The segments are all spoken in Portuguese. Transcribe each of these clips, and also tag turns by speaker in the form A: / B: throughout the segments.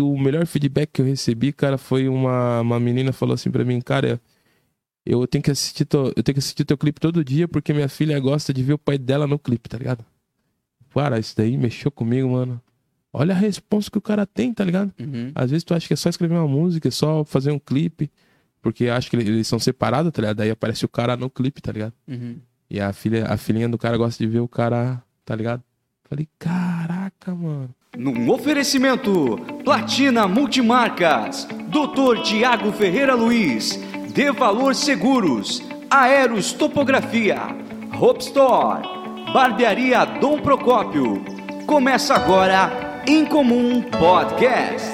A: o melhor feedback que eu recebi, cara, foi uma, uma menina falou assim pra mim, cara, eu tenho que assistir teu, eu tenho que assistir teu clipe todo dia porque minha filha gosta de ver o pai dela no clipe, tá ligado? Cara, isso daí mexeu comigo, mano. Olha a resposta que o cara tem, tá ligado?
B: Uhum.
A: Às vezes tu acha que é só escrever uma música, é só fazer um clipe, porque acho que eles são separados, tá ligado? Daí aparece o cara no clipe, tá ligado?
B: Uhum.
A: E a filha, a filhinha do cara gosta de ver o cara, tá ligado? Falei, caraca, mano.
C: Num oferecimento Platina Multimarcas, Dr. Tiago Ferreira Luiz, De Valor Seguros, Aeros Topografia, Hope Store, Barbearia Dom Procópio. Começa agora Incomum Podcast.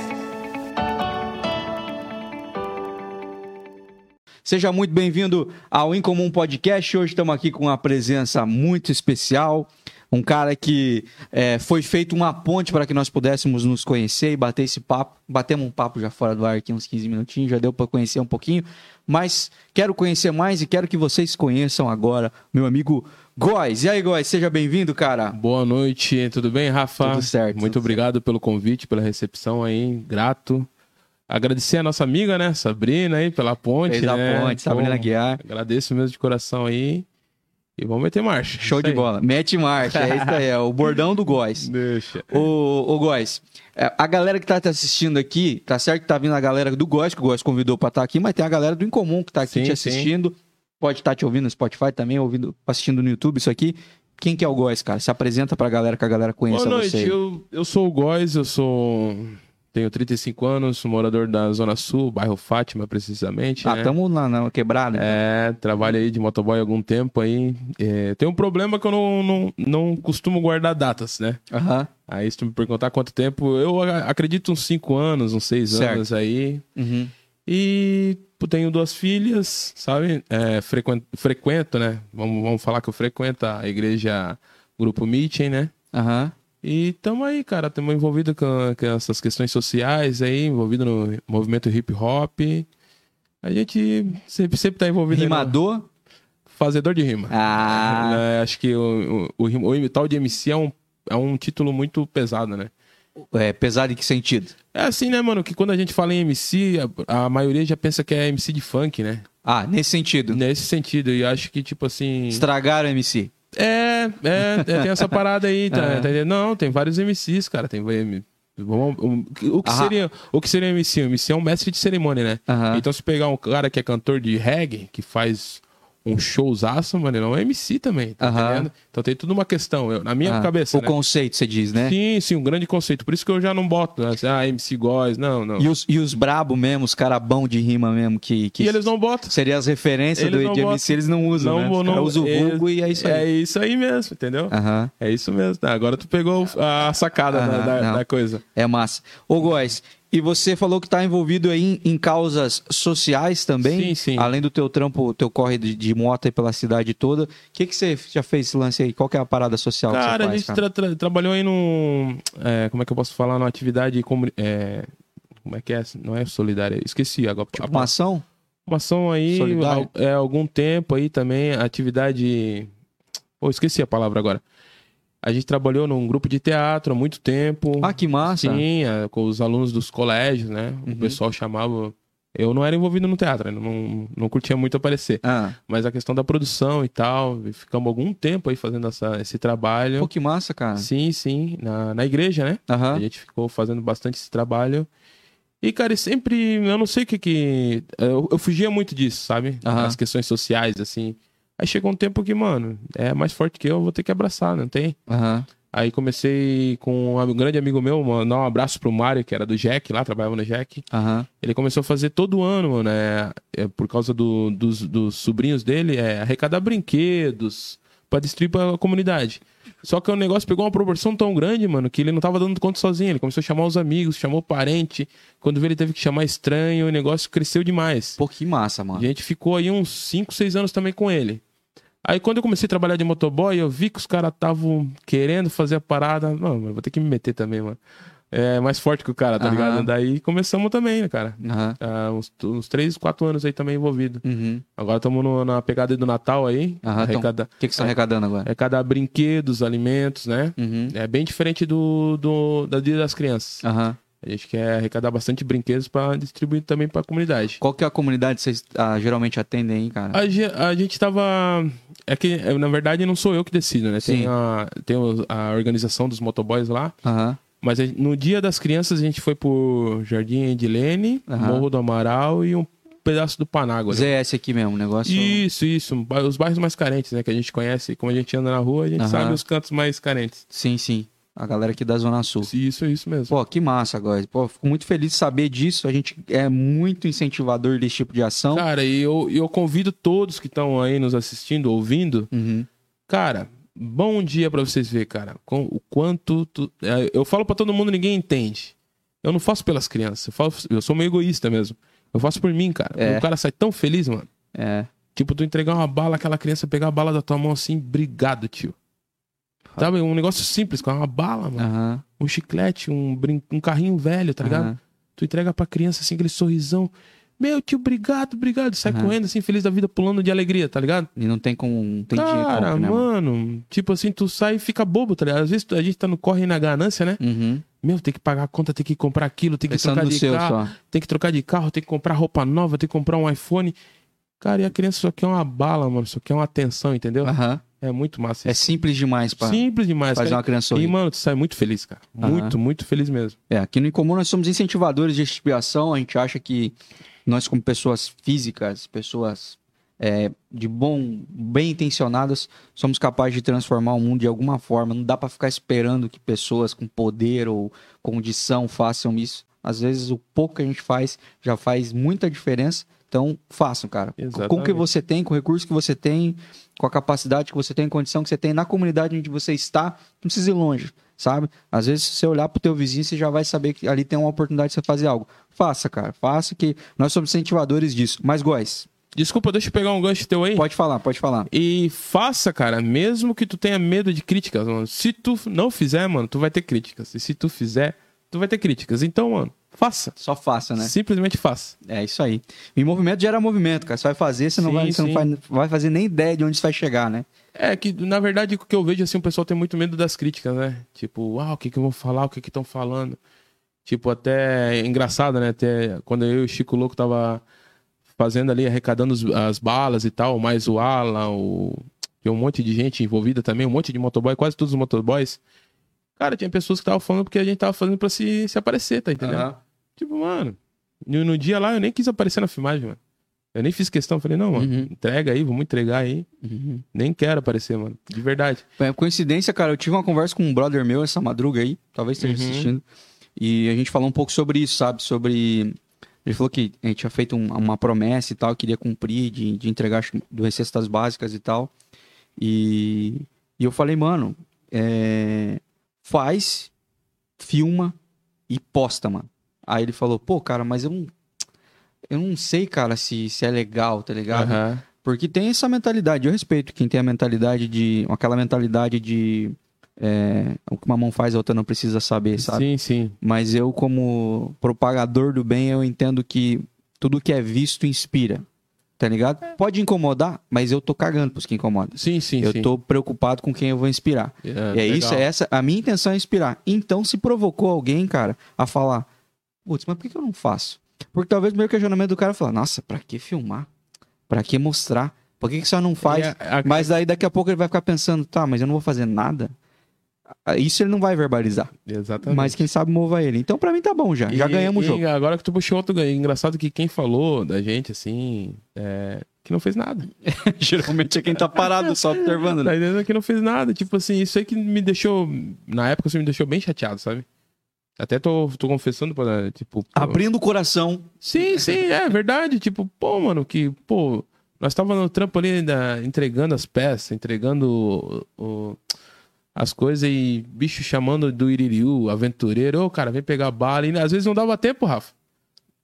B: Seja muito bem-vindo ao Incomum Podcast. Hoje estamos aqui com uma presença muito especial. Um cara que é, foi feito uma ponte para que nós pudéssemos nos conhecer e bater esse papo. Batemos um papo já fora do ar aqui, uns 15 minutinhos, já deu para conhecer um pouquinho. Mas quero conhecer mais e quero que vocês conheçam agora meu amigo Góis. E aí, Góis, seja bem-vindo, cara.
A: Boa noite, tudo bem, Rafa?
B: Tudo certo,
A: Muito
B: tudo
A: obrigado pelo convite, pela recepção aí, grato. Agradecer a nossa amiga, né, Sabrina aí, pela ponte,
B: Fez a
A: né?
B: ponte, Sabrina
A: Pô,
B: Aguiar.
A: Agradeço mesmo de coração aí. E vamos meter marcha.
B: Show
A: Isso
B: de
A: aí.
B: bola. Mete marcha, é isso aí, é o bordão do Góis.
A: Deixa.
B: Ô, ô Góis, é, a galera que tá te assistindo aqui, tá certo que tá vindo a galera do Góis, que o Góis convidou pra estar aqui, mas tem a galera do Incomum que tá aqui
A: Sim,
B: te
A: sim.
B: assistindo. Pode estar te ouvindo no Spotify também, ouvindo, assistindo no YouTube isso aqui. Quem que é o Góis, cara? Se apresenta pra galera que a galera conheça
A: Boa noite,
B: você.
A: eu, eu sou o Góis, eu sou. Tenho 35 anos, sou morador da Zona Sul, bairro Fátima, precisamente.
B: Ah,
A: né?
B: tamo lá na quebrada.
A: É, trabalho aí de motoboy há algum tempo aí. É, tem um problema que eu não, não, não costumo guardar datas, né?
B: Aham.
A: Aí se tu me perguntar quanto tempo, eu a- acredito uns 5 anos, uns 6
B: Certo.
A: anos aí.
B: Uhum.
A: E pô, tenho duas filhas, sabe? É, frequen- frequento, né? Vamos, vamos falar que eu frequento a igreja Grupo Meeting, né?
B: Aham.
A: E tamo aí, cara, tamo envolvido com, com essas questões sociais aí, envolvido no movimento hip hop. A gente sempre, sempre tá envolvido. aí no-
B: Rimador.
A: Fazedor de rima.
B: Ah.
A: Né, Acho que o, o, o rima- o tal de MC é um, é um título muito pesado, né?
B: É, pesado em que sentido?
A: É assim, né, mano, que quando a gente fala em MC, a, a maioria já pensa que é MC de funk, né?
B: Ah, nesse sentido.
A: Nesse sentido, e acho que, tipo assim...
B: Estragaram o MC.
A: É, é, é, tem essa parada aí, tá,
B: Aham.
A: tá entendendo? Não, tem vários MCs, cara, tem... M- vamos- O o que,
B: Ah.
A: seria, o que seria um MC? Um MC é um mestre de cerimônia, né?
B: Aham.
A: Então, se pegar um cara que é cantor de reggae, que faz um showzaço, mano, ele é um MC também, tá
B: Aham.
A: entendendo? Então tem tudo uma questão, eu- na minha
B: Ah,
A: cabeça,
B: O
A: né?
B: conceito, você diz, né?
A: Sim, sim, um grande conceito. Por isso que eu já não boto, né? assim, Ah, MC Góes, não, não.
B: E os, e os brabo mesmo, os cara bom de rima mesmo, que, que
A: E eles não botam.
B: seria as referências
A: Eles
B: do
A: não
B: de MC,
A: botam.
B: eles não usam, né?
A: vou-
B: Os caras usam o
A: eles-
B: vulgo e é isso aí. Ah.
A: É isso aí mesmo, entendeu?
B: Aham.
A: É isso mesmo. Tá, agora tu pegou a sacada da-
B: Aham,
A: da,
B: não.
A: da coisa.
B: É massa. Ô, Góis, e você falou que tá envolvido aí em, em causas sociais também?
A: Sim, sim.
B: Além do teu trampo, teu corre de, de moto aí pela cidade toda. O que, que você já fez esse lance aí? Qual que é a parada social que você
A: Cara,
B: faz,
A: a gente
B: cara?
A: tra- tra- trabalhou aí num. é, como é que eu posso falar? Numa atividade. comuni- é, como é que é? Não é solidária. Esqueci agora. a-
B: Tipo Uma ação?
A: uma ação aí
B: Solidário.
A: há é, algum tempo aí também, atividade. Pô, esqueci a palavra agora. A gente trabalhou num grupo de teatro há muito tempo.
B: Ah, que massa.
A: Sim, é, com os alunos dos colégios, né?
B: Uhum.
A: O pessoal chamava. Eu não era envolvido no teatro, né? não, não curtia muito aparecer.
B: Ah,
A: Mas a questão da produção e tal, e ficamos algum tempo aí fazendo essa- esse
B: pô,
A: trabalho.
B: que massa, cara. Ah.
A: Sim, sim, na, na igreja, né?
B: Aham.
A: A gente ficou fazendo bastante esse trabalho. E, cara, e sempre. Eu não sei o que que. Eu, eu fugia muito disso, sabe?
B: Aham.
A: As questões sociais, assim. Aí chegou um tempo que, mano, é mais forte que eu, eu vou ter que abraçar, não tem?
B: Aham.
A: Aí comecei com um am- grande amigo meu, mandar um abraço pro Mário, que era do Jack lá, trabalhava no Jack.
B: Aham.
A: Ele começou a fazer todo ano, mano, é, é por causa do- dos, dos sobrinhos dele, é arrecadar brinquedos pra distribuir pra comunidade. Só que o negócio pegou uma proporção tão grande, mano, que ele não tava dando conta sozinho. Ele começou a chamar os amigos, chamou parente. Quando veio, ele teve que chamar estranho, o negócio cresceu demais.
B: Pô, que massa,
A: A
B: mano.
A: gente ficou aí uns 5, 6 anos também com ele. Aí quando eu comecei a trabalhar de motoboy, eu vi que os caras estavam querendo fazer a parada. Não, mano, vou ter que me meter também, mano. É mais forte que o cara, tá
B: Aham.
A: ligado? Daí começamos também, né, cara?
B: Aham.
A: Há uns, uns 3, 4 anos aí também envolvido.
B: Uhum.
A: Agora estamos na pegada do Natal aí.
B: Aham, então-
A: arrecada,
B: O que, que você tá arrecadando agora?
A: arrecadar brinquedos, alimentos, né?
B: Uhum.
A: É bem diferente do, do da Dia das Crianças.
B: Aham.
A: A gente quer arrecadar bastante brinquedos para distribuir também para a comunidade.
B: Qual que é a comunidade que vocês ah, geralmente atendem aí, cara?
A: A, ge- a gente tava. É que, é, na verdade, não sou eu que decido, né?
B: Sim.
A: Tem, a, tem o- a organização dos motoboys lá.
B: Aham.
A: Mas a- no dia das crianças, a gente foi pro Jardim Edilene,
B: Aham.
A: Morro do Amaral e um pedaço do Panágua. né?
B: ZS aqui mesmo, o negócio.
A: Isso, isso. um Ba- Os bairros mais carentes, né? Que a gente conhece. Como a gente anda na rua, a gente
B: Aham.
A: sabe os cantos mais carentes.
B: Sim, sim. A galera aqui da Zona Sul.
A: Isso, isso mesmo.
B: Pô, que massa, guys. Pô, fico muito feliz de saber disso. A gente é muito incentivador desse tipo de ação.
A: Cara, e eu, e eu convido todos que estão aí nos assistindo, ouvindo.
B: Uhum.
A: Cara, bom dia pra vocês verem, cara. Com, o quanto. tu- é, eu falo pra todo mundo, ninguém entende. Eu não faço pelas crianças. Eu, falo, eu sou meio egoísta mesmo. Eu faço por mim, cara.
B: É.
A: O cara sai tão feliz, mano.
B: É.
A: Tipo, tu entregar uma bala, aquela criança pegar a bala da tua mão assim, obrigado, tio. Sabe? Um negócio simples, cara. Uma bala, mano.
B: Aham.
A: Um chiclete, um, brin... um carrinho velho, tá ligado?
B: É. aham.
A: Tu entrega pra criança assim, aquele sorrisão. Meu tio, obrigado, obrigado. Sai
B: Aham.
A: correndo assim, feliz da vida, pulando de alegria, tá ligado?
B: E não tem como. Não tem dinheiro
A: Cara,
B: como, né, mano?
A: mano, tipo assim, tu sai e fica bobo, tá ligado? Às vezes tu- a gente tá no corre e na ganância, né?
B: Uhum.
A: Meu, tem que pagar a conta, tem que comprar aquilo, tem que
B: Pensando
A: trocar
B: no
A: de
B: seu
A: carro,
B: só.
A: tem que trocar de carro, tem que comprar roupa nova, tem que comprar um iPhone. Cara, e a criança só quer uma bala, mano, só quer uma atenção, entendeu?
B: Aham.
A: É muito massa
B: Ah. É
A: isso.
B: simples demais pra
A: Simples demais,
B: fazer
A: cara.
B: uma criança
A: E,
B: sorrir.
A: mano, tu sai muito feliz, cara.
B: Aham.
A: Muito, muito feliz mesmo.
B: É, aqui no Incomum nós somos incentivadores tipo de expiação, a gente acha que nós como pessoas físicas, pessoas é, de bom, bem intencionadas, somos capazes de transformar o mundo de alguma forma, não dá pra ficar esperando que pessoas com poder ou condição façam isso. Às vezes o pouco que a gente faz já faz muita diferença, então façam, cara. Com o que
A: Exatamente.
B: você tem, com o recurso que você tem, com a capacidade que você tem, condição que você tem na comunidade onde você está, não precisa ir longe sabe? Às vezes, se você olhar pro teu vizinho, você já vai saber que ali tem uma oportunidade de você fazer algo. Faça, cara. Faça que nós somos incentivadores disso. Mas, Góis,
A: Desculpa, deixa eu pegar um gancho teu aí.
B: pode falar, pode falar.
A: E faça, cara, mesmo que tu tenha medo de críticas, mano. Se tu não fizer, mano, tu vai ter críticas. E se tu fizer, tu vai ter críticas. Então, mano, faça.
B: Só faça, né?
A: Simplesmente faça.
B: É isso aí. E movimento gera movimento, cara. Você vai fazer, você não,
A: Sim,
B: vai, você não
A: sim.
B: vai, vai fazer nem ideia de onde você vai chegar, né?
A: É que, na verdade, o que eu vejo, assim, o pessoal tem muito medo das críticas, né? Tipo, ah, o que que vão falar, o que que estão falando. Tipo, até é engraçado, né? Até quando eu e o Chico Louco tava fazendo ali, arrecadando os- as balas e tal, mais o Alan, o... tinha um monte de gente envolvida também, um monte de motoboy, quase todos os motoboys. Cara, tinha pessoas que estavam falando porque a gente tava fazendo pra se, se aparecer, tá entendendo?
B: Aham.
A: Tipo, mano, no, no dia lá eu nem quis aparecer na filmagem, mano. Eu nem fiz questão, falei, não, mano,
B: Uhum.
A: entrega aí, vamos entregar aí.
B: Uhum.
A: Nem quero aparecer, mano. De verdade.
B: É, coincidência, cara, eu tive uma conversa com um brother meu essa madruga aí, talvez esteja
A: Uhum.
B: assistindo, e a gente falou um pouco sobre isso, sabe? Sobre. Ele falou que a gente tinha feito um- uma promessa e tal, queria cumprir, de, de entregar acho, duas cestas básicas e tal. E, e eu falei, mano, é, faz, filma e posta, mano. Aí ele falou, pô, cara, mas eu não, eu não sei, cara, se, se é legal, tá ligado?
A: Aham.
B: Porque tem essa mentalidade, eu respeito quem tem a mentalidade de. aquela mentalidade de. é, o que uma mão faz, a outra não precisa saber, sabe?
A: Sim, sim.
B: Mas eu, como propagador do bem, eu entendo que tudo que é visto inspira. Tá ligado? Pode incomodar, mas eu tô cagando pros que incomodam.
A: Sim, É. sim,
B: eu
A: sim.
B: tô preocupado com quem eu vou inspirar.
A: É,
B: E é
A: legal.
B: isso, é essa. A minha intenção é inspirar. Então, se provocou alguém, cara, a falar: putz, mas por que que eu não faço? Porque talvez o meu questionamento do cara é falar: nossa, pra que filmar? Pra que mostrar? Por que, que você não é, faz?
A: E é, a- a-
B: Mas aí daqui a pouco ele vai ficar pensando: tá, mas eu não vou fazer nada. Ah, Isso ele não vai verbalizar.
A: Exatamente.
B: Mas quem sabe mova ele. Então, pra mim tá bom já. já
A: E-
B: ganhamos
A: e
B: o jogo.
A: Agora que tu puxou outro ganho. Engraçado que quem falou da gente, assim, é, que não fez nada.
B: Geralmente é quem tá parado só observando, né?
A: Tá entendendo? Que não fez nada. Tipo assim, isso aí que me deixou. Na época, isso me deixou bem chateado, sabe? Até tô, tô confessando pra. Tipo, pô,
B: Abrindo o coração.
A: Sim, sim, é verdade. Tipo, pô, mano, que, pô, nós tava no trampo ali da- entregando as peças, entregando o- o- as coisas e bicho chamando do Iririu, aventureiro, ô, cara, vem pegar bala. E às vezes não dava tempo, Rafa.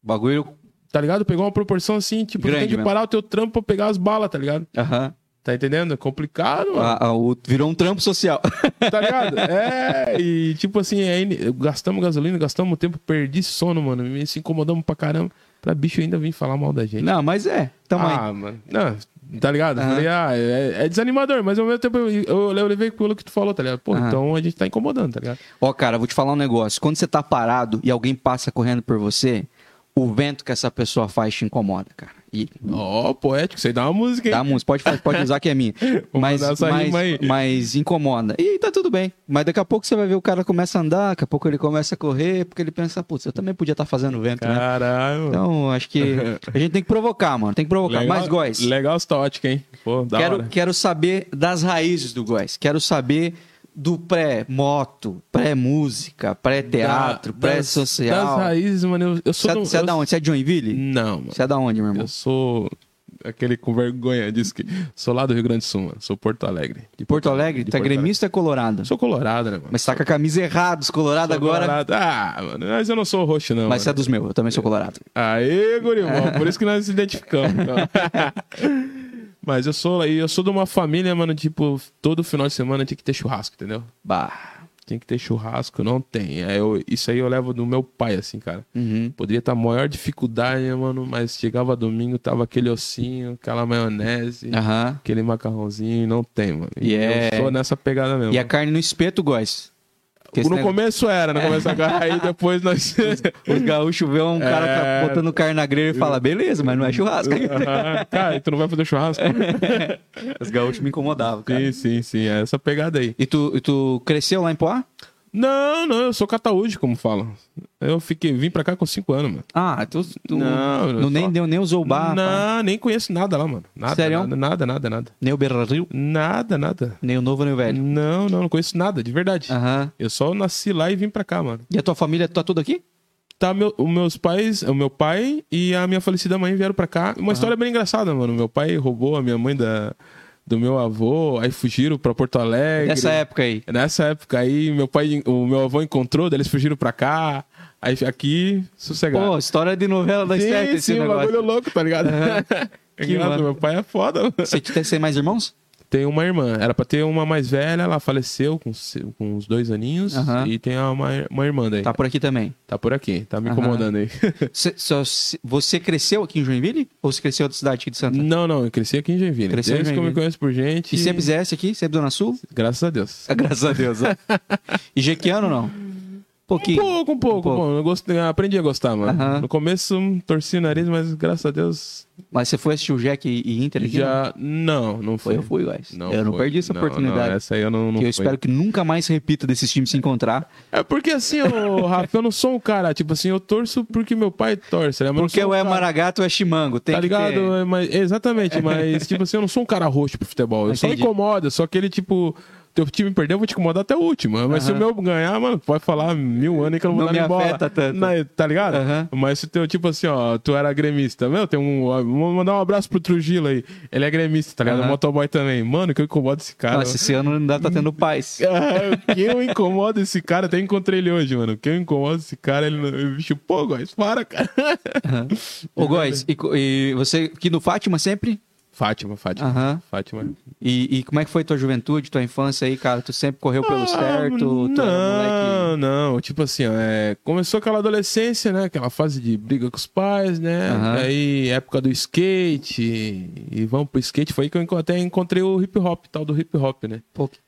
B: Bagulho.
A: Tá ligado? Pegou uma proporção assim, tipo, tu
B: Grande
A: tem que
B: mesmo.
A: parar o teu trampo pra pegar as balas, tá ligado?
B: Aham.
A: Tá entendendo? É complicado, mano.
B: Ah, ah, o- Virou um trampo social.
A: Tá ligado? É, e tipo assim, aí gastamos gasolina, gastamos tempo, perdi sono, mano. Me se incomodamos pra caramba. Pra bicho ainda vir falar mal da gente.
B: Não, mas é. Tamo aí.
A: ah, mano. Não, tá ligado? Eu Falei, ah, é, é desanimador, mas ao mesmo tempo eu, eu, eu levei pelo que tu falou, tá ligado? Pô,
B: Aham.
A: então a gente tá incomodando, tá ligado?
B: Ó, cara, vou te falar um negócio. Quando você tá parado e alguém passa correndo por você, o vento que essa pessoa faz te incomoda, cara. E
A: Ó, poético, você dá uma música, hein?
B: dá música, pode, fa- pode usar que é minha.
A: Vou
B: mas,
A: mandar essa
B: mas,
A: rima aí.
B: mas incomoda. E tá tudo bem. Mas daqui a pouco você vai ver o cara começa a andar, daqui a pouco ele começa a correr, porque ele pensa, putz, eu também podia estar fazendo vento, né?
A: Caralho.
B: Então, acho que a gente tem que provocar, mano. Tem que provocar.
A: legal,
B: Mas, Góis,
A: Legal essa ótica, hein? Pô, da
B: quero,
A: hora.
B: quero saber das raízes do Góis. Quero saber do pré-moto, pré-música, pré-teatro,
A: Da- Das,
B: pré-social.
A: das raízes, mano, eu, eu sou...
B: Você é-
A: do-
B: você é
A: eu-
B: da onde? Você é de Joinville?
A: Não, mano.
B: Você é da onde, meu irmão?
A: Eu sou aquele com vergonha, disse que... Sou lá do Rio Grande do Sul, mano. Sou Porto Alegre.
B: De Porto Alegre?
A: De
B: Tu é
A: Porto Alegre.
B: gremista ou é colorado?
A: Sou colorado, né, mano?
B: Mas tá com a camisa errada, os colorados
A: Sou
B: agora.
A: colorado. Ah, mano, mas eu não sou roxo, não.
B: Mas você é
A: mano.
B: dos meus, eu também sou colorado.
A: Aê, gurimão, por isso que nós nos identificamos. então. Mas eu sou eu sou de uma família, mano, tipo, todo final de semana tinha que ter churrasco, entendeu?
B: Bah.
A: Tem que ter churrasco, não tem. Aí eu- isso aí eu levo do meu pai, assim, cara.
B: Uhum.
A: Poderia estar maior dificuldade, né, mano, mas chegava domingo, tava aquele ossinho, aquela maionese,
B: Aham.
A: aquele macarrãozinho, não tem, mano. E
B: Yeah.
A: eu sou nessa pegada mesmo.
B: é- E a carne no espeto, Góis? Porque esse
A: no
B: negócio-
A: começo era, né? no começo agora, aí depois nós...
B: Os gaúchos vê um cara
A: É.
B: tá botando carne na grelha e fala, beleza, mas não é churrasco.
A: Aham. cara, e tu não vai fazer churrasco?
B: Os gaúchos me incomodavam,
A: sim,
B: cara.
A: sim, sim, é essa pegada aí.
B: E tu, e tu cresceu lá em Poá?
A: Não, não, eu sou cataúde, como falam. Eu fiquei, vim pra cá com 5 anos, mano.
B: Ah, tu, tu
A: Não, eu
B: nem
A: só-
B: deu nem usou o bar, pá.
A: não, nem conheço nada lá, mano. Nada,
B: Sério?
A: nada, nada, nada, nada.
B: nem o Berraril,
A: Nada, nada.
B: nem o novo, nem o velho.
A: Não, não, não conheço nada, de verdade.
B: Aham.
A: Eu só nasci lá e vim pra cá, mano.
B: E a tua família tá toda aqui?
A: Tá, meu, os meus pais, o meu pai e a minha falecida mãe vieram pra cá. Uma história bem engraçada, mano. Meu pai roubou a minha mãe da, do meu avô, aí fugiram pra Porto Alegre.
B: Nessa época aí.
A: Nessa época aí, meu pai, o meu avô encontrou, daí eles fugiram pra cá. Aí aqui, sossegado.
B: Pô, história de novela das
A: sim,
B: sete esse
A: sim, um bagulho
B: negócio.
A: louco, tá ligado?
B: Que
A: que
B: mano.
A: meu pai é foda. mano.
B: Você tem você tem mais irmãos?
A: Tem uma irmã, era pra ter uma mais velha, ela faleceu com, se- com uns dois aninhos.
B: Aham.
A: E tem uma, uma irmã daí.
B: Tá
A: Tá,
B: por aqui também.
A: por aqui, tá me
B: Aham.
A: incomodando aí.
B: Cê- só- cê- você cresceu aqui em Joinville? Ou você cresceu da cidade aqui de Santa?
A: não, não, eu cresci aqui em Joinville.
B: Cresceu em
A: Desde que eu me
B: Joinville.
A: conheço por gente.
B: E sempre ZS aqui? Sempre Zona Sul?
A: Graças a Deus.
B: Ah, Graças a Deus. né? e Jequiano não?
A: Um
B: Pouquinho.
A: pouco, um pouco.
B: pouco.
A: Bom, eu gostei- aprendi a gostar, mano.
B: Aham.
A: No começo, hum, torci o nariz, mas graças a Deus,
B: Mas você foi assistir o Jack e- e Inter aqui? não?
A: já... Não, não foi.
B: né? Eu fui, guys.
A: Não
B: eu não
A: foi.
B: perdi essa
A: Não,
B: oportunidade.
A: não, essa aí eu não, não
B: que eu
A: fui.
B: espero que nunca mais se repita desses times se encontrar.
A: É porque assim, ô, Rafa, eu não sou um cara, tipo assim, eu torço porque meu pai torce, né? Mas eu não
B: Porque
A: sou um
B: ou é
A: cara-
B: Maragato ou é Chimango. Tem
A: tá
B: que
A: ligado?
B: ter-
A: É, Mas, exatamente, mas tipo assim, eu não sou um cara roxo pro futebol. Eu só
B: Entendi.
A: incomodo, só que ele, tipo, teu time perder, eu vou te incomodar até o último. Mas se o meu ganhar, mano, pode falar mil anos que eu não vou dar
B: Não me
A: nem bola.
B: afeta tanto.
A: Na- tá ligado?
B: Aham.
A: Mas se teu, tipo assim, ó, tu era gremista, meu, tem um. ó, Vou mandar um abraço pro Trujillo aí. Ele é gremista, tá ligado?
B: Aham.
A: Motoboy também. Mano, que eu incomodo esse cara.
B: Nossa, esse ano não dá tá tendo paz.
A: Ah, o que eu incomodo esse cara, até encontrei ele hoje, mano. O que eu incomodo esse cara, ele. não- Bicho, pô, guys, para, cara.
B: Ô, Góis, e, co- e você aqui no Fátima sempre?
A: Fátima, Fátima.
B: Aham.
A: Fátima.
B: E, e como é que foi tua juventude, tua infância aí, cara? Tu sempre correu pelo
A: Ah,
B: certo? Tu era um moleque...
A: Não, não. Tipo assim, ó, é, começou aquela adolescência, né? Aquela fase de briga com os pais, né?
B: Aham.
A: Aí, época do skate. E vamos pro skate. Foi aí que eu enco- até encontrei o hip hop, tal do hip hop, né?
B: Pô, que-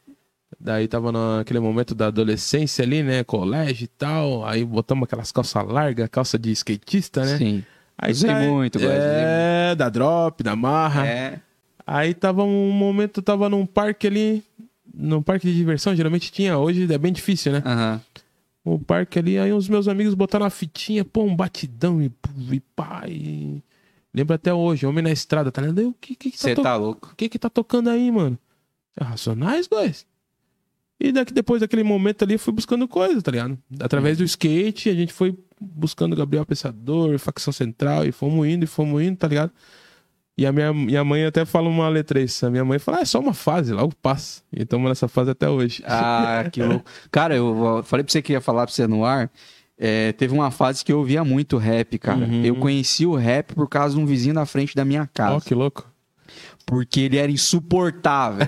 A: Daí tava naquele momento da adolescência ali, né? Colégio e tal. Aí botamos aquelas calças largas, calça de skatista, né?
B: Sim.
A: Aí
B: Usei muito, Góis,
A: É, da drop, da marra.
B: É.
A: Aí tava um momento, tava num parque ali. Num parque de diversão, geralmente tinha. Hoje é bem difícil, né?
B: Aham.
A: o parque ali, aí os meus amigos botaram a fitinha, pô, um batidão e, e pá, e... Lembro até hoje, Homem na Estrada, tá ligado? Aí, O que que, que
B: Você
A: tá, to-
B: tá louco.
A: o que que tá tocando aí, mano? É Racionais, guys? E daqui, depois daquele momento ali, eu fui buscando coisa, tá ligado? Através do skate, a gente foi buscando Gabriel Pensador, Facção Central, e fomos indo, e fomos indo, tá ligado? E a minha, minha mãe até fala uma letra isso. A minha mãe fala, ah, é só uma fase, logo passa. E estamos nessa fase até hoje.
B: Ah, que louco. Cara, eu eu falei pra você que ia falar pra você no ar. é, teve uma fase que eu ouvia muito rap, cara.
A: Uhum.
B: Eu conheci o rap por causa de um vizinho na frente da minha
A: Ó,
B: casa.
A: que louco.
B: Porque ele era insuportável.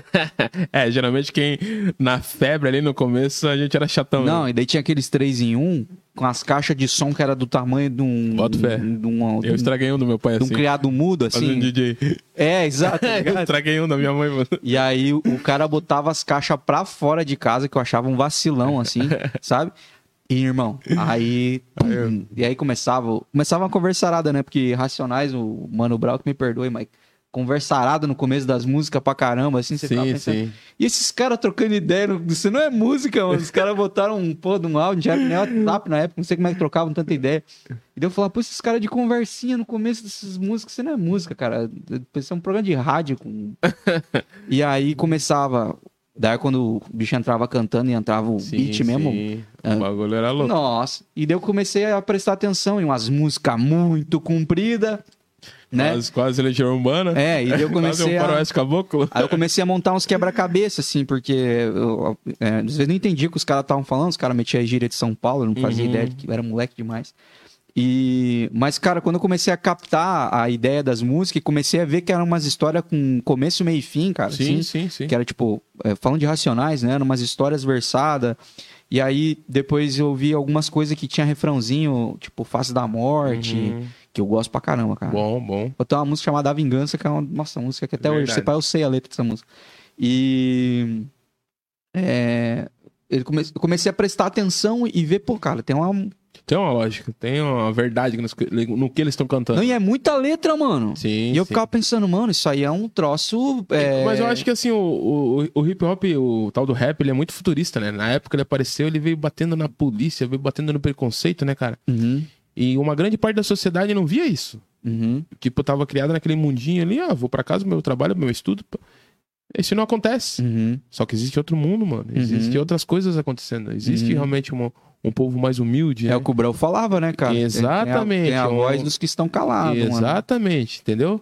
A: É, geralmente quem na febre ali no começo a gente era chatão. né?
B: Não, e daí tinha aqueles três em um, com as caixas de som que era do tamanho de um.
A: Boto fé.
B: De um, de
A: Eu
B: um,
A: estraguei um do meu pai
B: de um
A: assim.
B: criado mudo, assim.
A: Fazendo DJ.
B: É, exato. tá
A: Eu
B: ligado?
A: estraguei um da minha mãe, mano.
B: E aí o- o cara botava as caixas pra fora de casa, que eu achava um vacilão, assim, sabe? E, irmão, aí. pum, e aí começava, começava uma conversarada, né? Porque Racionais, o Mano Brown, que me perdoe, mas conversarada no começo das músicas pra caramba, assim, você ficava
A: Sim,
B: pensando.
A: sim.
B: E esses caras trocando ideia, não- isso não é música, mano. Os caras botaram um pô de um áudio, já nem WhatsApp na época, não sei como é que trocavam tanta ideia. E daí eu falava, pô, esses caras de conversinha no começo dessas músicas, isso não é música, cara. Isso é um programa de rádio. Com... e aí começava. Daí quando o bicho entrava cantando e entrava o
A: Sim,
B: beat mesmo.
A: sim.
B: Ah.
A: O bagulho era louco.
B: Nossa. E daí eu comecei a prestar atenção em umas músicas muito compridas, né?
A: Quase, quase legião urbana.
B: É, e eu comecei
A: Quase um
B: a-
A: faroeste caboclo.
B: Aí eu comecei a montar uns quebra-cabeça, assim, porque eu, é, às vezes não entendia o que os caras estavam falando, os caras metiam a gíria de São Paulo, eu não fazia
A: Uhum.
B: ideia de que eu era moleque demais. E, mas, cara, quando eu comecei a captar a ideia das músicas, comecei a ver que eram umas histórias com começo, meio e fim, cara. assim,
A: Sim, sim, sim.
B: que era tipo, é, falando de racionais, né? Eram umas histórias versadas. E aí depois eu vi algumas coisas que tinha refrãozinho, tipo Face da Morte, Ah.
A: Uhum.
B: que eu gosto pra caramba, cara.
A: Bom, bom.
B: Eu tenho uma música chamada A Vingança, que é uma nossa uma música que até hoje,
A: Verdade.
B: se pá, eu sei a letra dessa música. E. É, eu come- eu comecei a prestar atenção e ver, pô, cara, tem uma.
A: Tem uma lógica, tem uma verdade nas co- no que eles estão cantando.
B: Não, e é muita letra, mano.
A: Sim,
B: e eu
A: sim.
B: ficava pensando, mano, isso aí é um troço. é,
A: Mas eu acho que assim, o, o- o hip hop, o tal do rap, ele é muito futurista, né? Na época ele apareceu, ele veio batendo na polícia, veio batendo no preconceito, né, cara?
B: Uhum,
A: E uma grande parte da sociedade não via isso.
B: uhum.
A: Tipo, tava criado naquele mundinho ali, ah, vou pra casa, meu trabalho, meu estudo. pô. Isso não acontece.
B: Uhum.
A: Só que existe outro mundo, mano. Existem outras coisas acontecendo. Existe
B: Uhum.
A: realmente uma- um povo mais humilde,
B: É
A: né?
B: o que o Brau falava, né, cara? Tem- tem a-
A: Exatamente,
B: Tem a,
A: é um-
B: voz dos que estão calados, mano.
A: Exatamente, entendeu?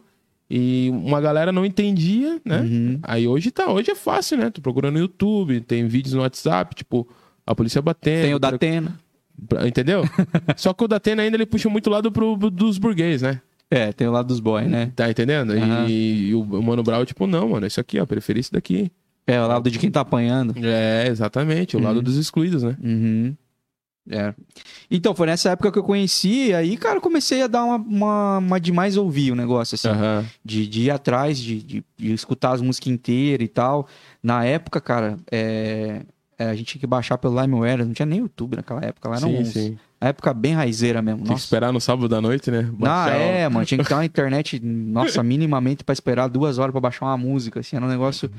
A: E uma galera não entendia, né?
B: Uhum.
A: Aí hoje tá, hoje é fácil, né? Tu procura no YouTube, tem vídeos no WhatsApp, tipo, a polícia batendo.
B: Tem o da Atena.
A: pra- Entendeu? Só que o da Atena ainda ele puxa muito lado pro, pro- dos burguês, né?
B: É, tem o lado dos boys, né?
A: Tá entendendo? E-
B: Aham.
A: E, o Mano Brown, tipo, não, mano, isso aqui, ó, preferir isso daqui.
B: É, o lado de quem tá apanhando.
A: É, exatamente, o lado dos excluídos, né?
B: Uhum. É. Então, foi nessa época que eu conheci, e aí, cara, eu comecei a dar uma, uma, uma de mais ouvir o negócio, assim,
A: Aham.
B: de, de ir atrás, de, de, de escutar as músicas inteiras e tal. Na época, cara, é, é, a gente tinha que baixar pelo Limeware, não tinha nem YouTube naquela época, lá não.
A: Sim, sim.
B: A época bem raizeira mesmo,
A: Tem que
B: nossa.
A: esperar no sábado à noite, né?
B: Ah,
A: Baixar o-
B: é, mano, tinha que ter uma internet, nossa, minimamente pra esperar duas horas pra baixar uma música, assim, era um negócio...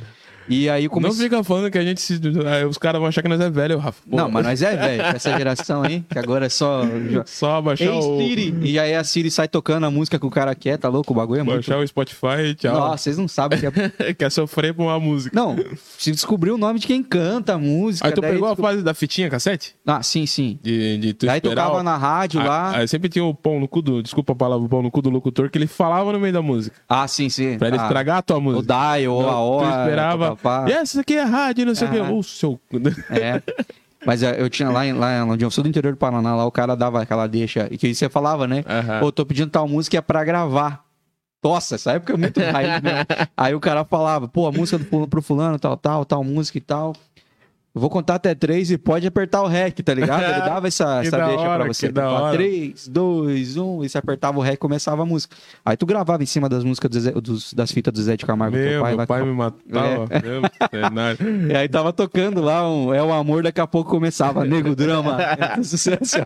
B: E aí eu
A: Não
B: comecei...
A: fica falando que a gente se. aí Os caras vão achar que nós é velho, Rafa. Pô,
B: Não, mas nós é velho, essa geração aí, que agora é só...
A: Só baixar
B: Ei,
A: o.
B: Siri! E aí a Siri sai tocando a música que o cara quer, tá louco? O bagulho é muito.
A: Baixar o Spotify e tchau.
B: Nossa, vocês não sabem que é.
A: Quer sofrer por uma música.
B: Não, se descobrir o nome de quem canta a música.
A: Aí tu
B: daí
A: pegou a
B: descob-
A: fase da fitinha cassete?
B: Ah, sim, sim.
A: De, de tu
B: Daí
A: esperar
B: tocava
A: o- Ah,
B: na rádio lá.
A: Aí, aí sempre tinha o pão no cu do. Desculpa a palavra, o pão no cu do locutor que ele falava no meio da música.
B: Ah, sim, sim.
A: Pra ele
B: Ah,
A: estragar a tua
B: O
A: música. Então,
B: dial, ou a hora.
A: Tu esperava.
B: papapá.
A: E essa aqui é rádio, não sei o quê.
B: Ah.
A: Ô, seu.
B: É. Mas é, eu tinha lá, em- lá em- onde eu sou do interior do Paraná, lá o cara dava aquela deixa. E que você falava, né?
A: Aham.
B: Pô, tô pedindo tal música e é pra gravar. Nossa, essa época é muito raiz mesmo. Aí o cara falava, pô, a música do fulano pro fulano, tal, tal, tal música e tal. Eu vou contar até três e pode apertar o REC, tá ligado? Ele dava essa,
A: Que
B: essa
A: da
B: deixa pra
A: hora,
B: você.
A: que da
B: Fala,
A: hora.
B: Três, dois, um, e você apertava o REC e começava a música. Aí tu gravava em cima das músicas do Zé- dos- das fitas do Zé de Camargo, teu
A: Meu,
B: pai.
A: meu
B: lá-
A: pai me matava.
B: É.
A: Meu cenário.
B: E aí tava tocando lá um É o Amor, daqui a pouco começava, Nego Drama. é sucesso.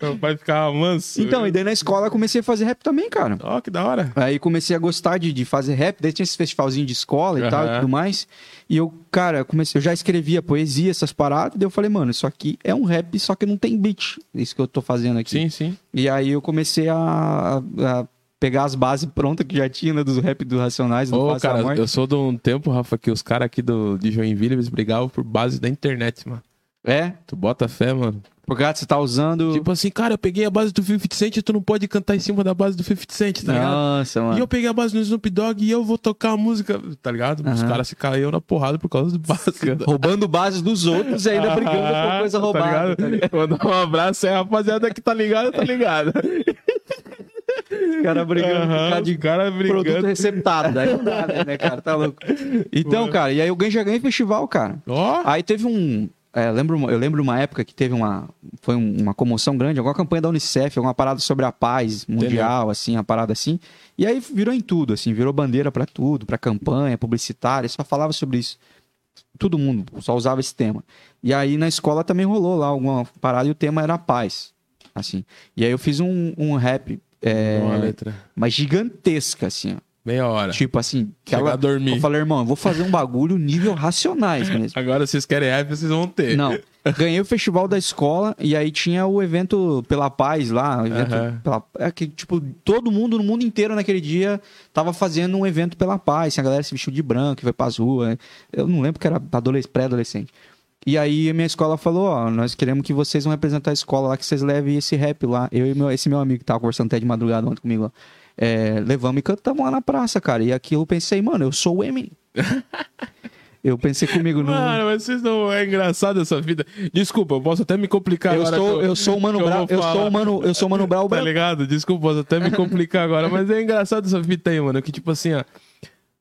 A: Meu pai ficava manso.
B: assim. então, e daí na escola eu comecei a fazer rap também, cara.
A: Ó, que da hora.
B: Aí comecei a gostar de, de fazer rap, daí tinha esse festivalzinho de escola e tal e
A: Aham.
B: tudo mais. E eu, cara, comecei, eu já escrevia poesia, essas paradas, daí eu falei, mano, isso aqui é um rap, só que não tem beat. Isso que eu tô fazendo aqui.
A: Sim, sim.
B: E aí eu comecei a, a- a pegar as bases prontas que já tinha, né, dos rap dos Racionais, do
A: Ô,
B: Face da
A: cara,
B: Morte.
A: eu sou de um tempo, Rafa, que os caras aqui do, de Joinville, eles brigavam por base da internet, mano.
B: É,
A: Tu bota fé, mano.
B: porque você tá usando...
A: Tipo assim, cara, eu peguei a base do 50 Cent e tu não pode cantar em cima da base do 50 Cent, tá ligado?
B: Nossa, mano.
A: E eu peguei a base no Snoop Dogg e eu vou tocar a música, tá ligado? Os
B: Aham.
A: caras se caíram na porrada por causa do base. da-
B: Roubando bases dos outros e ainda brigando por coisa
A: Ah,
B: roubada. tá
A: é Tá ligado? Mandar um abraço aí, rapaziada, que tá ligado, tá ligado.
B: O cara brigando por
A: Aham,
B: causa
A: os
B: de
A: cara brigando.
B: produto receptado. Daí não dá, né, cara? Tá louco. Então, cara, e aí eu ganhei, já ganhei festival, cara.
A: Ó,
B: Aí teve um. é, eu lembro, uma- eu lembro uma época que teve uma. Foi um- uma comoção grande, alguma campanha da Unicef, alguma parada sobre a paz mundial, assim, uma parada assim. E aí virou em tudo, assim, virou bandeira pra tudo, pra campanha, publicitária, só falava sobre isso. Todo mundo só usava esse tema. E aí na escola também rolou lá alguma parada e o tema era paz, assim. E aí eu fiz um, um rap, é,
A: uma letra.
B: mas gigantesca, assim, ó.
A: Meia hora.
B: Tipo assim, que
A: Chegar a
B: ela,
A: dormir.
B: eu falei, irmão, eu vou fazer um bagulho nível racionais mesmo.
A: Agora, se vocês querem rap, vocês vão ter.
B: Não. Ganhei o festival da escola e aí tinha o evento pela paz lá. o evento
A: Aham.
B: pela- é que, tipo, todo mundo, no mundo inteiro naquele dia, tava fazendo um evento pela paz. assim, a galera se vestiu de branco e vai pras ruas. né? Eu não lembro que era adoles- pré-adolescente. E aí a minha escola falou, ó, nós queremos que vocês vão representar a escola lá, que vocês levem esse rap lá. Eu e meu- esse meu amigo que tava conversando até de madrugada ontem comigo lá. É, levamos e cantamos lá na praça, cara. E aqui eu pensei, mano, eu sou o Eminem. eu pensei comigo, não.
A: Mano, mas vocês não. É engraçado essa vida. Desculpa, eu posso até me complicar
B: Eu
A: agora.
B: sou,
A: que
B: eu sou o Mano
A: que
B: Brau,
A: vou
B: eu sou
A: falar.
B: o Mano, eu sou o Mano Brau
A: Tá
B: branco.
A: ligado? Desculpa, posso até me complicar agora, mas é engraçado essa fita aí, mano. Que tipo assim, ó.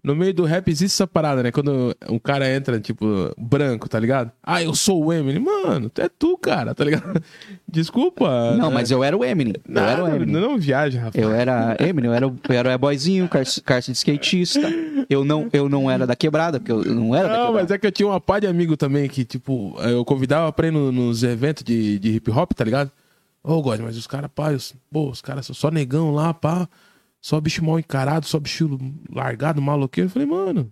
A: No meio do rap existe essa parada, né? Quando um cara entra, tipo, branco, tá ligado? Ah, eu sou o Eminem. Mano, tu é tu, cara, tá ligado? Desculpa.
B: Não,
A: né?
B: mas eu era o Eminem. Eu
A: Nada,
B: era o Eminem.
A: Não viaja, rapaz.
B: Eu era Eminem, eu era, o- eu era o boyzinho, car- carça de skatista. Eu não, eu não era da quebrada, porque eu não era da
A: Não,
B: quebrada.
A: mas é que eu tinha uma pá de amigo também que, tipo, eu convidava pra ir no- nos eventos de, de hip hop, tá ligado? Ô, God, mas os caras, pá, os, pô, os caras são só negão lá, pá. Só bicho mal encarado, só bicho largado, maloqueiro. Eu falei, mano,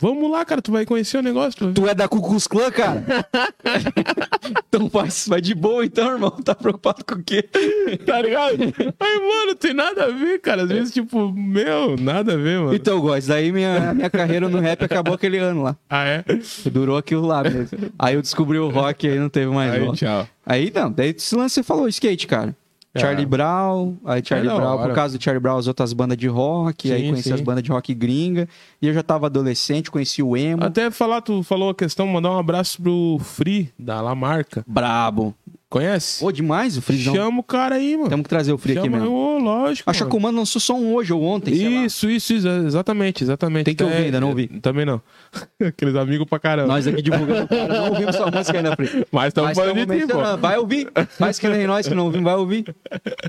A: vamos lá, cara, tu vai conhecer o negócio. Tu vai ver.
B: Tu é da Ku Klux Klan, cara? então vai, vai de boa então, irmão. Tá preocupado com o quê?
A: Tá ligado? Aí, mano, tem nada a ver, cara. Às vezes, tipo, meu, nada a ver, mano.
B: Então, guys, daí minha, minha carreira no rap acabou aquele ano lá.
A: Ah, é?
B: Durou aquilo lá mesmo. Aí eu descobri o rock e aí não teve mais
A: Aí,
B: volta.
A: tchau.
B: Aí não, daí esse lance você falou skate, cara.
A: É.
B: Charlie Brown, aí Charlie
A: É da
B: Brown,
A: hora.
B: por causa do Charlie Brown, as outras bandas de rock, aí
A: Sim,
B: conheci
A: sim.
B: as bandas de rock gringa, e eu já tava adolescente, conheci o Emo.
A: Até falar, tu falou a questão, mandar um abraço pro Free, da Lamarca.
B: Brabo.
A: Conhece?
B: Pô, demais o Frizão.
A: Chama o cara aí, mano.
B: Temos que trazer o Free aqui
A: Chama-
B: mesmo.
A: Ô, lógico.
B: A
A: mano.
B: Chacomã lançou só um hoje ou ontem, sei lá.
A: Isso, isso, isso, exatamente, exatamente.
B: Tem que
A: Até-
B: ouvir, ainda não ouvi.
A: Também não. Aqueles amigos pra caramba.
B: Nós aqui divulgando, cara, não ouvimos sua música ainda, Free.
A: Mas estamos
B: Mas
A: falando
B: tamo
A: de ti, pô.
B: mencionando. Vai ouvir. Faz que nem nós que não ouvimos, vai ouvir.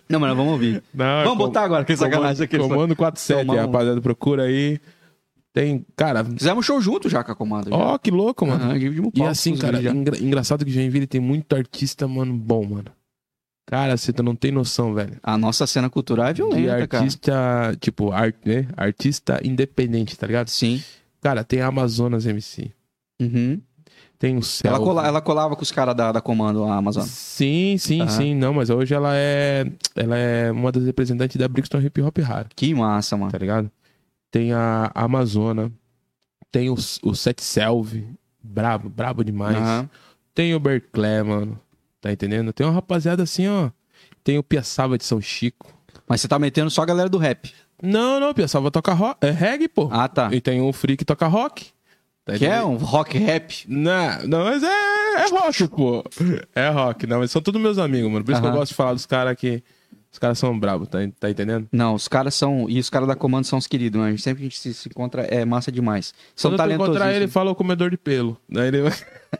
B: Não, mano, vamos ouvir.
A: Não,
B: vamos
A: com-
B: botar agora, que sacanagem aqui. um.
A: Comando, comando 47,
B: Tomamos.
A: rapaziada, procura aí. Tem, cara,
B: Fizemos show junto já com a Comanda.
A: ó, que louco, mano.
B: Aham, dividimos
A: E
B: um palco
A: assim,
B: com os
A: cara,
B: guris já.
A: engra- engraçado que Joinville tem muito artista, mano, bom, mano. Cara, você não tem noção, velho.
B: A nossa cena cultural é
A: de
B: violenta, cara.
A: artista, tipo, ar- né? artista independente, tá ligado?
B: Sim.
A: Cara, tem a Amazonas MC.
B: Uhum.
A: Tem o Céu.
B: Ela, cola- ela colava com os caras da, da comando lá, Amazon.
A: Sim, sim,
B: Tá.
A: sim. Não, mas hoje ela é ela é uma das representantes da Brixton Hip Hop Rara,
B: Que massa, mano.
A: tá ligado? Tem a Amazona, tem o, o Seth Selve, brabo, brabo demais.
B: Aham.
A: Tem o Berclé, mano, tá entendendo? Tem uma rapaziada assim, ó. Tem o Piaçaba de São Chico.
B: Mas você tá metendo só a galera do rap.
A: Não, não, o Piaçaba toca rock, é reggae, pô.
B: Ah, tá.
A: E tem o Free que toca rock. Tá
B: Que é
A: entendendo?
B: um rock rap.
A: Não, não, mas é, é rock, pô. É rock, não, mas são todos meus amigos, mano. Por isso que
B: Aham.
A: eu gosto de falar dos caras que. Os caras são bravos, tá, tá entendendo?
B: Não, os caras são. E os caras da comando são os queridos, né? Sempre que a gente se, se encontra, é massa demais. São
A: Quando eu
B: talentosos.
A: encontrar ele, fala o comedor de pelo. Daí ele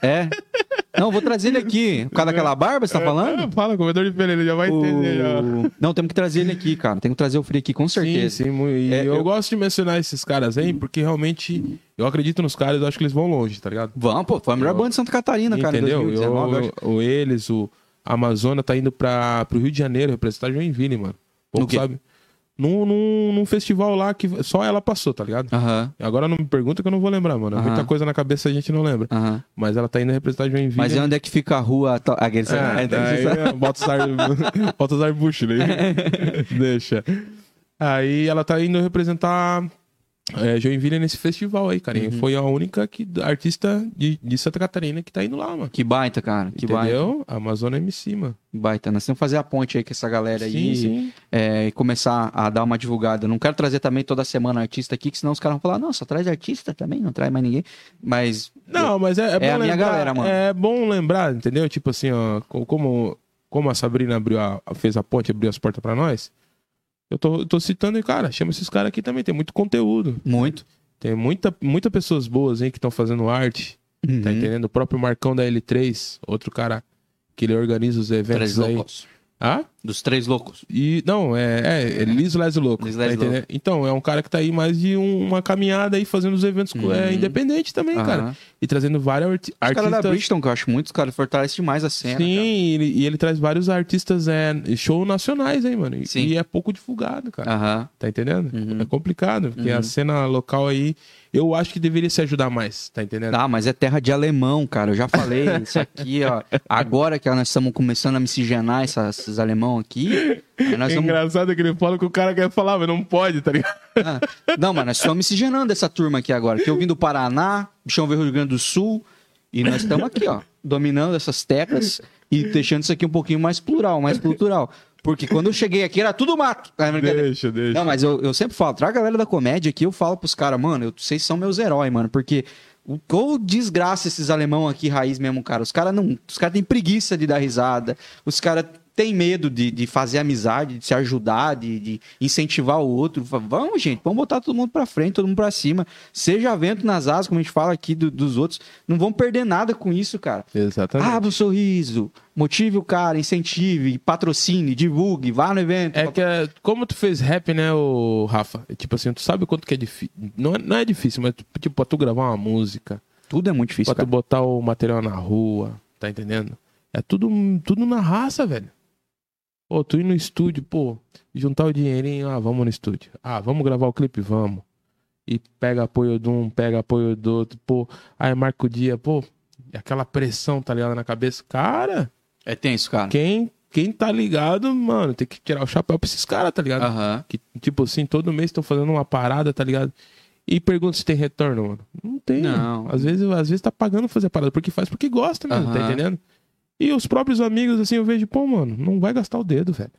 B: É. Não, vou trazer ele aqui. Por causa daquela barba, você tá falando?
A: fala comedor de pelo, ele já vai entender. Já.
B: O- Não, temos que trazer ele aqui, cara. Temos que trazer o Free aqui, com certeza.
A: Sim, sim. mu- E
B: É,
A: eu,
B: eu-
A: gosto de mencionar esses caras aí, porque realmente eu acredito nos caras, eu acho que eles vão longe, tá ligado?
B: Vamos, pô. Foi a melhor banda de Santa Catarina, cara,
A: Entendeu?
B: em 2019. eu acho.
A: eu, o eles, o Amazônia tá indo pra, pro Rio de Janeiro representar Joinville, mano. Pouco
B: No quê?
A: sabe. Num, num, num festival lá que só ela passou, tá ligado?
B: Aham,
A: Agora não me pergunta que eu não vou lembrar, mano. É Muita
B: Aham.
A: coisa na cabeça a gente não lembra.
B: aham.
A: Mas ela tá indo representar Joinville.
B: Mas Então, onde é que fica a rua. tal- Aqueles.
A: É, daí, bota os ar- bota os arbustos aí. Deixa. Aí ela tá indo representar é, Joinville nesse festival aí,
B: Uhum.
A: cara. E foi a única que, artista de, de Santa Catarina que tá indo lá, mano.
B: Que baita, cara. Que baita.
A: Entendeu? Amazônia MC, mano.
B: Que baita. Nós temos que fazer a ponte aí com essa galera aí
A: sim.
B: é, e começar a dar uma divulgada. Não quero trazer também toda semana artista aqui, que senão os caras vão falar, não, só traz artista também, não traz mais ninguém. Mas.
A: Não, mas é, é, bom
B: a
A: lembrar,
B: minha galera, mano.
A: É bom lembrar, entendeu? Tipo assim, ó, co- como, como a Sabrina abriu a, fez a ponte, abriu as portas pra nós, Eu tô, eu tô citando, e, cara, chama esses caras aqui também. Tem muito conteúdo.
B: Muito.
A: Tem muita, muita pessoas boas, hein, que estão fazendo arte.
B: Uhum.
A: Tá entendendo? O próprio Marcão da L3, outro cara que ele organiza os eventos
D: Três
A: aí.
D: loucos.
A: Ah?
D: Dos três loucos.
A: E, não, é, é, é Liz Lésio Louco.
D: Liz
A: tá
D: Lésio
A: entendendo? Então, é um cara que tá aí mais de um- uma caminhada aí fazendo os eventos co- é, independente também,
B: Uhum. Aham.
A: cara. E trazendo várias arti
B: Os caras da
A: artistas.
B: Bristol, que eu acho muito, cara, fortalece demais a
A: Sim,
B: cena.
A: e ele, e ele traz vários artistas é, show nacionais, hein, mano. E-
D: Sim.
A: E é pouco divulgado, cara.
B: cara. Aham.
A: Tá entendendo?
B: Uhum.
A: É complicado, porque a cena local aí, eu acho que deveria se ajudar mais, tá entendendo?
B: Ah, mas é terra de alemão, cara. Eu já falei isso aqui, ó. Agora que nós estamos começando a miscigenar essa- esses alemão aqui, aí nós
A: É
B: estamos
A: engraçado que ele fala que o cara quer falar, mas não pode, tá ligado?
B: Ah, não, mano, nós estamos miscigenando essa turma aqui agora. Que eu vim do Paraná, o bichão veio do Rio Grande do Sul. E nós estamos aqui, ó, dominando essas teclas e deixando isso aqui um pouquinho mais plural, mais cultural. Porque quando eu cheguei aqui era tudo mato. Ah, brincadeira.
A: Deixa, deixa.
B: Não, mas eu, eu sempre falo, traga a galera da comédia aqui, eu falo pros caras, mano, eu, vocês são meus heróis, mano, porque o ou desgraça esses alemão aqui, raiz mesmo, cara. Os caras não. Os caras têm preguiça de dar risada, os caras têm medo de, de fazer amizade, de se ajudar, de, de incentivar o outro. Fala, Vamos, gente, vamos botar todo mundo pra frente, todo mundo pra cima. Seja vento nas asas, como a gente fala aqui do- dos outros. Não vão perder nada com isso, cara.
A: Exatamente.
B: Abra o sorriso, motive o cara, incentive, patrocine, divulgue, vá no evento.
A: É que é, como tu fez rap, né, o Rafa? É Tipo assim, tu sabe quanto que é difícil. Não é, não é difícil, mas tipo, pra tu gravar uma música,
B: Tudo é muito difícil,
A: pra tu
B: cara.
A: botar o material na rua, tá entendendo? É tudo, tudo na raça, velho. Pô, tu ir no estúdio, pô, juntar o dinheirinho, ah, vamos no estúdio. Ah, vamos gravar o clipe, vamos. E pega apoio de um, pega apoio do outro, pô, aí marca o dia, pô, e aquela pressão, tá ligado, na cabeça. Cara,
D: É tenso, cara.
A: quem, quem tá ligado, mano, tem que tirar o chapéu pra esses caras, tá
B: Ah.
A: ligado?
D: Aham.
A: Que, tipo assim, todo mês estão fazendo uma parada, tá ligado? E pergunta se tem retorno, mano. Não tem.
B: Não.
A: mano. Às vezes, às vezes tá pagando fazer a parada, porque faz porque gosta, mano. Tá
D: Aham.
A: entendendo? E os próprios amigos, assim, eu vejo, pô, mano, não vai gastar o dedo, velho.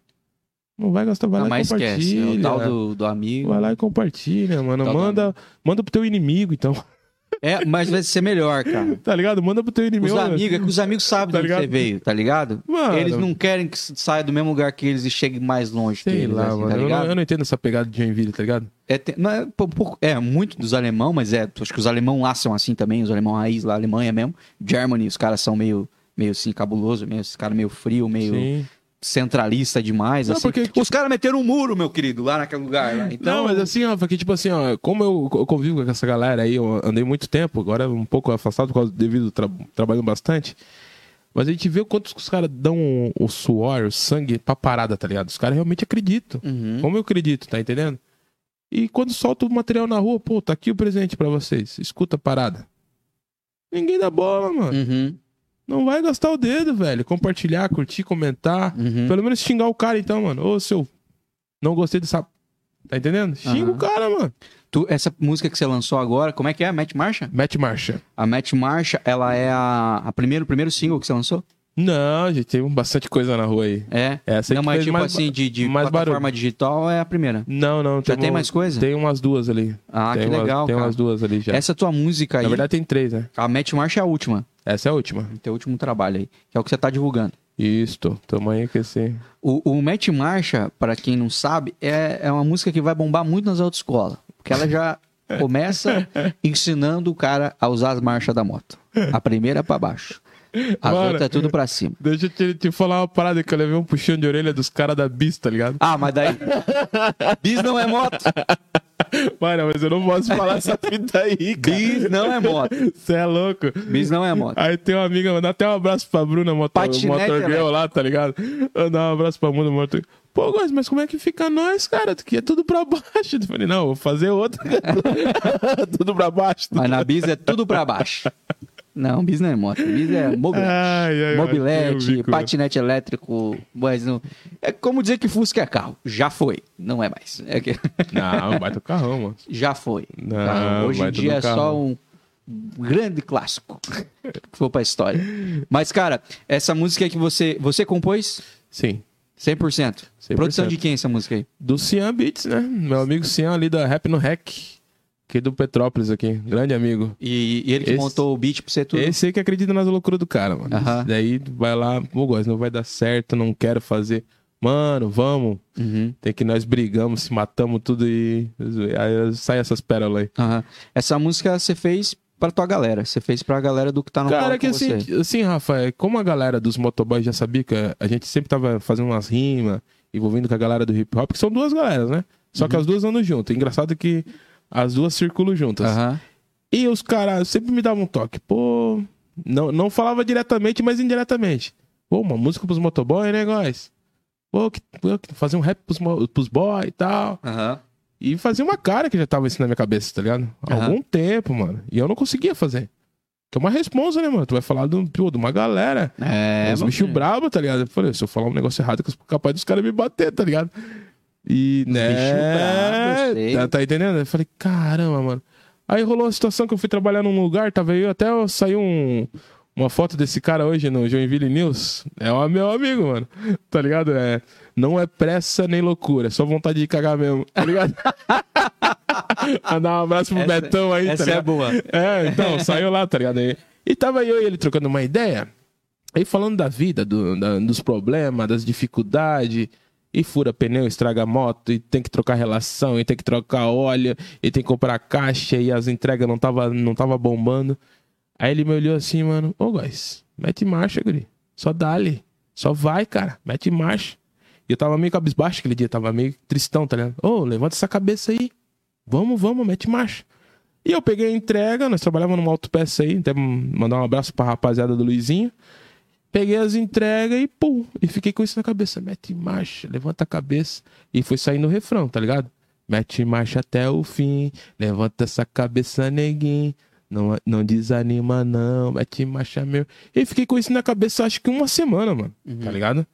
A: Não vai gastar, vai
D: Ah,
A: lá
D: mas
A: e
D: esquece.
A: compartilha.
D: É o tal do, do amigo.
A: Vai lá e compartilha, mano.
D: Tal do
A: Manda, manda pro teu inimigo, então.
B: É, mas vai ser melhor, cara.
A: Tá ligado? Manda pro teu
B: Os
A: inimigo. mano.
B: amigos, é que os amigos
A: Tá
B: sabem de onde
A: ligado? Ah,
B: você veio, tá ligado?
A: Mano.
B: Eles não querem que s- saia do mesmo lugar que eles e chegue mais longe que
A: Sei
B: eles,
A: lá,
B: assim,
A: mano.
B: tá
A: Eu não- eu,
B: ligado?
A: não, entendo essa pegada de Joinville, tá ligado?
B: É, te- não, é, pou- pouco- é, muito dos alemão, mas é, acho que os alemão lá são assim também, os alemão raiz lá, Alemanha mesmo. Germany, os caras são meio, meio assim, cabuloso, meio, esse cara meio frio, meio
A: Sim.
B: centralista demais,
A: Não,
B: assim.
A: porque,
B: Os caras meteram um muro, meu querido, lá naquele lugar. lá. Então,
A: Não, mas assim, Rafa, que tipo assim, ó, como eu, eu convivo com essa galera aí, eu andei muito tempo, agora um pouco afastado por causa devido ao tra- trabalhando bastante. Mas a gente vê o quanto que os caras dão o, o suor, o sangue pra parada, tá ligado? Os caras realmente acreditam.
B: Uhum.
A: Como eu acredito, tá entendendo? E quando solta o material na rua, pô, tá aqui o presente pra vocês. Escuta a parada. Ninguém dá bola, mano.
B: Uhum,
A: Não vai gastar o dedo, velho. Compartilhar, curtir, comentar.
B: uhum.
A: Pelo menos xingar o cara, então, mano. Ô, seu. Não gostei dessa. Tá entendendo? Xinga
B: Aham.
A: o cara, mano.
B: Tu- essa música que você lançou agora, como é que é? Mete marcha?
A: Mete marcha.
B: A Matt Marcha, ela é a, a primeiro, o primeiro single que você lançou?
A: Não, gente, tem bastante coisa na rua aí.
B: É.
A: Essa aí
B: não,
A: que
B: mas
A: fez
B: tipo
A: mais-
B: assim, de, de
A: mais
B: plataforma
A: barulho.
B: digital é a primeira.
A: Não, não.
B: Já tem
A: uma-
B: mais coisa?
A: Tem umas duas ali.
B: Ah,
A: tem
B: que
A: umas-
B: legal,
A: Tem
B: cara.
A: umas duas ali já.
B: Essa tua música aí,
A: Na verdade, tem três, né?
B: a Matt Marcha é a última,
A: Essa é a última.
B: teu último trabalho aí, que é o que você tá divulgando.
A: Isto. Tamanho que esse.
B: O, o Matt Marcha, pra quem não sabe, é, é uma música que vai bombar muito nas autoescolas, porque ela já começa ensinando o cara a usar as marchas da moto. A primeira é pra baixo, a
A: Mano.
B: outra é tudo pra cima.
A: Deixa eu te, te falar uma parada que eu levei um puxão de orelha dos caras da bis, tá ligado?
B: Ah, mas daí... Bis não é moto.
A: Mano, mas eu não posso falar essa fita aí, cara.
B: Bis não é moto.
A: Você é louco.
B: Bis não é moto.
A: Aí tem uma amiga, mandar até um abraço pra Bruna Motor,
B: Patinete
A: Motor Girl
B: elétrico.
A: lá, tá ligado? Mandar um abraço pra Bruna Motor Pô, Góis, mas como é que fica nós, cara? Que é tudo pra baixo. Eu falei, não, vou fazer outra. tudo pra baixo.
B: Mas na bis é tudo pra baixo. Não, bis não é moto. Bis é mobilete.
A: Ai, ai, eu vi,
B: mobilete,
A: cara.
B: patinete elétrico. Mas não... É como dizer que Fusca é carro. Já foi. Não é mais. É que...
A: Não, baita o carrão, mano.
B: Já foi.
A: Não,
B: Tá? Hoje em
A: baita
B: dia
A: do
B: é
A: carro.
B: só um grande clássico. que foi pra história. Mas, cara, essa música aí que você, você compôs
A: Sim.
B: 100%.
A: 100%.
B: Produção de quem é essa música aí?
A: Do Cian Beats, né? Meu amigo Cian ali da Rap no Hack. Aqui do Petrópolis aqui. Grande amigo.
B: E, e ele que
A: Esse-
B: montou o beat pra você tudo?
A: Esse aí que acredita nas loucuras do cara, mano.
B: Aham.
A: Esse Daí vai lá, pô, Góis, não vai dar certo, não quero fazer. mano, vamos.
B: Uhum.
A: Tem que nós brigamos, se matamos tudo e. Aí sai essas pérolas aí.
B: Aham. Essa música você fez pra tua galera. Você fez pra galera do que tá no
A: Cara,
B: palco
A: que
B: com
A: assim,
B: você.
A: assim, Rafa, é, como a galera dos motoboys já sabia que a gente sempre tava fazendo umas rimas, envolvendo com a galera do hip hop, que são duas galeras, né? Só
B: Uhum.
A: que as duas andam juntas. Engraçado que as duas circulam juntas.
B: Aham.
A: E os caras sempre me davam um toque. Pô, não, não falava diretamente, mas indiretamente. Pô, uma música pros motoboy, né, guys? Pô, que, pô, que- fazer um rap pros, mo- pros boy e tal.
B: Aham.
A: E fazia uma cara que já tava isso na minha cabeça, tá ligado? Há
B: Aham.
A: algum tempo, mano. E eu não conseguia fazer. Que é uma responsa, né, mano? Tu vai falar do, pô, de uma galera.
D: É,
A: uns
D: mano.
A: bichos brabo, tá ligado? Eu falei, se eu falar um negócio errado, que eu sou capaz dos caras me bater, tá ligado? E, né?
B: bicho brabo, eu sei.
A: tá, tá entendendo? Eu falei, caramba, mano. Aí rolou uma situação que eu fui trabalhar num lugar, tava eu, até saiu um, uma foto desse cara hoje no Joinville News. É um meu amigo, mano. Tá ligado? É, não é pressa nem loucura, é só vontade de cagar mesmo, tá ligado? Mandar um abraço pro
B: Essa-
A: Betão aí,
B: essa
A: tá
B: é
A: ligado?
B: boa.
A: É, então, saiu lá, tá ligado? E, e tava eu e ele trocando uma ideia. Aí falando da vida, do- da- dos problemas, das dificuldades. E fura pneu, estraga moto, e tem que trocar relação, e tem que trocar óleo, e tem que comprar caixa, e as entregas não tava, não tava bombando. Aí ele me olhou assim, mano, ô guys, mete marcha, guri. Só dá-lhe. Só vai, cara. Mete marcha. E eu tava meio cabisbaixo aquele dia, tava meio tristão, tá ligado? Ô, levanta essa cabeça aí. Vamos, vamos, mete marcha. E eu peguei a entrega, nós trabalhávamos numa autopeça aí, até mandar um abraço pra rapaziada do Luizinho. Peguei as entregas e pum, e fiquei com isso na cabeça. Mete marcha, levanta a cabeça. E foi saindo o refrão, tá ligado? Mete marcha até o fim, levanta essa cabeça, neguinho. Não, não desanima, não, mete marcha meu. E fiquei com isso na cabeça, acho que uma semana, mano, tá ligado?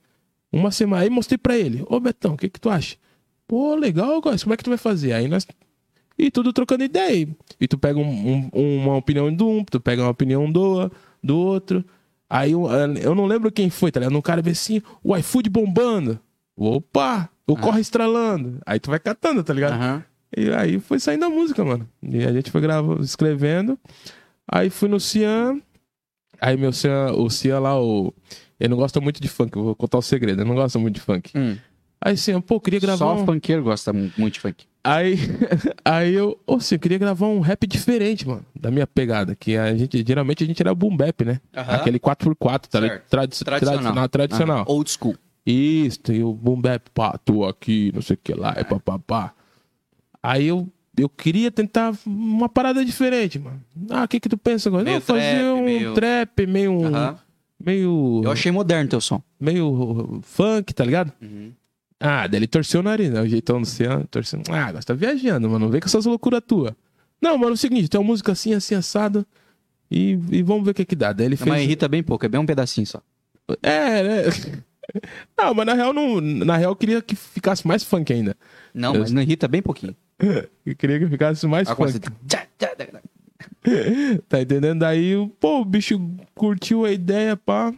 A: Uma semana. Aí mostrei pra ele: Ô Betão, o que que tu acha? Pô, legal, guys, como é que tu vai fazer? Aí nós e tudo trocando ideia. E tu pega um- um- uma opinião de um, tu pega uma opinião do, do outro. Aí um- eu não lembro quem foi, tá ligado? Um cara vê assim, o iFood bombando. Opa! O corre estralando. Aí tu vai catando, tá ligado?
D: Aham.
A: E aí foi saindo a música, mano. E a gente foi gravando, escrevendo. Aí fui no Cian. Aí meu Cian, o Cian lá, o. Ele não gosta muito de funk, eu vou contar o segredo, ele não gosta muito de funk.
D: Hum.
A: Aí Cian, pô, queria gravar.
B: Só
A: um...
B: funkeiro gosta mu- muito de funk.
A: Aí, aí eu, ô, assim, eu queria gravar um rap diferente, mano, da minha pegada, que a gente, geralmente a gente era boom bap, né?
D: Aham.
A: Aquele 4x4, tá ligado?
D: Certo.
A: Tradi-
D: Tradicional.
A: Tradicional. Tradicional.
D: Aham. Old school.
A: Isso, e o boom bap, pá, tô aqui, não sei o que lá, é e papapá. Aí eu, eu queria tentar uma parada diferente, mano. Ah, o que que tu pensa agora?
D: Meio
A: Não, fazer
D: trap,
A: um
D: meio-
A: trap, meio... um-
D: Aham.
A: Meio
B: Eu achei moderno teu som.
A: meio funk, tá ligado?
D: Uhum.
A: Ah, daí ele torceu o nariz, né? O jeitão do Cian, torceu. Ah, agora você tá viajando, mano. Vem com essas loucuras tua. Não, mano, é o seguinte, tem uma música assim, assim, assado. E, e vamos ver o que que dá. Daí ele fez.
B: Mas irrita bem pouco, é bem um pedacinho só.
A: É, né? Não, mas na real, não, na real eu queria que ficasse mais funk ainda.
B: Não, mas não irrita bem pouquinho.
A: Eu queria que ficasse mais
B: Ah,
A: funk.
B: coisa- Tchá, tchá, tchá, tchá.
A: Tá entendendo? Daí, pô, o bicho curtiu a ideia, pá.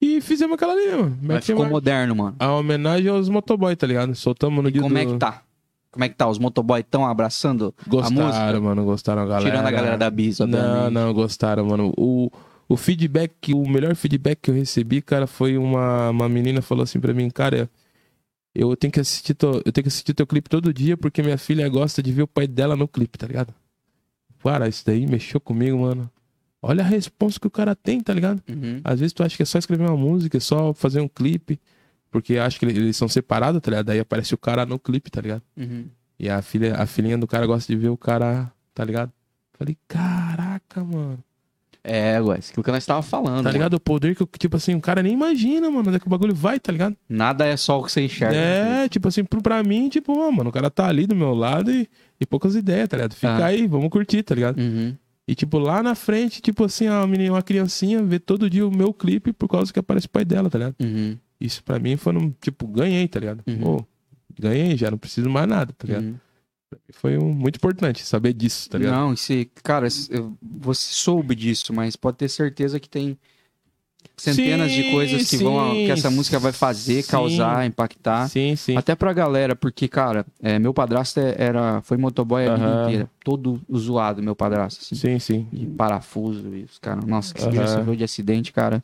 A: E fizemos aquela ali, mano.
B: Mas
A: Mete
B: ficou
A: uma-
B: moderno, mano.
A: A homenagem aos motoboy, tá ligado? Soltamos no dia
B: Como é
A: do-
B: que tá? Como é que tá? Os motoboy estão abraçando a música?
A: Gostaram, mano, gostaram a galera.
B: Tirando a galera da Bis,
A: Não,
B: obviamente.
A: não, gostaram, mano. O, o feedback, que- o melhor feedback que eu recebi, cara, foi uma, uma menina falou assim pra mim, cara, eu tenho que assistir teu, eu tenho que assistir teu clipe todo dia porque minha filha gosta de ver o pai dela no clipe, tá ligado? Cara, isso daí mexeu comigo, mano. Olha a resposta que o cara tem, tá ligado?
D: Uhum.
A: Às vezes tu acha que é só escrever uma música, é só fazer um clipe, porque acho que eles são separados, tá ligado? Daí aparece o cara no clipe, tá ligado?
D: Uhum.
A: E a filha, a filhinha do cara gosta de ver o cara, tá ligado? Falei, caraca, mano.
B: É, ué, aquilo que nós estávamos falando.
A: Tá
B: mano.
A: ligado? O poder que, eu- tipo assim, o cara nem imagina, mano, onde é que o bagulho vai, tá ligado?
B: Nada é só o que você enxerga.
A: É, tipo assim, pro- pra mim, tipo, ó, mano, o cara tá ali do meu lado e, e poucas ideias, tá ligado? Fica
B: Ah.
A: aí, vamos curtir, tá ligado?
B: Uhum.
A: E, tipo, lá na frente, tipo assim, a menina, uma criancinha vê todo dia o meu clipe por causa que aparece o pai dela, tá ligado?
B: Uhum.
A: Isso pra mim foi um, tipo, ganhei, tá ligado?
B: Uhum.
A: Pô, ganhei, já não preciso mais nada, tá ligado?
B: uhum.
A: Foi um- muito importante saber disso, tá ligado?
B: Não, esse, cara, esse- eu- você soube disso, mas pode ter certeza que tem centenas
A: Sim,
B: de coisas que vão
A: sim,
B: que essa música vai fazer,
A: sim.
B: causar, impactar.
A: Sim, sim.
B: tá. Até pra galera, porque, cara, é, meu padrasto é- era, foi motoboy a vida
A: Aham.
B: inteira. Todo zoado, meu padrasto. assim.
A: Sim, sim.
B: de parafuso e os caras. Nossa, que
A: Aham.
B: uhum. recebeu de acidente, cara.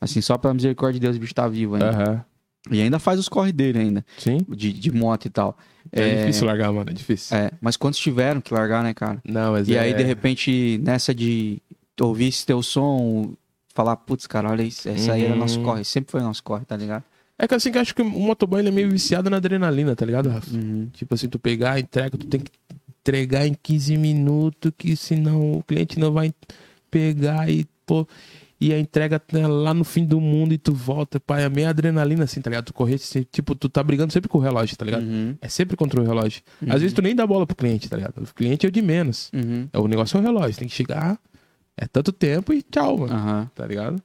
B: Assim, só pela misericórdia de Deus, o bicho tá vivo ainda.
A: Aham.
B: E ainda faz os corre dele ainda,
A: Sim.
B: de, de moto e tal.
A: É, difícil largar, mano. É difícil.
B: É, mas quantos tiveram que largar, né, cara?
A: Não, mas
B: E
A: é-
B: aí, de repente, nessa de ouvir esse teu som, falar, putz, cara, olha isso, essa aí era
A: Uhum.
B: nosso corre, sempre foi nosso corre, tá ligado?
A: É que assim que eu acho que o motoboy ele é meio viciado na adrenalina, tá ligado, Rafa? Tipo assim, tu pegar, entrega, tu tem que entregar em 15 minutos, que senão o cliente não vai pegar e pô. E a entrega tá lá no fim do mundo e tu volta, pai, é meio adrenalina assim, tá ligado? Tu correr, assim, tipo, tu tá brigando sempre com o relógio, tá
B: Uhum.
A: ligado? É sempre contra o relógio. Às vezes tu nem dá bola pro cliente, tá ligado? O cliente é o de menos.
B: Uhum.
A: É o negócio é o relógio, tem que chegar, é tanto tempo e tchau, mano,
B: Aham.
A: tá ligado?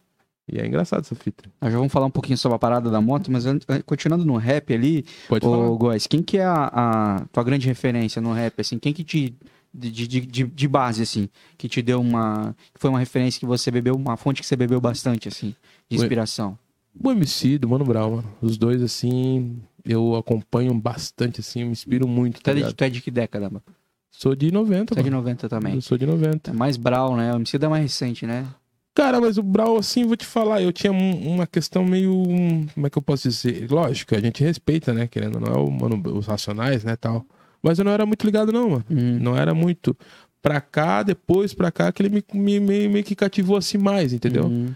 A: E é engraçado essa fita.
B: Nós já vamos falar um pouquinho sobre a parada da moto, mas an- an- continuando no rap ali,
A: Pode
B: ô Góis, quem que é a, a tua grande referência no rap, assim? Quem que te. De, de, de, de base, assim, que te deu uma. que Foi uma referência que você bebeu, uma fonte que você bebeu bastante, assim, de
A: Oi.
B: inspiração.
A: O MC do Mano Brown, mano. Os dois, assim, eu acompanho bastante, assim, me inspiro muito,
B: Tu
A: tá
B: é de,
A: ligado?
B: tu é de que década, mano?
A: Sou de 90,
B: Tu é de
A: mano.
B: 90 também.
A: Eu sou de 90.
B: É mais Brau, né? O MC da mais recente, né?
A: Cara, mas o Brown, assim, vou te falar, eu tinha um- uma questão meio. um, Como é que eu posso dizer? Lógico, a gente respeita, né? Querendo ou não, o Mano- os racionais, né, tal. Mas eu não era muito ligado, não, mano.
B: Uhum.
A: Não era muito. Pra cá, depois pra cá, que ele me, me- me- meio que cativou assim mais, entendeu?
B: Uhum.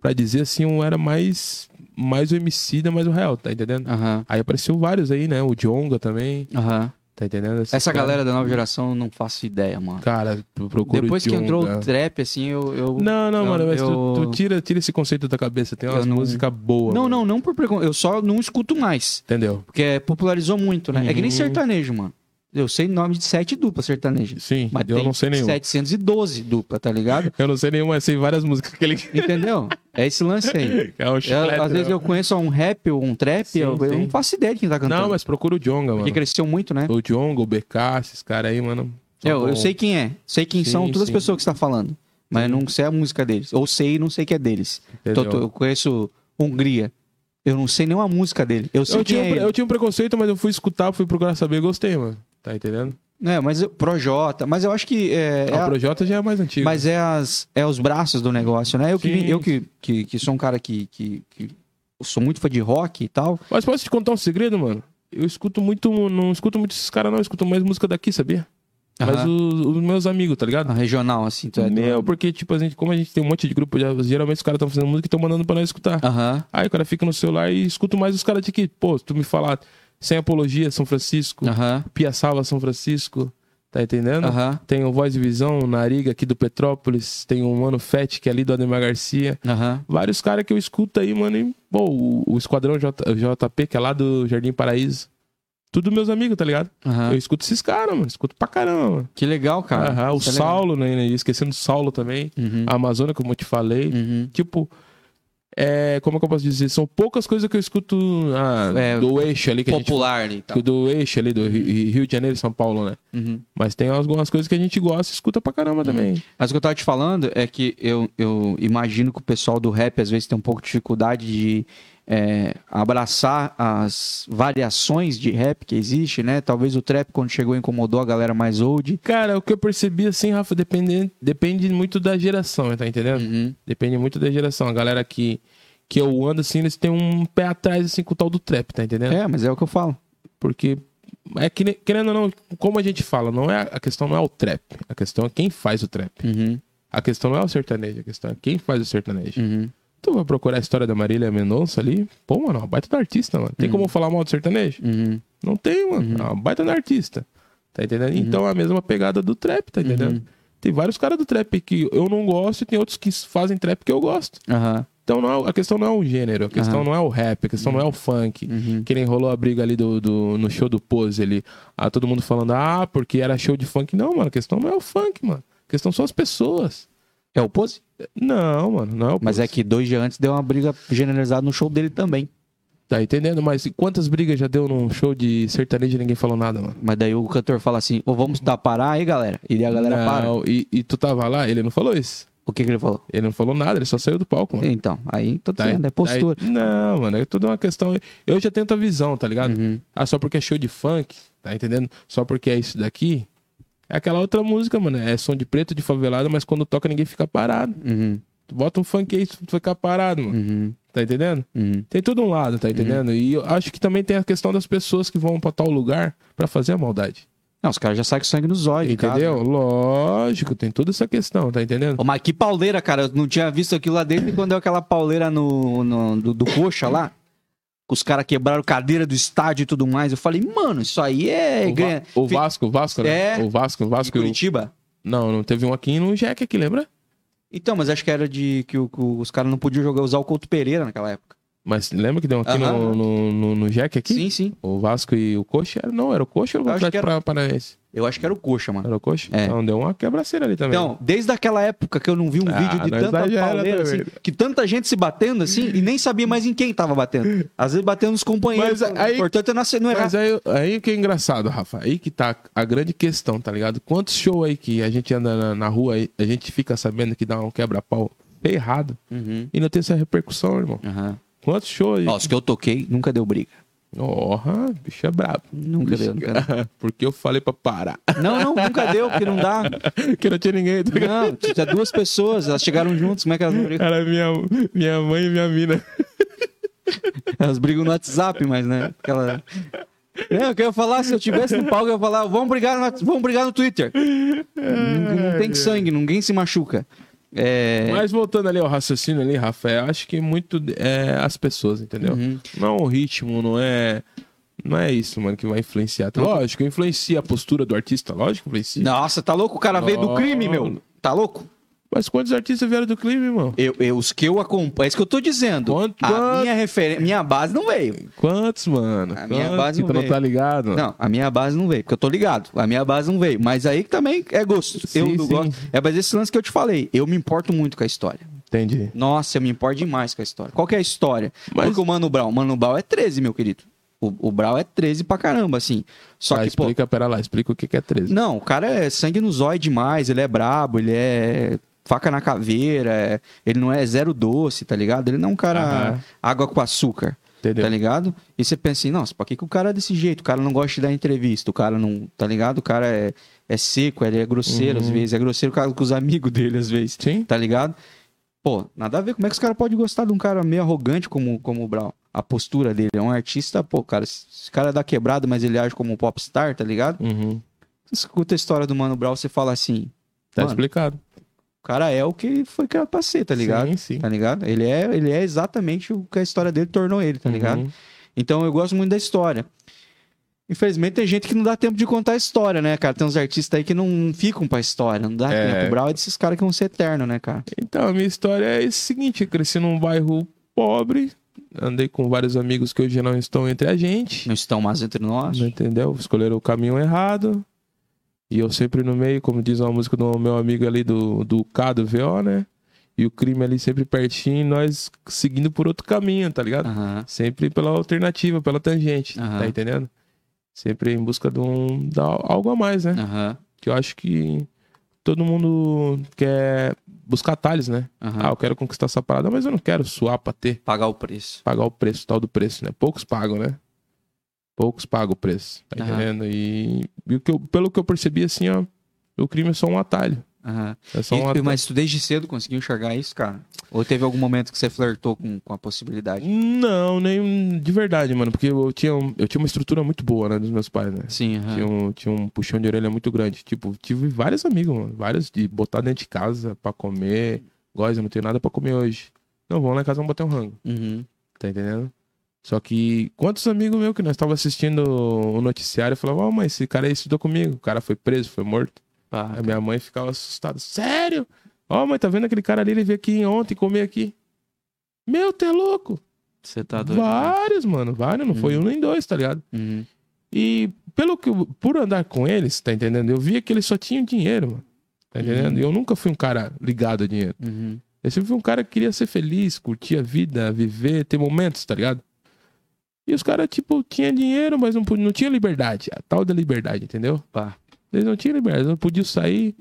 A: Pra dizer assim, eu era mais. Mais o MC da mais o real, tá entendendo?
B: Aham.
A: Aí apareceu vários aí, né? O Djonga também,
B: Aham.
A: tá entendendo? Esses
B: Essa
A: caras-
B: galera da nova geração eu não faço ideia, mano.
A: Cara, eu procuro
B: Depois
A: o
B: que entrou
A: Djonga.
B: o trap, assim, eu. eu...
A: Não, não,
B: Não,
A: mano, mas tu-
B: eu-
A: tu, tira, tira esse conceito da cabeça. Tem umas
B: Eu não-
A: músicas boas.
B: Não,
A: mano.
B: não, não por preconceito. Eu só não escuto mais.
A: Entendeu?
B: Porque popularizou muito, né? É que nem
A: Uhum.
B: sertanejo, mano. Eu sei nome de sete duplas sertanejas.
A: Sim,
B: Mas
A: eu
B: tem
A: não sei nenhum.
B: 712 dupla, tá ligado?
A: Eu não sei nenhuma, eu sei várias músicas que ele.
B: Entendeu? É esse lance aí.
A: É um
B: Eu-
A: chiclete,
B: às vezes
A: né?
B: eu conheço um rap ou um trap,
A: Sim,
B: eu, eu
A: sim.
B: não faço ideia de quem tá cantando.
A: Não, mas procura o Djonga, mano.
B: Porque cresceu muito, né?
A: O Djonga, o BK, esses caras aí, mano. são
B: Eu, eu
A: bons.
B: sei quem é. Sei quem
A: Tá Sim,
B: são todas
A: sim.
B: as pessoas que você tá falando. Mas eu não sei a música deles. Ou sei e não sei que é deles.
A: Entendeu?
B: Tô- tô- eu conheço Hungria. Eu não sei nenhuma música dele. Eu sei
A: Eu
B: quem
A: tinha,
B: é
A: um pre-
B: ele.
A: eu tinha um preconceito, mas eu fui escutar, fui procurar saber e gostei, mano. Tá entendendo?
B: É, mas eu, Projota. Mas eu acho que. É, é
A: Ah,
B: a-
A: o Projota já é mais antigo.
B: mas é, as, é os braços do negócio, né? Eu que, vim-
A: Sim.
B: eu que, que, que sou um cara que, que, que sou muito fã de rock e tal.
A: Mas posso te contar um segredo, mano? Eu escuto muito, não escuto muito esses caras, não. Eu escuto mais música daqui, sabia? Mas
B: Aham.
A: os, os meus amigos, tá ligado?
B: A regional, assim, tu é. do-
A: Meu, porque, tipo, a gente, como a gente tem um monte de grupo, já- geralmente os caras estão fazendo música e estão mandando pra nós escutar.
B: Aham.
A: Aí o cara fica no celular e escuto mais os caras de aqui. Pô, se tu me falar Sem Apologia, São Francisco,
B: Aham.
A: Pia Salva, São Francisco, tá entendendo?
B: Ah. Aham.
A: Tem o Voz e Visão, o Nariga aqui do Petrópolis, tem o Mano Fett, que é ali do Ademar Garcia.
B: Aham.
A: Vários caras que eu escuto aí, mano. E, pô, o, o Esquadrão J- JP, que é lá do Jardim Paraíso. Tudo meus amigos, tá ligado? Eu
B: Aham.
A: escuto esses caras, mano. Escuto pra caramba. mano.
B: Que legal, Ah. cara.
A: Aham, o
B: Isso é legal.
A: Saulo, né, né? Esquecendo o Saulo também.
B: Uhum.
A: A Amazônia, como eu te falei.
B: Uhum.
A: Tipo, é, como é que eu posso dizer? São poucas coisas que eu escuto ah,
B: É, tá.
A: do eixo ali. Que a gente-
D: Popular ali e tal.
A: do eixo ali, do Ri- Rio de Janeiro e São Paulo, né?
B: então. Uhum.
A: Mas tem algumas coisas que a gente gosta e escuta pra caramba
B: Hum.
A: também.
B: Mas o que eu tava te falando é que eu, eu imagino que o pessoal do rap às vezes tem um pouco de dificuldade de é, abraçar as variações de rap que existe, né? Talvez o trap, quando chegou, incomodou a galera mais old.
A: Cara, o que eu percebi assim, Rafa, depende, depende muito da geração, tá entendendo?
B: Hum. Uhum.
A: Depende muito da geração. A galera que, que eu ando assim, eles têm um pé atrás assim com o tal do trap, tá entendendo?
B: É, mas é o que eu falo.
A: Porque é que, ne- querendo ou não, como a gente fala, não é a questão não é o trap, a questão é quem faz o trap.
B: Uhum,
A: A questão não é o sertanejo, a questão é quem faz o sertanejo.
B: Hum. uhum,
A: Tu vai procurar a história da Marília Mendonça ali? Pô, mano, é uma baita da artista, mano. Tem como eu falar mal do sertanejo?
B: Hum. uhum.
A: Não tem, mano. É uma baita da artista. Tá entendendo? Então é a mesma pegada do trap, tá entendendo? Tem vários caras do trap que eu não gosto e tem outros que fazem trap que eu gosto.
B: Aham.
A: Então não é o- a questão não é o gênero, a questão não é o rap, a questão não é o funk.
B: uhum.
A: Que nem rolou a briga ali do, do- no show do Pose ali. Ah, todo mundo falando, ah, porque era show de funk. Não, mano, a questão não é o funk, mano. A questão são as pessoas.
B: É o Pose?
A: Não, mano, não é o
B: Mas
A: Pose.
B: é que dois dias antes deu uma briga generalizada no show dele também.
A: Tá entendendo? Mas e quantas brigas já deu num show de sertanejo e ninguém falou nada, mano?
B: Mas daí o cantor fala assim: Ô, vamos dar parar aí, galera. E daí a galera para.
A: não, e, e tu tava lá, ele não falou isso.
B: O que, que ele falou?
A: Ele não falou nada, ele só saiu do palco, mano.
B: Então, aí tô
A: Tá,
B: dizendo, é postura.
A: tá- não, mano, é tudo uma questão. Eu já tento a visão, tá ligado?
B: Uhum,
A: Ah, só porque é show de funk, tá entendendo? Só porque é isso daqui. É aquela outra música, mano. É som de preto, de favelado, mas quando toca ninguém fica parado.
B: Uhum.
A: Tu bota um funk aí, tu fica parado, mano.
B: Uhum.
A: Tá entendendo?
E: Uhum.
A: Tem todo um lado, tá entendendo? E eu acho que também tem a questão das pessoas que vão pra tal lugar pra fazer a maldade.
E: Não, os caras já saem com sangue nos
B: Tá
E: olhos, de casa.
A: Entendeu? Lógico, tem toda essa questão, tá entendendo?
B: né? Ô, mas que pauleira, cara. Eu não tinha visto aquilo lá dentro quando deu aquela pauleira no, no- do, do coxa lá. que Os caras quebraram cadeira do estádio e tudo mais. Eu falei, mano, isso aí é.
A: O, Va
B: ganha-
A: o
B: Fi-
A: Vasco, o Vasco, né?
B: É.
A: O Vasco, o
B: de
A: Vasco. o-
B: Curitiba?
A: Não, não teve um aqui no Jack aqui, lembra?
B: Então, mas acho que era de que, o- que os caras não podiam jogar usar o Couto Pereira naquela época.
A: Mas lembra que deu um aqui no-
B: Aham.
A: no, no, no Jack aqui?
B: Sim, sim.
A: O Vasco e o Coxa? era- Não, era o Coxa ou o
B: Eu acho
A: Atlético
B: que era-
A: era... Paranaense?
B: Eu acho que era o coxa, mano.
A: Era o Coxa?
B: É.
A: Então deu uma quebraceira ali também.
B: Então, desde aquela época que eu não vi um
A: Ah,
B: vídeo
A: nós
B: de
A: né,
B: tanta
A: exagera
B: pauleira,
A: também.
B: assim, que tanta gente se batendo assim, e nem sabia mais em quem tava batendo. Às vezes batendo nos companheiros.
A: Mas aí-
B: O importante é não ace- não errar.
A: Mas aí, aí que é engraçado, Rafa. Aí que tá a grande questão, tá ligado? Quantos shows aí que a gente anda na, na rua aí, a gente fica sabendo que dá um quebra-pau ferrado
B: Uhum.
A: e não tem essa repercussão, irmão.
B: Aham.
A: Quantos shows aí?
B: Ó, os que eu toquei, nunca deu briga.
A: Porra, bicho é brabo.
B: Nunca deu, nunca deu.
A: Porque eu falei pra parar.
B: Não, não, nunca deu, porque não dá.
A: que não tinha ninguém. Tá ligado?
B: Não, tinha duas pessoas, elas chegaram juntas, como é que elas não brigam?
A: Era minha, minha mãe e minha mina.
B: Elas brigam no WhatsApp, mas né? Aquela... É, eu quero falar, se eu tivesse no palco, eu ia falar, vamos brigar no, Whats- vamos brigar no Twitter. Não, não tem sangue, ninguém se machuca. É,
A: Mas voltando ali ao raciocínio ali, Rafael, acho que muito é as pessoas, entendeu?
B: Uhum.
A: Não é o ritmo, não é. Não é isso, mano, que vai influenciar. Lógico, influencia a postura do artista, lógico, influencia.
B: Nossa, tá louco? O cara veio do crime, meu. Tá louco?
A: Mas quantos artistas vieram do clipe, irmão?
B: Eu, eu- os que eu acompanho, é isso que eu tô dizendo.
A: Quanto-
B: A minha referência, minha base não veio.
A: Quantos, mano?
B: A minha
A: Quantos
B: base
A: que
B: não
A: tu não
B: veio.
A: tá ligado? mano?
B: Não, a minha base não veio, porque eu tô ligado. A minha base não veio. Mas aí que também é gosto. eu
A: Sim,
B: não
A: sim.
B: gosto. É, mas esse lance que eu te falei, eu me importo muito com a história.
A: Entendi.
B: Nossa, eu me importo demais com a história. Qual que é a história?
A: Mas-
B: Porque o Mano Brown, o Mano Brown é 13, meu querido. O, o Brown é 13 pra caramba, assim. Só
A: Tá,
B: que, pô,
A: explica, pera lá, explica o que que é 13.
B: Não, o cara é sangue no zóio demais, ele é brabo, ele é faca na caveira, é- ele não é zero doce, tá ligado? Ele não é um cara
A: Aham.
B: água com açúcar.
A: Entendeu.
B: Tá ligado? E você pensa assim, nossa, pra que, que o cara é desse jeito? O cara não gosta de dar entrevista, o cara não. Tá ligado? O cara é, é seco, ele é grosseiro
A: Uhum.
B: às vezes, é grosseiro com a- com os amigos dele às vezes.
A: Sim?
B: Tá ligado? Pô, nada a ver. Como é que os caras podem gostar de um cara meio arrogante como, como o Brown? A postura dele é um artista, pô, cara, esse cara dá quebrado, mas ele age como um popstar, tá ligado?
A: Uhum.
B: Você escuta a história do Mano Brown, você fala assim,
A: Tá
B: Mano,
A: explicado.
B: o cara é o que foi criado pra ser, tá ligado?
A: Sim, sim.
B: Tá ligado? Ele é, ele é exatamente o que a história dele tornou ele, tá ligado?
A: Uhum.
B: Então eu gosto muito da história. Infelizmente tem gente que não dá tempo de contar a história, né, cara? Tem uns artistas aí que não ficam pra história, não dá
A: É.
B: tempo. O Brown é desses caras que vão ser eterno, né, cara?
A: Então, a minha história é a seguinte: eu cresci num bairro pobre, andei com vários amigos que hoje não estão entre a gente,
B: Não estão mais entre nós.
A: não entendeu? Escolheram o caminho errado. E eu sempre no meio, como diz uma música do meu amigo ali do, do K, do VO, né? E o crime ali sempre pertinho, e nós seguindo por outro caminho, tá ligado?
B: Aham.
A: Sempre pela alternativa, pela tangente,
B: Aham.
A: tá entendendo? Sempre em busca de um. da- algo a mais, né?
B: Aham.
A: Que eu acho que todo mundo quer buscar atalhos, né? Ah,
B: Aham.
A: eu quero conquistar essa parada, mas eu não quero suar pra ter,
B: Pagar o preço.
A: pagar o preço, tal do preço, né? Poucos pagam, né? Poucos pagam o preço, tá
B: Aham.
A: entendendo? E, e o que eu- pelo que eu percebi, assim, ó, o crime é só um atalho.
B: Aham.
A: É só
B: E-
A: um atalho.
B: mas tu desde cedo conseguiu enxergar isso, cara? Ou teve algum momento que você flertou com, com a possibilidade?
A: Não, nem de verdade, mano, porque eu tinha, um- eu tinha uma estrutura muito boa, né, dos meus pais, né?
B: Sim, aham.
A: Tinha um, tinha um puxão de orelha muito grande. Tipo, tive vários amigos, mano. Vários de botar dentro de casa pra comer. Góis, eu não tenho nada pra comer hoje. Não, vamos lá em casa, vamos bater um rango.
B: Uhum.
A: Tá entendendo? Só que quantos amigos meus que nós estávamos assistindo o noticiário falavam, ó, mas esse cara aí estudou comigo. O cara foi preso, foi morto.
B: Pá.
A: A minha mãe ficava assustada. Sério? Ó, mãe, tá vendo aquele cara ali? Ele veio aqui ontem comer aqui. Meu, tu é louco?
B: Você tá doido.
A: Vários, mano, vários. Não foi um nem dois, tá ligado?
B: Uhum.
A: E pelo que eu- por andar com eles, tá entendendo? Eu via que eles só tinham dinheiro, mano. Tá entendendo? E eu nunca fui um cara ligado a dinheiro.
B: Uhum.
A: Eu sempre fui um cara que queria ser feliz, curtir a vida, viver, ter momentos, tá ligado? E os caras, tipo, tinha dinheiro, mas não, pod- não tinha liberdade. A tal da liberdade, entendeu?
B: Pá.
A: Eles não tinham liberdade, eles não podiam sair.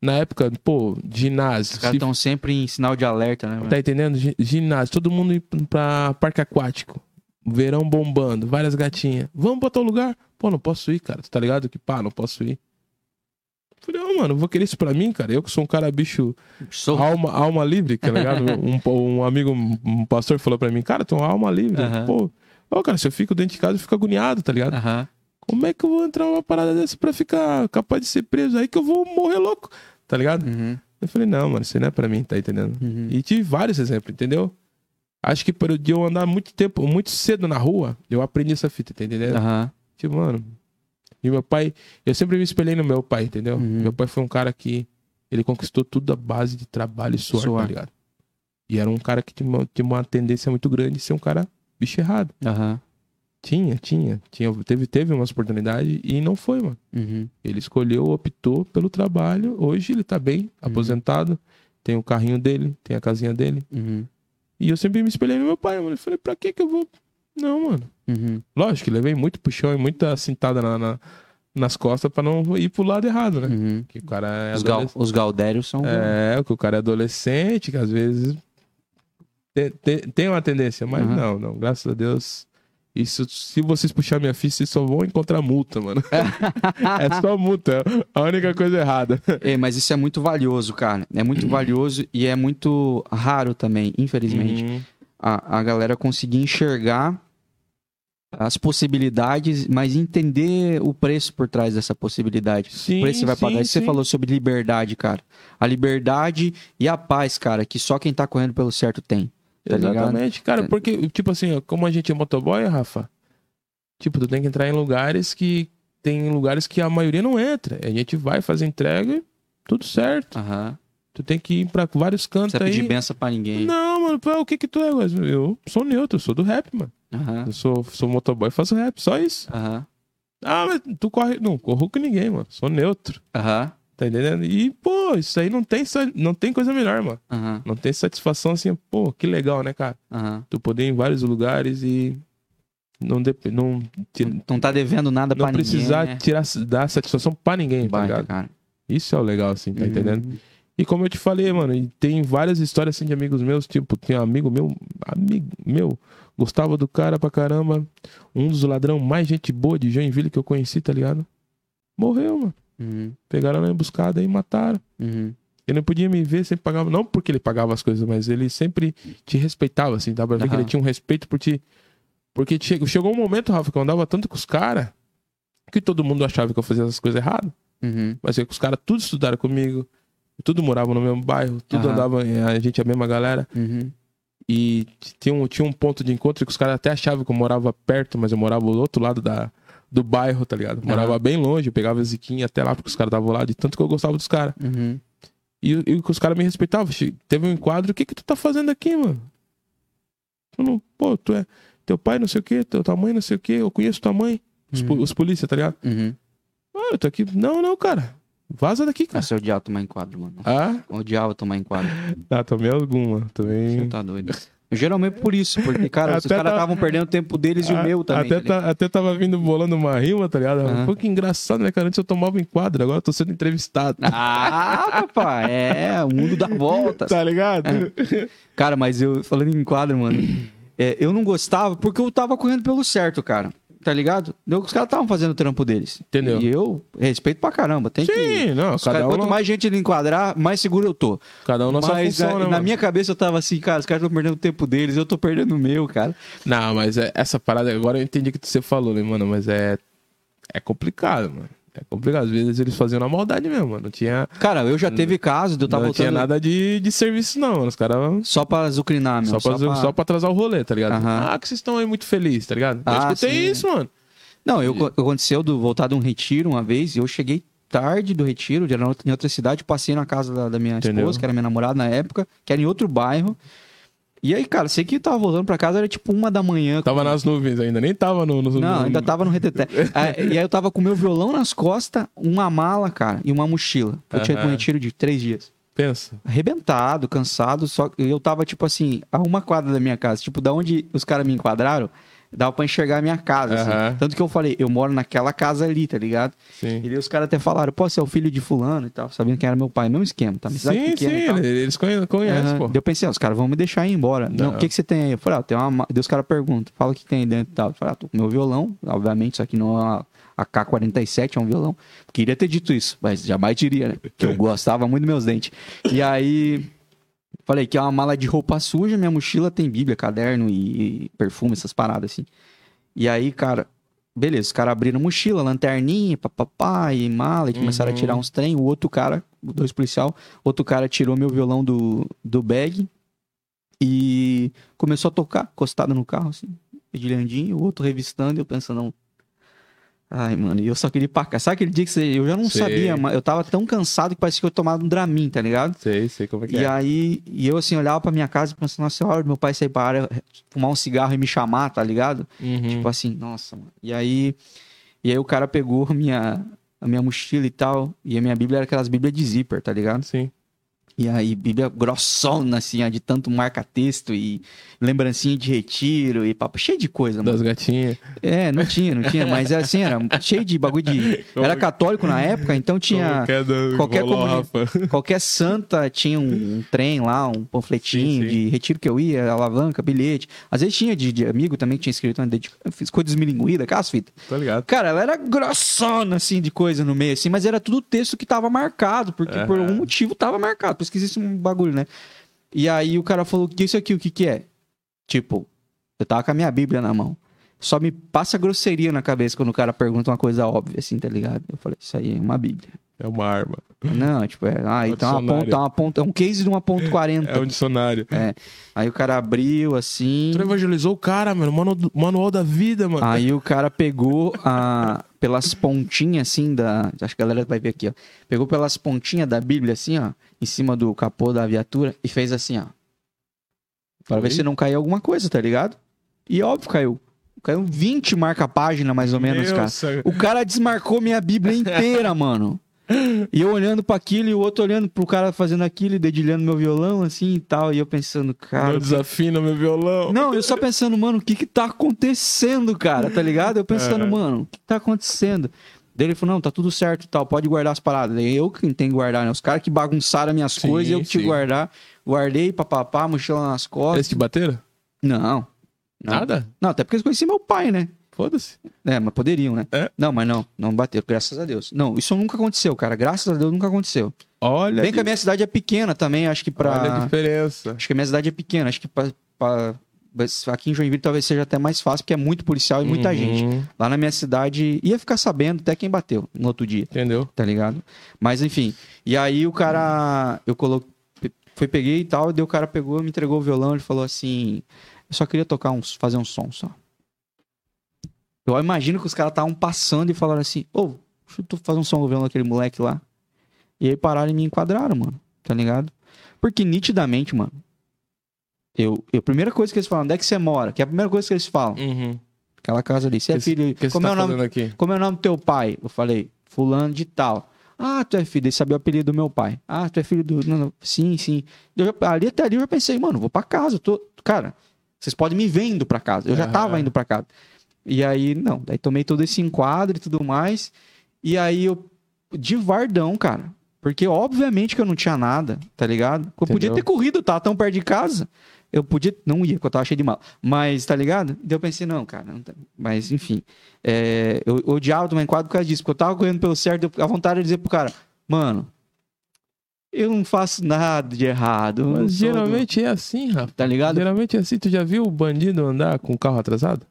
A: Na época, pô, ginásio.
B: Os caras
A: se-
B: estão sempre em sinal de alerta, né? mano?
A: Tá entendendo? Gi- Ginásio, todo mundo ir pra parque aquático. Verão bombando, várias gatinhas. Vamos pra tal lugar? Pô, não posso ir, cara. Tá ligado? Que pá, não posso ir. Falei, não, mano, vou querer isso pra mim, cara. Eu que sou um cara, bicho,
B: Sou.
A: alma, alma livre, tá ligado? um, um amigo, um pastor falou pra mim, cara, tu é uma alma livre.
B: Aham. Ah.
A: Pô, ó, cara, se eu fico dentro de casa, eu fico agoniado, tá ligado?
B: Aham.
A: Como é que eu vou entrar numa parada dessa pra ficar capaz de ser preso? Aí que eu vou morrer louco, tá ligado?
B: Uhum.
A: Eu falei, não, mano, isso não é pra mim, tá entendendo? E tive vários exemplos, entendeu? Acho que por eu andar muito tempo, muito cedo na rua, eu aprendi essa fita, tá entendendo?
B: Aham.
A: Tipo, mano. E meu pai, eu sempre me espelhei no meu pai, entendeu?
B: Uhum.
A: Meu pai foi um cara que ele conquistou tudo à base de trabalho e suor,
B: Suor.
A: tá ligado? E era um cara que tinha uma, tinha uma tendência muito grande de ser um cara bicho errado.
B: Aham.
A: Tinha, tinha, tinha, teve, teve umas oportunidades e não foi, mano.
B: Uhum.
A: Ele escolheu, optou pelo trabalho. Hoje ele tá
B: Uhum.
A: bem, aposentado, tem o carrinho dele, tem a casinha dele.
B: Uhum.
A: E eu sempre me espelhei no meu pai, mano. Eu falei, pra que que eu vou. Não, mano.
B: Uhum.
A: Lógico que levei muito puxão e muita cintada na- na- nas costas pra não ir pro lado errado, né?
B: Uhum.
A: Que o cara é
B: Os, gal,
A: adolesc-
B: os Gaudérios são.
A: É, que o cara é adolescente, que às vezes te- te- tem, uma tendência, mas
B: Uhum.
A: não, não, graças a Deus. Isso, se vocês puxarem minha ficha, vocês só vão encontrar multa, mano. é só multa, é a única coisa errada.
B: É, mas isso é muito valioso, cara. É muito valioso e é muito raro também, infelizmente.
A: Uhum.
B: A, a galera conseguir enxergar as possibilidades, mas entender o preço por trás dessa possibilidade.
A: Sim,
B: o preço que você vai
A: sim,
B: pagar. Isso que você
A: sim.
B: falou sobre liberdade, cara. A liberdade e a paz, cara, que só quem tá correndo pelo certo tem. tá ligado?
A: Exatamente, cara, porque, tipo assim, ó, como a gente é motoboy, Rafa, tipo, tu tem que entrar em lugares que tem lugares que a maioria não entra. A gente vai fazer entrega, tudo certo.
B: Aham.
A: Tu tem que ir pra vários
B: Não
A: cantos
B: precisa pedir
A: aí.
B: benção pra ninguém.
A: Não, mano, pô, o que que tu é? Mas Eu sou neutro, eu sou do rap, mano.
B: Aham.
A: Eu sou, sou motoboy, faço rap, só isso.
B: Aham.
A: Ah, mas tu corre, não, corro com ninguém, mano. Sou neutro,
B: Aham.
A: tá entendendo? E, pô, isso aí não tem, sa- não tem coisa melhor, mano.
B: Aham.
A: Não tem satisfação assim, pô, que legal, né, cara?
B: Aham.
A: tu poder ir em vários lugares e não dep- não, ti-
B: Não- Não tá devendo nada
A: não
B: pra
A: precisar
B: ninguém. né?
A: tirar dar satisfação pra ninguém, tá
B: Baita,
A: ligado?
B: cara.
A: Isso é o legal assim, tá
B: Uhum.
A: entendendo? E como eu te falei, mano, e tem várias histórias assim de amigos meus, tipo, tem um amigo meu, amigo meu, gostava do cara pra caramba, um dos ladrão mais gente boa de Joinville que eu conheci, tá ligado? Morreu, mano.
B: Uhum.
A: Pegaram na emboscada e mataram.
B: Uhum.
A: Ele não podia me ver, sempre pagava. Não porque ele pagava as coisas, mas ele sempre te respeitava, assim. Dá pra ver que
B: Aham.
A: ele tinha um respeito por ti. Porque che- chegou um momento, Rafa, que eu andava tanto com os caras que todo mundo achava que eu fazia essas coisas erradas.
B: Uhum.
A: Mas é que os caras tudo estudaram comigo, tudo moravam no mesmo bairro, tudo
B: Aham.
A: andava, eh, a gente é a mesma galera.
B: Uhum.
A: E t- tinha um, tinha um ponto de encontro que os caras até achavam que eu morava perto, mas eu morava do outro lado da, do bairro, tá ligado? Morava
B: Aham.
A: bem longe, eu pegava a ziquinha até lá, porque os caras estavam lá, de tanto que eu gostava dos caras.
B: Uhum.
A: E, e que os caras me respeitavam. Che- Teve um enquadro, o que que tu tá fazendo aqui, mano? Tu não, pô, tu é teu pai, não sei o que, teu, tua mãe, não sei o que, eu conheço tua mãe. Os, po- os polícia, tá ligado?
B: Uhum.
A: Ah, eu tô aqui. Não, não, cara. Vaza daqui, cara.
B: Nossa, eu odiava tomar enquadro, mano.
A: Ah,
B: Eu odiava tomar enquadro.
A: tá, tomei alguma.
B: Você
A: Também.
B: tá doido. Geralmente por isso, porque, cara, os
A: Até
B: caras
A: tá-
B: estavam perdendo o tempo deles e o meu também.
A: Até,
B: tá ligado? Ah.
A: tá- até tava vindo bolando uma rima, tá ligado?
B: Aham.
A: Pô, que engraçado, né, cara? Antes eu tomava enquadro, agora eu tô sendo entrevistado.
B: Ah, papai, é, o mundo dá voltas.
A: Tá ligado?
B: É. Cara, mas eu, falando em enquadro, mano, é, eu não gostava porque eu tava correndo pelo certo, cara. Tá ligado? Eu- Os caras estavam fazendo o trampo deles.
A: Entendeu.
B: E eu respeito pra caramba. Tem que.
A: Sim, não,
B: Os
A: cada
B: caras-
A: um
B: quanto
A: não-
B: mais gente ele enquadrar, mais seguro eu tô.
A: Cada um nossa
B: mas é,
A: função,
B: na,
A: né,
B: na
A: mano?
B: minha cabeça eu tava assim, cara, os caras estão perdendo o tempo deles, eu tô perdendo o meu, cara.
A: Não, mas é- essa parada agora eu entendi o que você falou, né, mano? Mas é. É complicado, mano. É complicado. Às vezes eles faziam na maldade mesmo, mano. Não tinha,
B: Cara, eu já teve caso de eu
A: Hum. não
B: tava
A: tinha
B: voltando
A: nada de, de serviço, não, mano. Os caras.
B: só pra zucrinar, meu.
A: Só, pra- só pra atrasar o rolê, tá ligado?
B: Aham.
A: Ah, que vocês estão aí muito felizes, tá ligado?
B: Ah,
A: eu escutei
B: sim.
A: isso, mano.
B: Não, eu, aconteceu de eu voltar de um retiro uma vez e eu cheguei tarde do retiro, já era em outra cidade, passei na casa da, da minha
A: Entendeu.
B: esposa, que era minha namorada na época, que era em outro bairro. E aí, cara, sei que eu tava voltando pra casa, era tipo uma da manhã.
A: Tava nas nuvens ainda, nem tava no. no-
B: Não,
A: no-
B: ainda tá- tava no reteté. Ah, e aí eu tava com meu violão nas costas, uma mala, cara, e uma mochila. Eu tinha
A: Aham.
B: um retiro de três dias.
A: Pensa.
B: arrebentado, cansado, só que eu tava, tipo assim, a uma quadra da minha casa. Tipo, da onde os caras me enquadraram, dava pra enxergar a minha casa. assim.
A: Aham.
B: Tanto que eu falei, eu moro naquela casa ali, tá ligado?
A: Sim.
B: E daí os caras até falaram, pô, você é o filho de fulano e tal, sabendo quem era meu pai. Mesmo esquema, tá? Uma cidade
A: Sim, sim,
B: pequena e tal.
A: eles conhe- conhecem,
B: Aham.
A: pô.
B: Daí eu pensei, ah, os caras vão me deixar ir embora. Não,
A: Não.
B: o que, que você tem aí? Eu falei, ah, tem uma. ma- Daí os caras perguntam, fala o que tem aí dentro e tal. Eu falei, ah, tô com meu violão, obviamente, isso aqui não é uma AK-47, é um violão. Queria ter dito isso, mas jamais diria, né? Porque eu gostava muito dos meus dentes. E aí. Falei que é uma mala de roupa suja, minha mochila tem bíblia, caderno e, e perfume, essas paradas assim. E aí, cara, beleza, os caras abriram mochila, lanterninha, papapá, e mala, e começaram a
A: Uhum.
B: tirar uns trem. O outro cara, dois policial, outro cara tirou meu violão do, do bag e começou a tocar, encostado no carro, assim, dedilhandinho, o outro revistando, e eu pensando, não. Ai, mano, e eu só queria ir pra cá. Sabe aquele dia que você, eu já não
A: Sei.
B: sabia, mas eu tava tão cansado que parecia que eu tomava um Dramin, tá ligado?
A: Sei, sei como é que
B: E
A: é.
B: aí, e eu assim, olhava pra minha casa e pensando, nossa, é a hora do meu pai sair pra área, fumar um cigarro e me chamar, tá ligado?
A: Uhum.
B: Tipo assim, nossa, mano. E aí, e aí o cara pegou a minha, a minha mochila e tal, e a minha bíblia era aquelas bíblias de zíper, tá ligado?
A: Sim.
B: E aí, bíblia grossona, assim, ó, de tanto marca-texto e lembrancinha de retiro e papo, cheio de coisa, mano.
A: Das gatinhas.
B: É, não tinha, não tinha, mas assim, era cheio de bagulho de... Era católico na época, então tinha
A: Qualquer, do-
B: qualquer
A: rolou,
B: comuni-
A: Rafa.
B: qualquer santa tinha um, um trem lá, um panfletinho
A: Sim, sim.
B: de retiro que eu ia, alavanca, bilhete. Às vezes tinha de, de amigo também que tinha escrito uma dedica... eu fiz coisas milinguídas, aquelas fitas.
A: Tá ligado?
B: Cara, ela era grossona, assim, de coisa no meio, assim, mas era tudo texto que tava marcado, porque por
A: Aham.
B: algum motivo tava marcado, por isso que existe um bagulho, né? E aí o cara falou, que isso aqui, o que que é? Tipo, eu tava com a minha bíblia na mão. Só me passa grosseria na cabeça quando o cara pergunta uma coisa óbvia, assim, tá ligado? Eu falei, isso aí é uma bíblia.
A: É uma arma.
B: Não, tipo, é, ah, então é uma
A: dicionário.
B: ponta, uma ponta, é um case de uma ponto 40.
A: É um dicionário.
B: Aí o cara abriu assim,
A: Tu evangelizou o cara, mano. Manu- Manual da vida, mano.
B: aí o cara pegou a pelas pontinhas assim da, acho que a galera vai ver aqui, ó. Pegou pelas pontinhas da Bíblia assim, ó, em cima do capô da viatura e fez assim, ó. Pra ver
A: Oi?
B: se não caiu alguma coisa, tá ligado? E óbvio caiu. Caiu 20 marca página mais ou menos, cara.
A: Nossa.
B: O cara desmarcou minha Bíblia inteira, mano. E eu olhando pra aquilo e o outro olhando pro cara fazendo aquilo e dedilhando meu violão assim e tal. E eu pensando, cara.
A: Meu desafino, meu violão.
B: Não, eu só pensando, mano, o que que tá acontecendo, cara? Tá ligado? Eu pensando,
A: É.
B: mano, o que tá acontecendo? Daí ele falou, não, tá tudo certo e tal, pode guardar as paradas. Daí eu que tenho que guardar, né? Os caras que bagunçaram minhas
A: Sim,
B: coisas, eu que te
A: sim.
B: guardar. Guardei, papapá, mochila nas
A: Eles
B: costas.
A: te bateram?
B: Não, não.
A: Nada?
B: Não, até porque eu conheci meu pai, né?
A: Foda-se.
B: É, mas poderiam, né?
A: É.
B: Não, mas não, não bateu, graças a Deus. Não, isso nunca aconteceu, cara. Graças a Deus nunca aconteceu.
A: Olha.
B: Bem que a minha cidade é pequena também, acho que
A: Olha a
B: pra.
A: diferença.
B: Acho que a minha cidade é pequena, acho que pra, pra- mas Aqui em Joinville talvez seja até mais fácil, porque é muito policial e muita
A: Uhum.
B: gente. Lá na minha cidade ia ficar sabendo até quem bateu no outro dia,
A: Entendeu?
B: tá ligado? Mas enfim. E aí o cara. Eu coloquei. Foi, peguei e tal, e daí o cara pegou, me entregou o violão, ele falou assim. Eu só queria tocar uns. fazer um som só. Eu imagino que os caras estavam passando e falaram assim, ô, deixa eu tu- fazer um som ouvindo aquele moleque lá. E aí pararam e me enquadraram, mano. Tá ligado? Porque nitidamente, mano. Eu, eu, a primeira coisa que eles falam, onde é que você mora? Que é a primeira coisa que eles falam.
A: Uhum.
B: Aquela casa ali. Você é
A: Que-
B: filho.
A: O que você
B: como é
A: tá
B: o nome?
A: fazendo aqui?
B: Como é o nome do teu pai? Eu falei, fulano de tal. Ah, tu é filho, ele sabia o apelido do meu pai. Ah, tu é filho do... Não, não. Sim, sim. Eu já- ali até ali eu já pensei, mano, vou pra casa. eu Tô... Cara, vocês podem me ver indo pra casa. Eu já
A: Aham.
B: tava indo pra casa. E aí, não. Daí tomei todo esse enquadro e tudo mais. E aí eu... De vardão, cara. Porque obviamente que eu não tinha nada, tá ligado? Eu podia
A: Entendeu?
B: ter corrido, eu tava tão perto de casa. Eu podia... Não ia, porque eu tava cheio de mal. Mas, tá ligado? Daí eu pensei, não, cara. Não tá... Mas, enfim. É, eu eu odiava tomar enquadro por causa disso, porque eu tava correndo pelo certo, eu- a vontade de dizer pro cara, mano, eu não faço nada de errado. eu
A: Mas
B: sou do-"
A: geralmente é assim, Rafa.
B: Tá ligado?
A: Geralmente é assim. Tu já viu o bandido andar com o carro atrasado?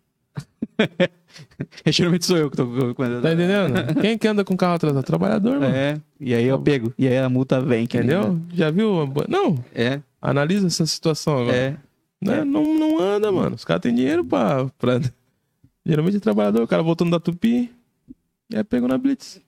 B: É, Geralmente sou eu que tô com
A: Tá entendendo? Quem que anda com o carro atrasado? Trabalhador, mano.
B: É, e aí eu pego, e aí a multa vem, que nem-
A: Tá
B: né?
A: Entendeu? Já viu? a ba- Não.
B: É,
A: Analisa essa situação agora.
B: é.
A: Né? Não, não anda, mano. Os caras têm dinheiro pra, pra. Geralmente é trabalhador, o cara voltando da tupi. E aí pegou na Blitz.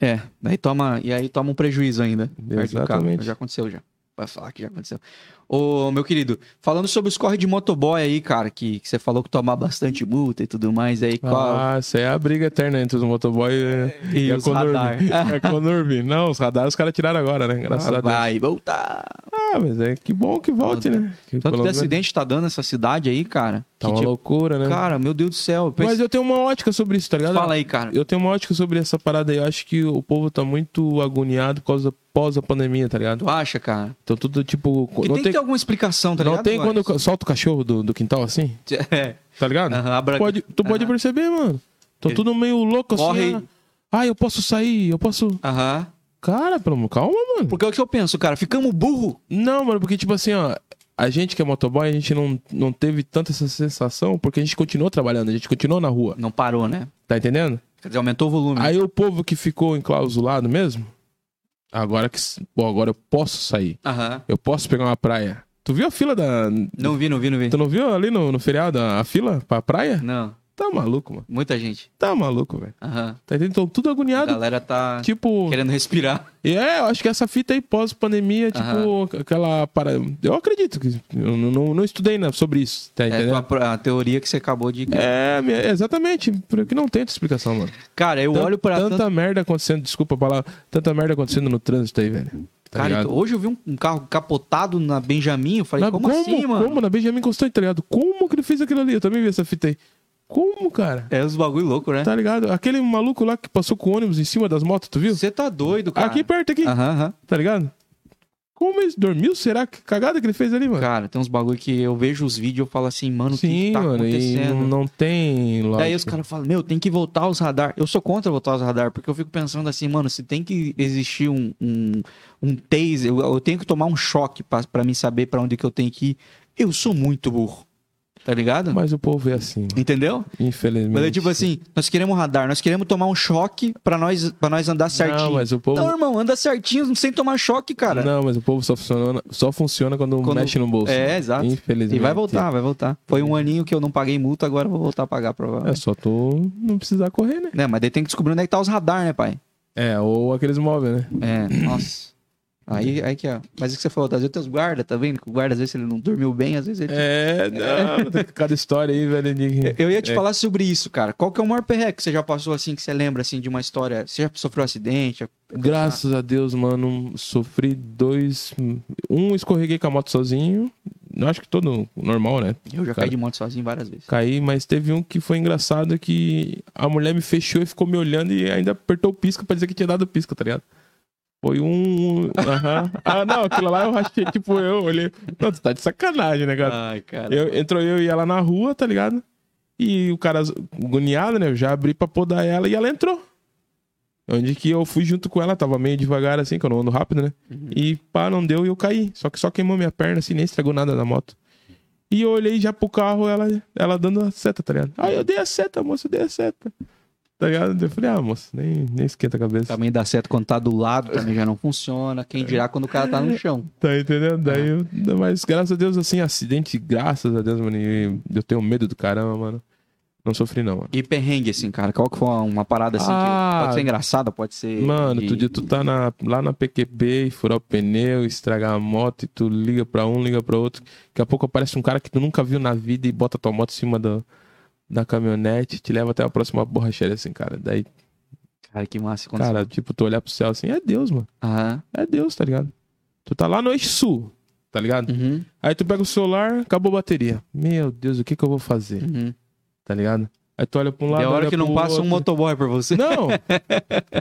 B: É, daí toma, e aí toma um prejuízo ainda. perto do carro.
A: Exatamente.
B: Já aconteceu já. Vai falar que já aconteceu. Ô, meu querido, falando sobre os corre de motoboy aí, cara, que, que você falou que tomar bastante multa e tudo mais aí. qual-
A: Ah, isso é a briga eterna entre os motoboy e,
B: É, E
A: a
B: os
A: Conurb.
B: radar. Ah,
A: É a Conurb. Não, os radares os caras tiraram agora, né? Graças a Deus.
B: vai voltar.
A: Ah, mas é que bom que volte, né? Que
B: Tanto
A: pelo
B: de
A: menos-
B: acidente tá dando essa cidade aí, cara.
A: Tá
B: que
A: uma
B: tipo,
A: loucura, né?
B: Cara, meu Deus do céu. eu
A: Mas
B: pensei-
A: eu tenho uma ótica sobre isso, tá ligado?
B: Fala aí, cara.
A: Eu tenho uma ótica sobre essa parada aí. Eu acho que o povo tá muito agoniado por causa pós a pandemia, tá ligado?
B: Tu acha, cara?
A: Então tudo tipo.
B: Que
A: não
B: tem,
A: tem,
B: que ter alguma explicação, tá
A: não
B: ligado?
A: tem
B: Góes?
A: quando solta o cachorro do, do quintal assim?
B: É.
A: Tá ligado?
B: Aham, a branca.
A: pode, tu pode perceber, mano. Então tudo meio louco
B: Corre.
A: assim. Ah, ah, eu posso sair, eu posso.
B: Aham.
A: Cara, pelo amor- calma, mano.
B: Porque é o que eu penso, cara. Ficamos burro.
A: Não, mano, porque tipo assim, ó. A gente que é motoboy, a gente não, não teve tanta essa sensação porque a gente continuou trabalhando, a gente continuou na rua.
B: Não parou, né?
A: Tá entendendo?
B: Quer dizer, aumentou o volume.
A: Aí o povo que ficou enclausulado mesmo, agora que. Bom, agora eu posso sair.
B: Aham.
A: Eu posso pegar uma praia. Tu viu a fila da.
B: Não vi, não vi, não vi.
A: Tu não viu ali no, no feriado a, a fila pra praia?
B: Não.
A: Tá maluco, mano.
B: Muita gente.
A: Tá maluco, velho.
B: Aham.
A: Tá entendendo? Então, tudo
B: A
A: agoniado.
B: galera tá
A: Tipo,
B: querendo respirar.
A: e é, eu acho que essa fita aí pós-pandemia, tipo,
B: Aham.
A: aquela para Eu acredito que. Eu não, não, não estudei né, sobre isso, tá
B: É
A: entendendo?
B: a, tua- a teoria que você acabou de.
A: É, minha- exatamente. Porque não tem outra explicação, mano.
B: Cara, eu
A: Tan-
B: olho pra.
A: tanta
B: tanto-
A: merda acontecendo, desculpa a palavra, tanta merda acontecendo no trânsito aí, velho. Tá
B: Cara,
A: ligado?
B: então, hoje eu vi um, um carro capotado na Benjamin. Eu falei,
A: Mas
B: como, assim, mano?
A: Como? Na Benjamin Constant, tá ligado? Como que ele fez aquilo ali? Eu também vi essa fita aí. Como, cara?
B: É os bagulho louco, né?
A: Tá ligado? Aquele maluco lá que passou com o ônibus em cima das motos, tu viu?
B: Você tá doido, cara. Ah.
A: Aqui perto, aqui,
B: Aham, aham.
A: tá ligado? Como ele dormiu? Será que cagada que ele fez ali, mano?
B: Cara, tem uns bagulho que eu vejo os vídeos e eu falo assim, mano, o
A: Sim,
B: que que tá
A: mano, e
B: acontecendo?
A: não, não tem lógica.
B: Daí os caras falam, meu, tem que voltar os radar. Eu sou contra voltar os radar, porque eu fico pensando assim, mano, se tem que existir um, um, um taser, eu, eu tenho que tomar um choque pra, pra mim saber pra onde que eu tenho que ir. Eu sou muito burro, tá ligado?
A: Mas o povo é assim, mano.
B: Entendeu?
A: Infelizmente.
B: Mas é tipo assim, nós queremos radar, nós queremos tomar um choque pra nós, pra nós andar certinho.
A: Não, mas o povo.
B: Não, irmão, anda certinho sem tomar choque, cara.
A: Não, mas o povo só funciona, só funciona quando,
B: Quando-
A: mexe no bolso.
B: É, exato.
A: Infelizmente.
B: E vai voltar, vai voltar. Foi um aninho que eu não paguei multa, agora eu vou voltar a pagar,
A: É
B: provavelmente.
A: só tu não precisar correr, né?
B: Né, mas daí tem que descobrir onde é que tá os radar, né, pai?
A: É, ou aqueles móveis, né?
B: É, nossa. Aí, aí que é. Mas o que você falou, às vezes tem os guarda, tá vendo? Que O guarda, às vezes, ele não dormiu bem, às vezes ele.
A: É, não, tem cada história aí, velho. de-
B: Eu ia te
A: É.
B: falar sobre isso, cara. Qual que é o maior perreco que você já passou assim, que você lembra assim de uma história? Você já sofreu um acidente?
A: Graças a Deus, mano, sofri dois. Um escorreguei com a moto sozinho. Eu acho que todo normal, né?
B: Eu já
A: Cara.
B: caí de moto sozinho várias vezes.
A: Caí, mas teve um que foi engraçado que a mulher me fechou e ficou me olhando e ainda apertou o pisca pra dizer que tinha dado pisca, tá ligado? Foi um. Aham. Ah, não, aquilo lá eu rachei, tipo, eu olhei. Não, tu tá de sacanagem, né, cara?
B: Ai, cara.
A: Eu, entrou eu e ela na rua, tá ligado? E o cara agoniado, né? Eu já abri pra podar ela e ela entrou. Onde que eu fui junto com ela, tava meio devagar assim, que eu não ando rápido, né? E pá, não deu e eu caí. Só que só queimou minha perna, assim, nem estragou nada da moto. E eu olhei já pro carro, ela, ela dando a seta, tá ligado? Ah, eu dei a seta, moça, eu dei a seta. Tá ligado? Eu falei, ah, moça, nem, nem esquenta a cabeça.
B: Também dá certo quando tá do lado, também já não funciona. Quem dirá quando o cara tá no chão.
A: Tá entendendo? Daí eu- mas graças a Deus, assim, acidente, graças a Deus, mano. e Eu tenho medo do caramba, mano. Não sofri, não, mano.
B: E perrengue, assim, cara. Qual que foi uma parada assim
A: Ah.
B: que pode ser engraçada, pode ser.
A: Mano,
B: de-
A: tu, dia tu tá na- lá na PQP e furar o pneu, estragar a moto, e tu liga pra um, liga pra outro. Daqui a pouco aparece um cara que tu nunca viu na vida e bota tua moto em cima da, da caminhonete, te leva até a próxima borracharia, assim, cara. Daí,
B: Cara, que massa quando
A: cara, tipo, tu olhar pro céu assim, é Deus, mano.
B: você- Aham.
A: É Deus, tá ligado? Tu tá lá no eixo sul, tá ligado?
B: Uhum.
A: Aí tu pega o celular, acabou a bateria. Meu Deus, o que que eu vou fazer?
B: Uhum.
A: Tá ligado? Aí tu olha pra um
B: É
A: lado,
B: a hora
A: olha
B: que não
A: pro
B: passa um
A: outro.
B: motoboy pra você.
A: Não!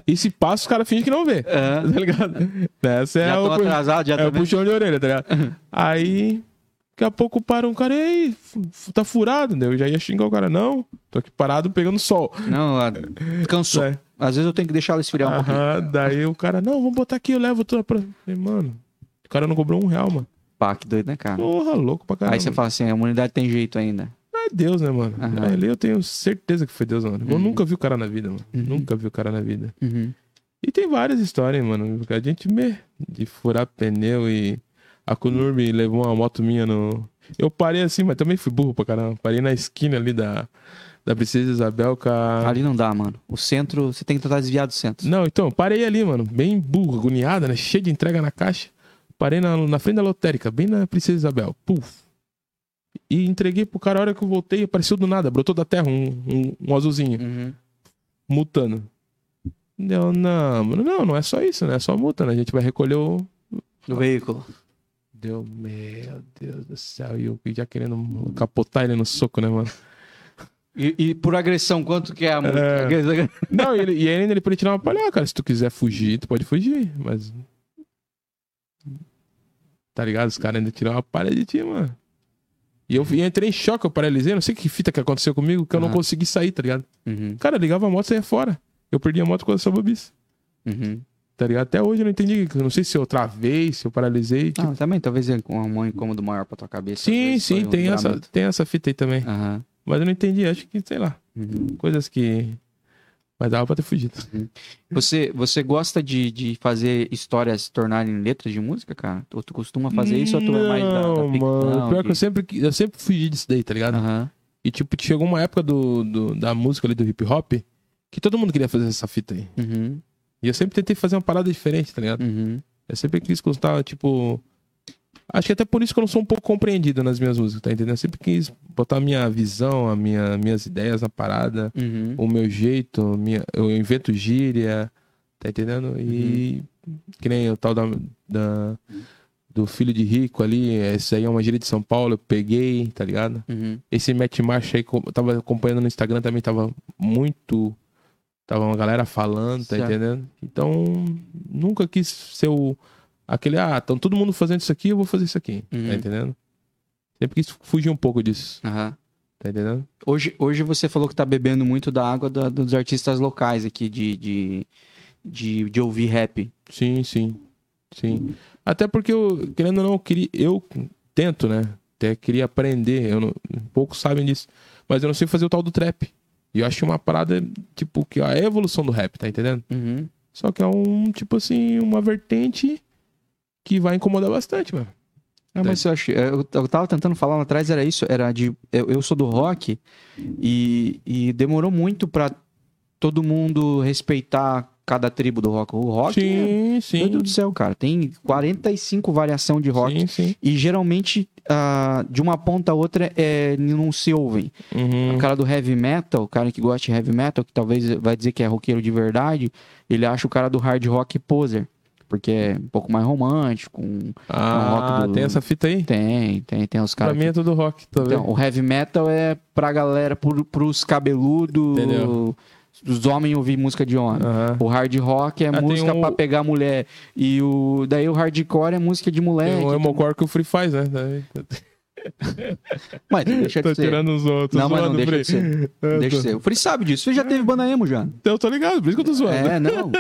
A: E se passa, os caras fingem que não vê.
B: É.
A: Tá ligado? Essa é
B: já
A: a
B: tô
A: opor-
B: atrasado, né? já
A: É o
B: também.
A: puxão de orelha, tá ligado? Aí, daqui a pouco para um cara, ei, fu- fu- tá furado, né? Eu já ia xingar o cara, não, tô aqui parado pegando sol.
B: Não, ah, cansou.
A: É.
B: Às vezes eu tenho que deixar ela esfriar um pouquinho.
A: Aham, daí o cara, não, vamos botar aqui, eu levo tua pra. Falei, mano, o cara não cobrou um real, mano.
B: Pá, que doido, né, cara?
A: Porra, louco pra caralho.
B: Aí você fala assim, a humanidade tem jeito ainda.
A: É Deus, né, mano?
B: Aham.
A: Aí eu tenho certeza que foi Deus, mano. Eu nunca vi o cara na vida, mano. Nunca vi o cara na vida.
B: Uhum.
A: E tem várias histórias, mano. A gente me... de furar pneu e a Kunurbi levou uma moto minha no. Eu parei assim, mas também fui burro pra caramba. Parei na esquina ali da, da Princesa Isabel com a.
B: Ali não dá, mano. O centro, você tem que tentar desviar do centro.
A: Não, então, parei ali, mano. Bem burro, agoniada, né? Cheio de entrega na caixa. Parei na, na frente da lotérica, bem na Princesa Isabel. Puf. E entreguei pro cara a hora que eu voltei, apareceu do nada, brotou da terra um, um, um azulzinho,
B: Uhum.
A: multando. Deu, não, mano, não, não é só isso, né? É só multa, né? A gente vai recolher o.
B: Do veículo.
A: Deu, meu Deus do céu, e eu já querendo capotar ele no soco, né, mano?
B: E, e por agressão, quanto que é a multa?
A: É.
B: Agressão-
A: Não, e ele, e ainda ele podia tirar uma palha, "Ah, cara, se tu quiser fugir, tu pode fugir, mas. Tá ligado? Os caras ainda tiraram uma palha de ti, mano. E eu, e eu entrei em choque, eu paralisei, não sei que fita que aconteceu comigo, que eu não
B: Ah.
A: consegui sair, tá ligado?
B: Uhum,
A: Cara, eu ligava a moto e saía fora. Eu perdi a moto quando eu sou bis,
B: uhum.
A: tá ligado? Até hoje eu não entendi, eu não sei se eu travei, se eu paralisei. tipo-
B: Ah, também, talvez é um um incômodo maior pra tua cabeça. às
A: sim,
B: vezes
A: sim,
B: foi um
A: tem essa,
B: livramento.
A: tem essa fita aí também.
B: Aham.
A: Mas eu não entendi, acho que, sei lá,
B: Uhum.
A: coisas que. Mas dava pra ter fugido.
B: Você, você gosta de, de fazer histórias se tornarem letras de música, cara? Ou tu costuma fazer isso ou tu é mais da, da
A: Não,
B: ficção?
A: mano. Pior que
B: de-
A: eu sempre, que- eu sempre fugi disso daí, tá ligado?
B: Aham.
A: E tipo, chegou uma época do, do- da música ali do hip hop que todo mundo queria fazer essa fita aí.
B: Uhum,
A: E eu sempre tentei fazer uma parada diferente, tá ligado?
B: uhum.
A: Eu sempre quis contar, tipo. Acho que até por isso que eu não sou um pouco compreendido nas minhas músicas, tá entendendo? Eu sempre quis botar a minha visão, a minha, minhas ideias na parada,
B: Uhum.
A: o meu jeito, minha, eu invento gíria, tá entendendo? E
B: Uhum.
A: que nem o tal da, da- do filho de rico ali, esse aí é uma gíria de São Paulo, eu peguei, tá ligado?
B: Uhum.
A: Esse Matt Marcha aí, co- eu tava acompanhando no Instagram também, tava muito. Tava uma galera falando, tá
B: Certo.
A: entendendo? Então, nunca quis ser o. Aquele, ah, estão todo mundo fazendo isso aqui, eu vou fazer isso aqui,
B: Uhum.
A: tá entendendo? Sempre quis fugir um pouco disso,
B: Aham.
A: tá entendendo?
B: Hoje, hoje você falou que tá bebendo muito da água da- dos artistas locais aqui, de, de, de, de ouvir rap.
A: Sim, sim. Sim. Até porque eu, querendo ou não, eu, queria, eu tento, né? Até queria aprender. Eu não, poucos sabem disso. Mas eu não sei fazer o tal do trap. E eu acho uma parada, tipo, que é a evolução do rap, tá entendendo?
B: Uhum.
A: Só que é um, tipo assim, uma vertente que vai incomodar bastante, mano.
B: Ah, mas eu acho. Eu, eu tava tentando falar lá atrás, era isso, era de. Eu, eu sou do rock e, e demorou muito pra todo mundo respeitar cada tribo do rock. O rock. é-
A: Sim,
B: meu
A: sim.
B: Deus do céu, cara. Tem 45 variação de rock.
A: Sim, sim.
B: E geralmente, ah, de uma ponta a outra, é, não se ouvem.
A: Uhum.
B: O cara do heavy metal, o cara que gosta de heavy metal, que talvez vai dizer que é roqueiro de verdade, ele acha o cara do hard rock poser. Porque é um pouco mais romântico. um-
A: Ah,
B: rock do-
A: tem essa fita aí?
B: Tem, tem, tem os
A: Pra
B: caras.
A: mim é tudo rock, tá vendo?
B: Então, o heavy metal é pra galera, pro, pros cabeludos,
A: Entendeu.
B: os homens ouvir música de homem.
A: Aham.
B: O hard rock é
A: tem
B: música
A: um-
B: pra pegar mulher. E o daí o hardcore é música de
A: Tem
B: mulher.
A: o
B: que- um
A: Emocore que o Free faz, né?
B: Mas deixa
A: Tô
B: de ser.
A: tirando os outros.
B: Não, mas não
A: zoando o
B: deixa de
A: Free.
B: ser.
A: Ah,
B: Deixa de
A: tá.
B: ser. O Free sabe disso. Você já teve banda emo já.
A: Então, Eu tô ligado, por isso que eu tô zoando.
B: É, não.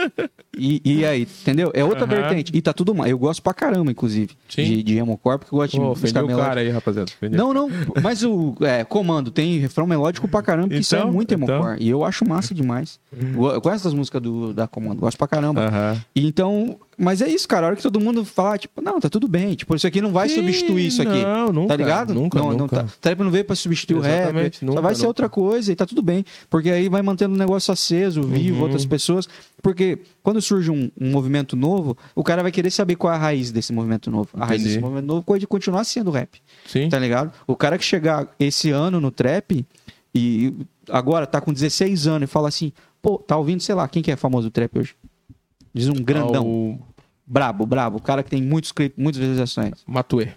B: E, e aí, entendeu? É outra
A: Aham.
B: vertente. E tá tudo mal. Eu gosto pra caramba, inclusive,
A: Sim.
B: de, de emo-core, porque eu gosto
A: Ô,
B: de música
A: ofendeu o
B: melódica.
A: cara aí, rapaziada. ofendeu.
B: Não, não, mas o é, Comando tem refrão melódico pra caramba, que isso é
A: Então,
B: muito
A: então. Uhum.
B: emocore. E eu acho massa demais. Go- Eu conheço as músicas do, da Comando, gosto pra caramba.
A: Aham.
B: E Então, mas é isso, cara. A hora que todo mundo falar, tipo, não, tá tudo bem. Tipo, isso aqui não vai
A: Ih,
B: substituir isso aqui.
A: não, nunca,
B: Tá ligado?
A: nunca,
B: não, não
A: nunca.
B: tá. Trap não veio pra substituir o rap.
A: Exatamente,
B: só
A: nunca,
B: vai ser
A: nunca.
B: outra coisa e tá tudo bem. Porque aí vai mantendo o negócio aceso, vivo,
A: Uhum.
B: outras pessoas. Porque quando surge um, um movimento novo, o cara vai querer saber qual é a raiz desse movimento novo. A raiz
A: Entendi.
B: desse movimento novo pode continuar sendo rap.
A: Sim.
B: Tá ligado? O cara que chegar esse ano no trap e agora tá com 16 anos e fala assim, pô, tá ouvindo, sei lá, quem que é famoso do trap hoje? Diz um
A: Ah,
B: grandão.
A: Ao
B: Brabo, brabo. O cara que tem muitos clipes, muitas visualizações.
A: Matuê.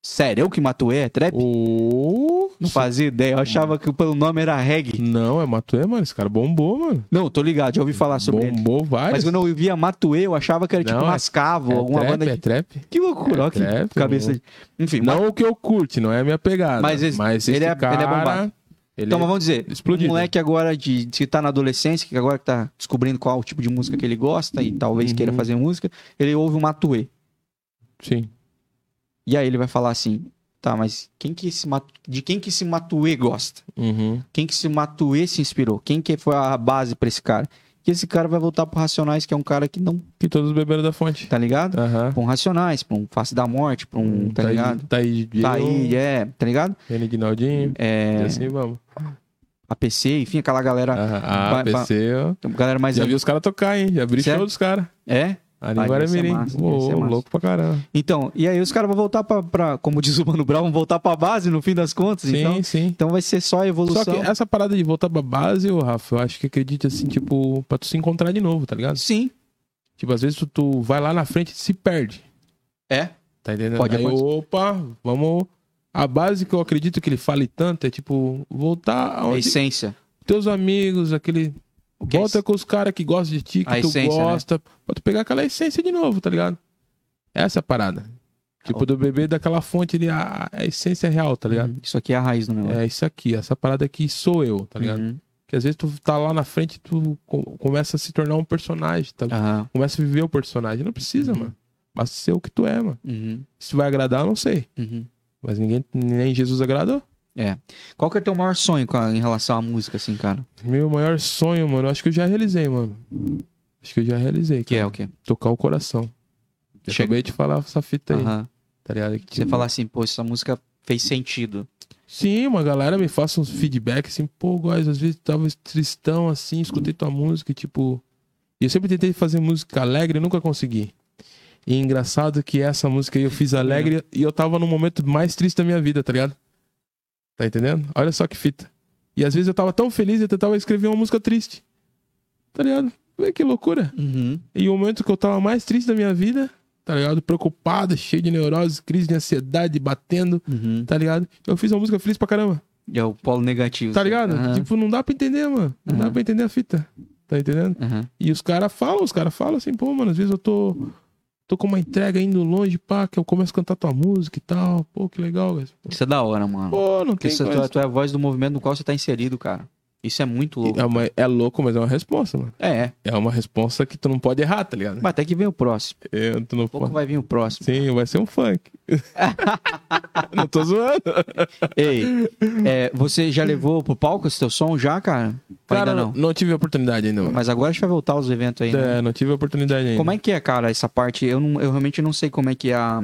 B: Sério, eu que Matuê é trap?
A: O...
B: Não fazia ideia. Eu achava que pelo nome era reggae.
A: Não, é Matuê, mano. Esse cara bombou, mano.
B: Não, tô ligado, já ouvi falar sobre ele.
A: bombou vários.
B: Mas quando eu via Matuê, eu achava que era tipo
A: Não, é-
B: Mascavo,
A: é
B: alguma
A: trap,
B: banda. de-
A: é trap.
B: Que loucura,
A: é
B: ó, que
A: trap,
B: cabeça.
A: não-
B: de- Enfim,
A: Não o que eu curte, não é a minha pegada.
B: Mas
A: Mas
B: esse-
A: esse,
B: ele é- ele é
A: cara...
B: bombado.
A: ele-
B: Então, mas vamos dizer,
A: explodido.
B: um moleque agora de que tá na adolescência, que agora que tá descobrindo qual o tipo de música que ele gosta e talvez
A: Uhum.
B: queira fazer música, ele ouve o Matuê.
A: Sim.
B: E aí ele vai falar assim: "Tá, mas quem que esse Matu- de quem que esse Matuê gosta?
A: Uhum.
B: Quem que esse Matuê se inspirou? Quem que foi a base pra esse cara?" E esse cara vai voltar pro Racionais, que é um cara que não,
A: Que todos beberam da fonte.
B: tá ligado?
A: Aham.
B: Pra um Racionais, pra um Face da Morte, pra um, tá
A: É. Tá aí-
B: ligado?
A: Tá aí,
B: Tá aí, é, tá ligado?
A: Renignaldinho.
B: É,
A: E assim vamos.
B: APC, enfim, aquela galera,
A: Aham. Ah,
B: vai- vai-
A: PC, ó.
B: galera mais
A: Já vi os caras tocar, hein? Já abri
B: Certo.
A: show dos caras.
B: É?
A: Ali
B: Ah,
A: em
B: deve é ser
A: Guaramirim.
B: massa, deve ser
A: Ô,
B: massa.
A: louco pra caramba.
B: Então, e aí os caras vão voltar pra, pra, como diz o Mano Brown, vão voltar pra base no fim das contas.
A: Sim,
B: Então,
A: sim.
B: então vai ser só a evolução.
A: Só que essa parada de voltar pra base, ô, Rafa, eu acho que acredite assim, tipo, pra tu se encontrar de novo, tá ligado?
B: Sim.
A: Tipo, às vezes tu, tu vai lá na frente e se perde.
B: É.
A: Tá entendendo?
B: Pode
A: Aí,
B: acontecer.
A: opa, vamos. A base que eu acredito que ele fale tanto é tipo, voltar
B: A
A: aonde
B: é essência.
A: teus amigos, aquele.
B: que é
A: Volta
B: isso?
A: com os caras que gostam de ti, que
B: A
A: tu
B: essência, né?
A: gosta. Pra tu pegar aquela essência de novo, tá ligado? Essa é a parada.
B: Ah,
A: Tipo, do bebê daquela fonte de a, a essência real, tá ligado?
B: Isso aqui é a raiz do negócio.
A: É isso aqui, essa parada aqui sou eu, tá ligado?
B: Uhum.
A: Porque às vezes tu tá lá na frente e tu co- começa a se tornar um personagem, tá ligado?
B: Aham.
A: Começa a viver o personagem. Não precisa, mano. Basta ser o que tu é, mano.
B: Uhum.
A: Se vai agradar, eu não sei.
B: Uhum.
A: Mas ninguém, nem Jesus agradou.
B: Qual que é o teu maior sonho com a- em relação à música, assim, cara?
A: Meu maior sonho, mano, eu acho que eu já realizei, mano. Acho que eu já realizei.
B: Que é
A: cara.
B: o quê?
A: Tocar o coração. Eu
B: Chega.
A: acabei de falar essa fita aí,
B: Aham.
A: tá ligado? Que,
B: Você
A: tipo,
B: falar assim, pô, essa música fez sentido.
A: Sim, uma galera me faça uns feedback assim, pô, guys, às vezes tava tristão assim, escutei tua música, e, tipo. E eu sempre tentei fazer música alegre, nunca consegui. E engraçado que essa música aí eu fiz alegre e eu tava no momento mais triste da minha vida, tá ligado? Tá entendendo? Olha só que fita. E às vezes eu tava tão feliz e eu tentava escrever uma música triste. Tá ligado? Vê que loucura.
B: Uhum.
A: E o momento que eu tava mais triste da minha vida, tá ligado? Preocupado, cheio de neurose, crise de ansiedade, batendo,
B: Uhum.
A: tá ligado? Eu fiz uma música feliz pra caramba.
B: É o polo negativo.
A: Tá
B: assim.
A: ligado?
B: Aham.
A: Tipo, não dá pra entender, mano. Não dá
B: Aham.
A: pra entender a fita. Tá entendendo?
B: Aham.
A: E os caras falam, os caras falam assim, pô, mano, às vezes eu tô. Tô com uma entrega indo longe, pá, que eu começo a cantar tua música e tal. Pô, que legal, guys.
B: Isso é da hora, mano.
A: Pô, não
B: Porque
A: tem
B: isso é,
A: coisa.
B: tu, tu é a voz do movimento no qual você tá inserido, cara. Isso é muito louco.
A: É, uma- é louco, mas é uma resposta, mano.
B: É, é.
A: É uma resposta que tu não pode errar, tá ligado?
B: Mas até que vem o próximo. Daqui
A: É, tu não
B: a pouco
A: pode.
B: vai vir o próximo.
A: Sim, vai ser um funk. não tô zoando.
B: Ei, é, você já levou pro palco esse teu som já, cara? Ou
A: Cara,
B: ainda
A: não.
B: não.
A: tive a oportunidade ainda, mano.
B: Mas agora a gente vai voltar aos eventos aí, né?
A: É, não tive a oportunidade ainda.
B: Como é que é, cara, essa parte? Eu, não- eu realmente não sei como é que é a,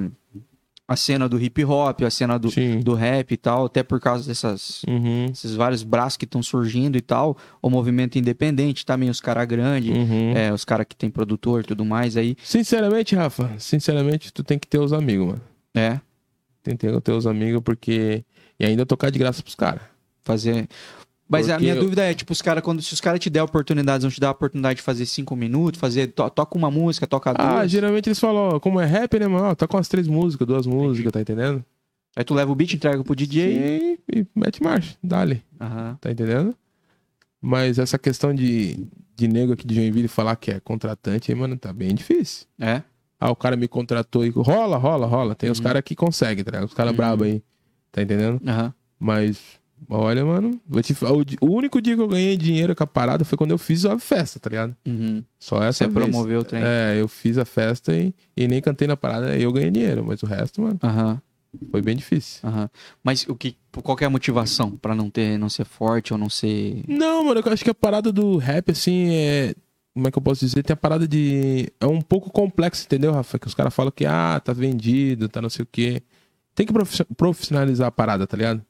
B: a cena do hip hop, a cena do,
A: Sim.
B: do rap e tal, até por causa dessas,
A: Uhum.
B: esses vários braços que estão surgindo e tal. O movimento independente também, os caras grandes,
A: Uhum.
B: é, os caras que tem produtor e tudo mais aí.
A: Sinceramente, Rafa, sinceramente, tu tem que ter os amigos, mano.
B: É,
A: Tem que ter os amigos, porque. E ainda tocar de graça pros caras.
B: fazer. Mas a
A: Porque
B: minha
A: eu-
B: dúvida é, tipo, os caras, quando se os caras te der oportunidades, vão te dar a oportunidade de fazer cinco minutos, fazer. to- toca uma música, toca
A: Ah,
B: duas.
A: geralmente eles falam, ó, como é rap, né, mano? Ó, Tá com as três músicas, duas músicas, tá entendendo?
B: Aí tu leva o beat, entrega pro
A: E
B: DJ.
A: aí, e mete marcha, dá-lhe,
B: Aham.
A: tá entendendo? Mas essa questão de, de nego aqui de Joinville falar que é contratante, aí, mano, tá bem difícil.
B: É.
A: Ah, o cara me contratou e. Rola, rola, rola. Tem os
B: Uhum.
A: caras que conseguem, tá ligado? Os caras brabo aí, tá entendendo?
B: Aham.
A: Mas, olha, mano, vou te falar, o di- o único dia que eu ganhei dinheiro com a parada foi quando eu fiz a festa, tá ligado?
B: Uhum.
A: Só essa
B: Você
A: vez.
B: promoveu o trem.
A: É, eu fiz a festa e, e nem cantei na parada, aí eu ganhei dinheiro, mas o resto, mano,
B: Aham.
A: foi bem difícil.
B: Aham. Mas o que, qual que é a motivação pra não ter, não ser forte ou não ser.
A: Não, mano, eu acho que a parada do rap, assim, é. Como é que eu posso dizer? Tem a parada de. É um pouco complexo, entendeu, Rafa? Que os caras falam que, ah, tá vendido, tá não sei o quê. Tem que profi- profissionalizar a parada, tá ligado?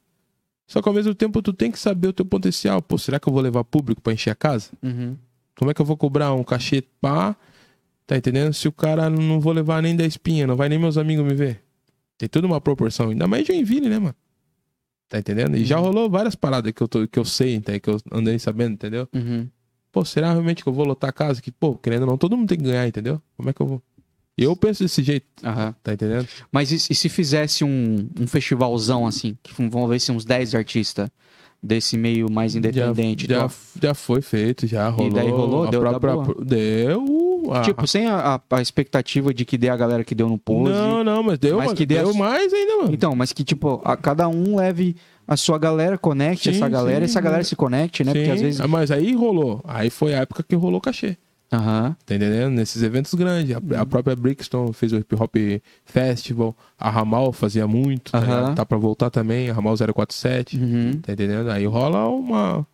A: Só que ao mesmo tempo tu tem que saber o teu potencial. Pô, será que eu vou levar público pra encher a casa?
B: Uhum.
A: Como é que eu vou cobrar um cachê pá? Tá entendendo? Se o cara não vou levar nem 10 pinha, não vai nem meus amigos me ver. Tem toda uma proporção. Ainda mais Joinville, né, mano? Tá entendendo? E já
B: Uhum.
A: rolou várias paradas que eu, tô, que eu sei, tá? que eu andei sabendo, entendeu?
B: Uhum.
A: Pô, será realmente que eu vou lotar a casa? Que, pô, querendo ou não, todo mundo tem que ganhar, entendeu? Como é que eu vou? Eu penso desse jeito,
B: Aham.
A: tá entendendo?
B: Mas e, e se fizesse um, um festivalzão assim, que f- vão ver se uns 10 artistas desse meio mais independente?
A: já,
B: então,
A: já, já foi feito, já rolou.
B: daí rolou?
A: a
B: Deu-
A: própria-
B: dá boa?
A: deu a-
B: tipo, sem a, a- a expectativa de que dê a galera que deu no pose.
A: Não, não, mas deu,
B: Mas
A: mano,
B: que dê a-
A: deu mais ainda, mano.
B: Então, mas que tipo, a, cada um leve a sua galera, conecte
A: Sim,
B: essa galera,
A: sim.
B: essa galera se conecte, né? Porque
A: Sim,
B: às vezes.
A: ah, Mas aí rolou. Aí foi a época que rolou o cachê.
B: Aham,
A: Tá entendendo? Nesses eventos grandes. A,
B: Uhum.
A: a própria Brixton fez o Hip Hop Festival. A Ramal fazia muito. tá
B: Aham.
A: ligado? Tá pra voltar também. A Ramal 047.
B: uhum,
A: Tá entendendo? Aí rola uma,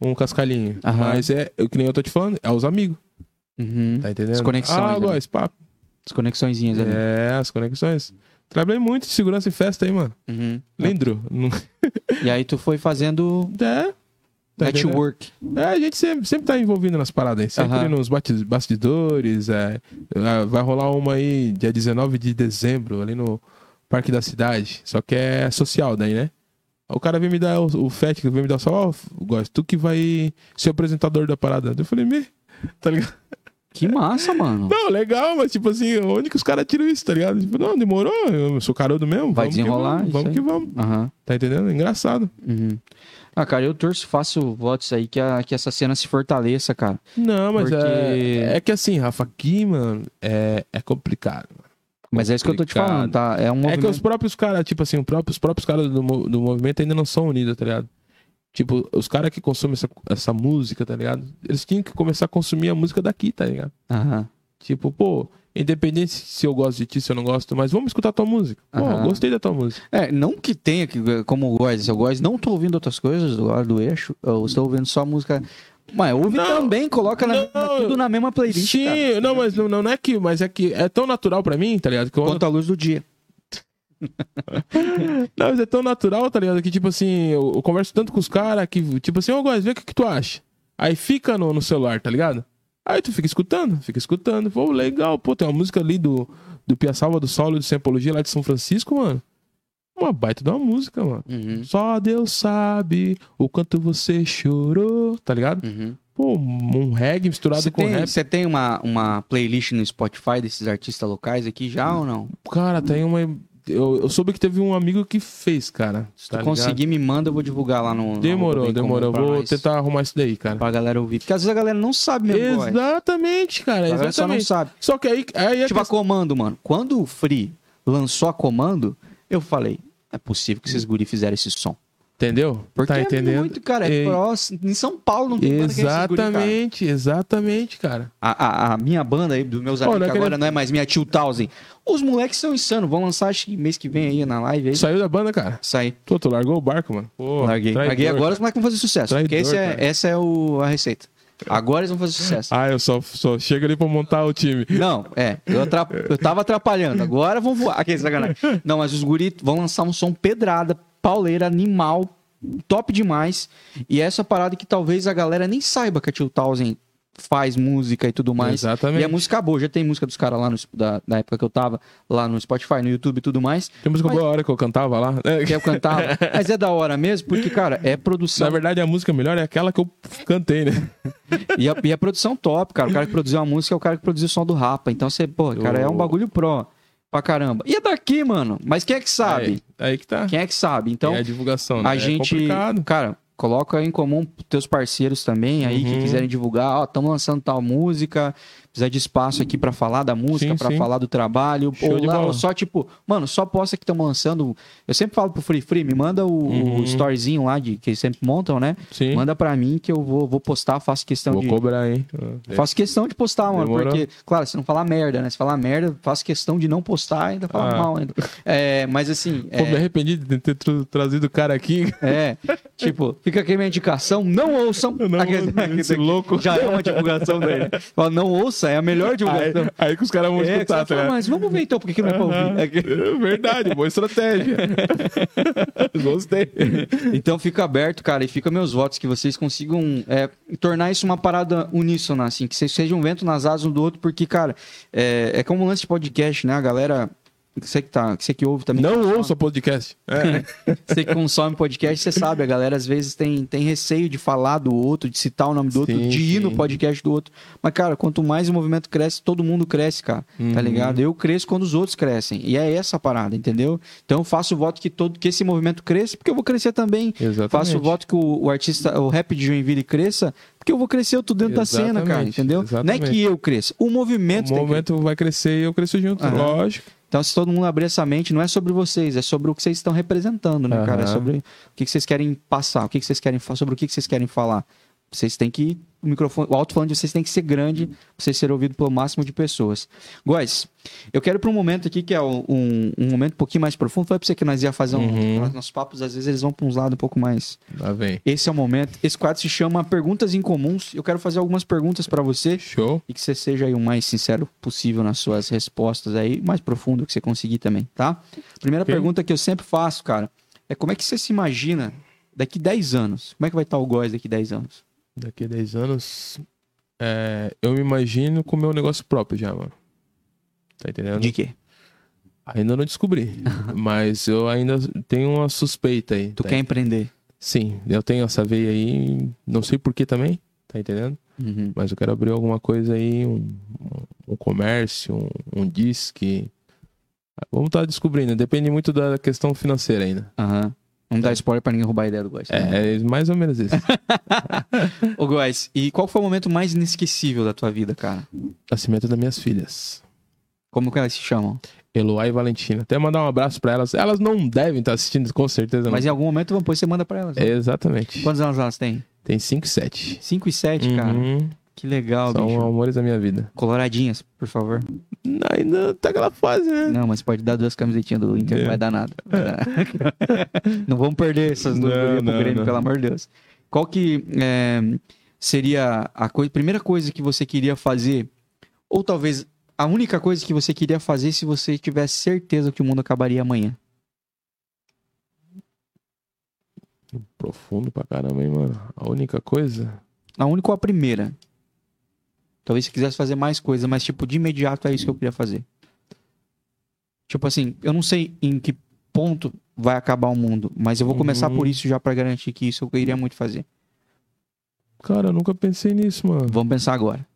A: um cascalhinho.
B: Aham.
A: Mas é, eu, que nem eu tô te falando, é os amigos.
B: uhum.
A: Tá entendendo?
B: As conexões,
A: Ah,
B: né?
A: guys, papo.
B: As conexõezinhas ali.
A: É, as conexões. Trabalhei muito de É. segurança em festa aí, mano.
B: Uhum.
A: Lindro. Não-
B: E aí tu foi fazendo
A: É. Tá entendendo?
B: Network.
A: É, a gente sempre, sempre tá envolvido nas paradas aí, sempre
B: Aham.
A: nos bate- bastidores. é. Ah, vai rolar uma aí dia 19 de dezembro, ali no Parque da Cidade. Só que é social daí, né? O cara vem me dar o, o FET, que vem me dar só, ó, gosto, tu que vai ser o apresentador da parada. Eu falei, me, tá ligado?
B: Que massa, mano.
A: Não, legal, mas tipo assim, onde que os caras tiram isso, tá ligado? Tipo, não, demorou, eu sou carudo mesmo.
B: Vai
A: vamos
B: desenrolar,
A: Que vamos,
B: isso
A: vamos
B: aí.
A: que vamos.
B: Aham.
A: Tá entendendo? Engraçado.
B: Uhum. Ah, cara, eu torço, faço votos aí que, a- que essa cena se fortaleça, cara.
A: Não, mas
B: Porque-
A: é, é que assim, Rafa, aqui, mano, é, é complicado.
B: Mas é isso que eu tô te
A: Complicado.
B: falando, tá? É
A: É que
B: um movimento...
A: os próprios caras, tipo assim, o próprio- os próprios caras do, mo- do movimento ainda não são unidos, tá ligado? Tipo, os caras que consomem essa, essa música, tá ligado? Eles tinham que começar a consumir a música daqui, tá ligado?
B: Aham.
A: Tipo, pô, independente se eu gosto de ti, se eu não gosto, mas vamos escutar tua música. Pô,
B: Aham.
A: gostei da tua música.
B: É, não que tenha que, é, como o Góis, eu Góis não tô ouvindo outras coisas do do eixo, eu estou ouvindo só música. Mas ouve
A: Não,
B: também, coloca na-
A: não,
B: tudo na mesma playlist.
A: Sim,
B: É cara.
A: não, mas não, não é que, mas é que é tão natural pra mim, tá ligado? Que eu ando
B: Conta a luz do dia.
A: Não, mas é tão natural, tá ligado? Que, tipo assim, eu, eu converso tanto com os caras que, tipo assim, ô, Góis, vê o que, que tu acha. Aí fica no, no celular, tá ligado? Aí tu fica escutando, fica escutando. Pô, legal, pô, tem uma música ali do, do Piaçava do Saulo e do Sempologia lá de São Francisco, mano. Uma baita de uma música, mano. Só Deus sabe o quanto você chorou, tá ligado? Pô, um reggae misturado
B: Você
A: com
B: tem,
A: rap.
B: você tem uma, uma playlist no Spotify desses artistas locais aqui já ou não?
A: Cara, tem uma. Eu, eu soube que teve um amigo que fez, cara.
B: Se
A: tá
B: tu
A: ligado?
B: conseguir, me manda, eu vou divulgar lá no. no
A: Demorou,
B: Arroba Bem Comum
A: demorou.
B: pra
A: Vou
B: nós-
A: tentar arrumar isso daí, cara.
B: Pra galera ouvir. Porque às vezes a galera não sabe mesmo. Góis.
A: Exatamente, cara.
B: A galera só não
A: Exatamente. Só,
B: sabe.
A: que aí. aí é
B: Tipo a
A: que-
B: Comando, mano. Quando o Free lançou a Comando, eu falei, é possível que esses guri fizeram esse som.
A: Entendeu?
B: Porque
A: tá entendendo?
B: é muito, cara, é
A: E-
B: próximo. Em São Paulo não tem banda que é esses guri, cara.
A: Exatamente, exatamente, cara.
B: A, a- a minha banda aí, dos meus
A: Ó,
B: amigos,
A: não é
B: que
A: aquele-
B: agora não é mais minha Tio Townsend. Os moleques são insanos. Vão lançar, acho que mês que vem aí na live. Aí.
A: Saiu da banda, cara.
B: Sai.
A: Pô, tu largou o barco, mano. Pô,
B: Larguei.
A: traidor.
B: Larguei agora, os moleques vão fazer sucesso. porque
A: Traidor,
B: esse é-
A: cara.
B: essa é o- a receita. Agora eles vão fazer sucesso.
A: Ah, eu só, só chego ali pra montar o time.
B: Não, é. Eu, atra- eu tava atrapalhando. Agora vão voar. Aqui, sacanagem. Não, mas os guri vão lançar um som pedrada, pauleira, animal, top demais. E é essa parada que talvez a galera nem saiba que a Tio Townsend faz música e tudo mais.
A: Exatamente.
B: E a música boa. Já tem música dos caras lá no, da, da época que eu tava, lá no Spotify, no YouTube e tudo mais.
A: Tem música
B: Mas-
A: boa hora que eu cantava lá. É,
B: Que eu cantava. mas é da hora mesmo, porque, cara, é produção.
A: Na verdade, a música melhor é aquela que eu cantei, né?
B: E a, e a produção top, cara. O cara que produziu a música é o cara que produziu o som do Rapa. Então você, pô, cara, é um bagulho pró pra caramba. E é daqui, mano. Mas quem é que sabe?
A: Aí, aí que tá.
B: Quem é que sabe? Então,
A: é a divulgação, né?
B: a
A: É
B: gente.
A: complicado.
B: Cara, coloca aí em comum pros teus parceiros também aí que
A: Uhum.
B: quiserem divulgar. Ó, estamos lançando tal música. Precisa de espaço aqui pra falar da música,
A: Sim,
B: pra
A: sim.
B: falar do trabalho.
A: Show
B: ou
A: de
B: lá,
A: bola.
B: ou só tipo, mano, só posta que estamos lançando. Eu sempre falo pro Free Free, me manda o, o
A: Uhum.
B: storyzinho lá de, que eles sempre montam, né?
A: Sim.
B: Manda pra mim que eu vou, vou postar, faço questão
A: Vou
B: Então, de.
A: cobrar, hein?
B: É. Faço questão de postar, mano,
A: Demorou.
B: porque, claro, se não falar merda, né? Se falar merda, faço questão de não postar, ainda falar
A: Ah.
B: mal ainda. É, mas assim,
A: Pô, me
B: é,
A: arrependi de ter tra- trazido o cara aqui.
B: é, tipo, fica aqui a minha indicação, não ouçam.
A: Eu não
B: Aqui-
A: ouço
B: aqui-
A: esse louco.
B: Já é uma divulgação dele. Fala, não ouça, é a melhor
A: Aí,
B: divulgação.
A: aí que os caras vão
B: É, você
A: escutar,
B: vai
A: tá
B: falar,
A: ligado?
B: mas vamos ver então por que que não é pra ouvir.
A: Aham.
B: Aqui.
A: É Verdade, boa estratégia. Gostei.
B: Então fica aberto, cara, e fica meus votos que vocês consigam é, tornar isso uma parada uníssona, assim, que vocês sejam um vento nas asas um do outro, porque, cara, é, é como um lance de podcast, né? A galera, você que, tá, você que ouve também.
A: Não ouça podcast. É.
B: Você que consome podcast, você sabe, a galera às vezes tem, tem receio de falar do outro, de citar o nome do outro,
A: Sim,
B: de ir no
A: sim.
B: podcast do outro. Mas, cara, quanto mais o movimento cresce, todo mundo cresce, cara.
A: Uhum.
B: Tá ligado? Eu cresço quando os outros crescem. E é essa a parada, entendeu? Então eu faço o voto que, todo, que esse movimento cresça, porque eu vou crescer também.
A: Exatamente.
B: Faço o voto que o, o artista, o rap de Joinville cresça, porque eu vou crescer, eu tô dentro da cena, cara,
A: Exatamente,
B: entendeu? Não é
A: exatamente.
B: que eu cresça, o movimento
A: O
B: tem que
A: momento vai crescer e eu cresço junto,
B: Aham.
A: lógico.
B: então, se todo mundo abrir essa mente, não é sobre vocês, é sobre o que vocês estão representando, né, cara? É
A: Aham.
B: sobre o que que vocês querem passar, o que que vocês querem fa- sobre o que que vocês querem falar. Vocês têm que. O microfone, o alto-falante de vocês tem que ser grande pra vocês serem ouvidos pelo máximo de pessoas. Góis, eu quero ir pra um momento aqui que é um, um- um momento um pouquinho mais profundo. Falei pra você que nós ia fazer um.
A: Uhum.
B: Nossos papos, às vezes, eles vão pra uns lados um pouco mais.
A: Lá vem.
B: Esse é o momento. Esse quadro se chama Perguntas Incomuns. Eu quero fazer algumas perguntas pra você
A: Show.
B: e que você seja aí o mais sincero possível nas suas respostas aí, mais profundo que você conseguir também, tá? Primeira
A: Ok.
B: pergunta que eu sempre faço, cara, é como é que você se imagina Daqui 10 anos. Como é que vai estar o Góis daqui 10 anos?
A: Daqui a 10 anos, é, eu me imagino com o meu negócio próprio já, mano. Tá entendendo?
B: De quê?
A: Ainda não descobri, mas eu ainda tenho uma suspeita aí.
B: Tu
A: tá?
B: quer empreender?
A: Sim, eu tenho essa veia aí, não sei por que também, tá entendendo?
B: Uhum.
A: Mas eu quero abrir alguma coisa aí, um, um comércio, um, um disque. Vamos estar descobrindo, depende muito da questão financeira ainda.
B: Aham. Não dá spoiler pra ninguém roubar a ideia do Góis.
A: Então. É, é mais ou menos isso.
B: Ô, Góis, e qual foi o momento mais inesquecível da tua vida, cara?
A: Nascimento das minhas filhas.
B: Como que elas se chamam?
A: Eloá e Valentina. Até mandar um abraço pra elas. Elas não devem estar assistindo, com certeza.
B: Mas
A: Mas
B: em algum momento depois você manda pra elas. né?
A: é, exatamente.
B: Quantos anos elas têm?
A: Tem 5 e 7.
B: 5 e 7, cara.
A: Uhum.
B: Que legal,
A: São um-
B: bicho.
A: amores da minha vida.
B: Coloradinhas, por favor.
A: Ainda tá aquela fase, né?
B: Não, mas pode dar duas camisetinhas do Inter,
A: É.
B: não vai dar nada. Vai dar nada. não vamos perder essas duas
A: Não,
B: gurias pro
A: não,
B: Grêmio,
A: não.
B: pelo amor de Deus. Qual que é, seria a coi- primeira coisa que você queria fazer? Ou talvez a única coisa que você queria fazer se você tivesse certeza que o mundo acabaria amanhã?
A: Profundo pra caramba, hein, mano. A única coisa.
B: A única ou a primeira? Talvez se quisesse fazer mais coisa, mas tipo, de imediato é isso que eu queria fazer. Tipo assim, eu não sei em que ponto vai acabar o mundo, mas eu vou começar
A: Uhum.
B: por isso já pra garantir que isso eu queria muito fazer.
A: Cara, eu nunca pensei nisso, mano.
B: Vamos pensar agora.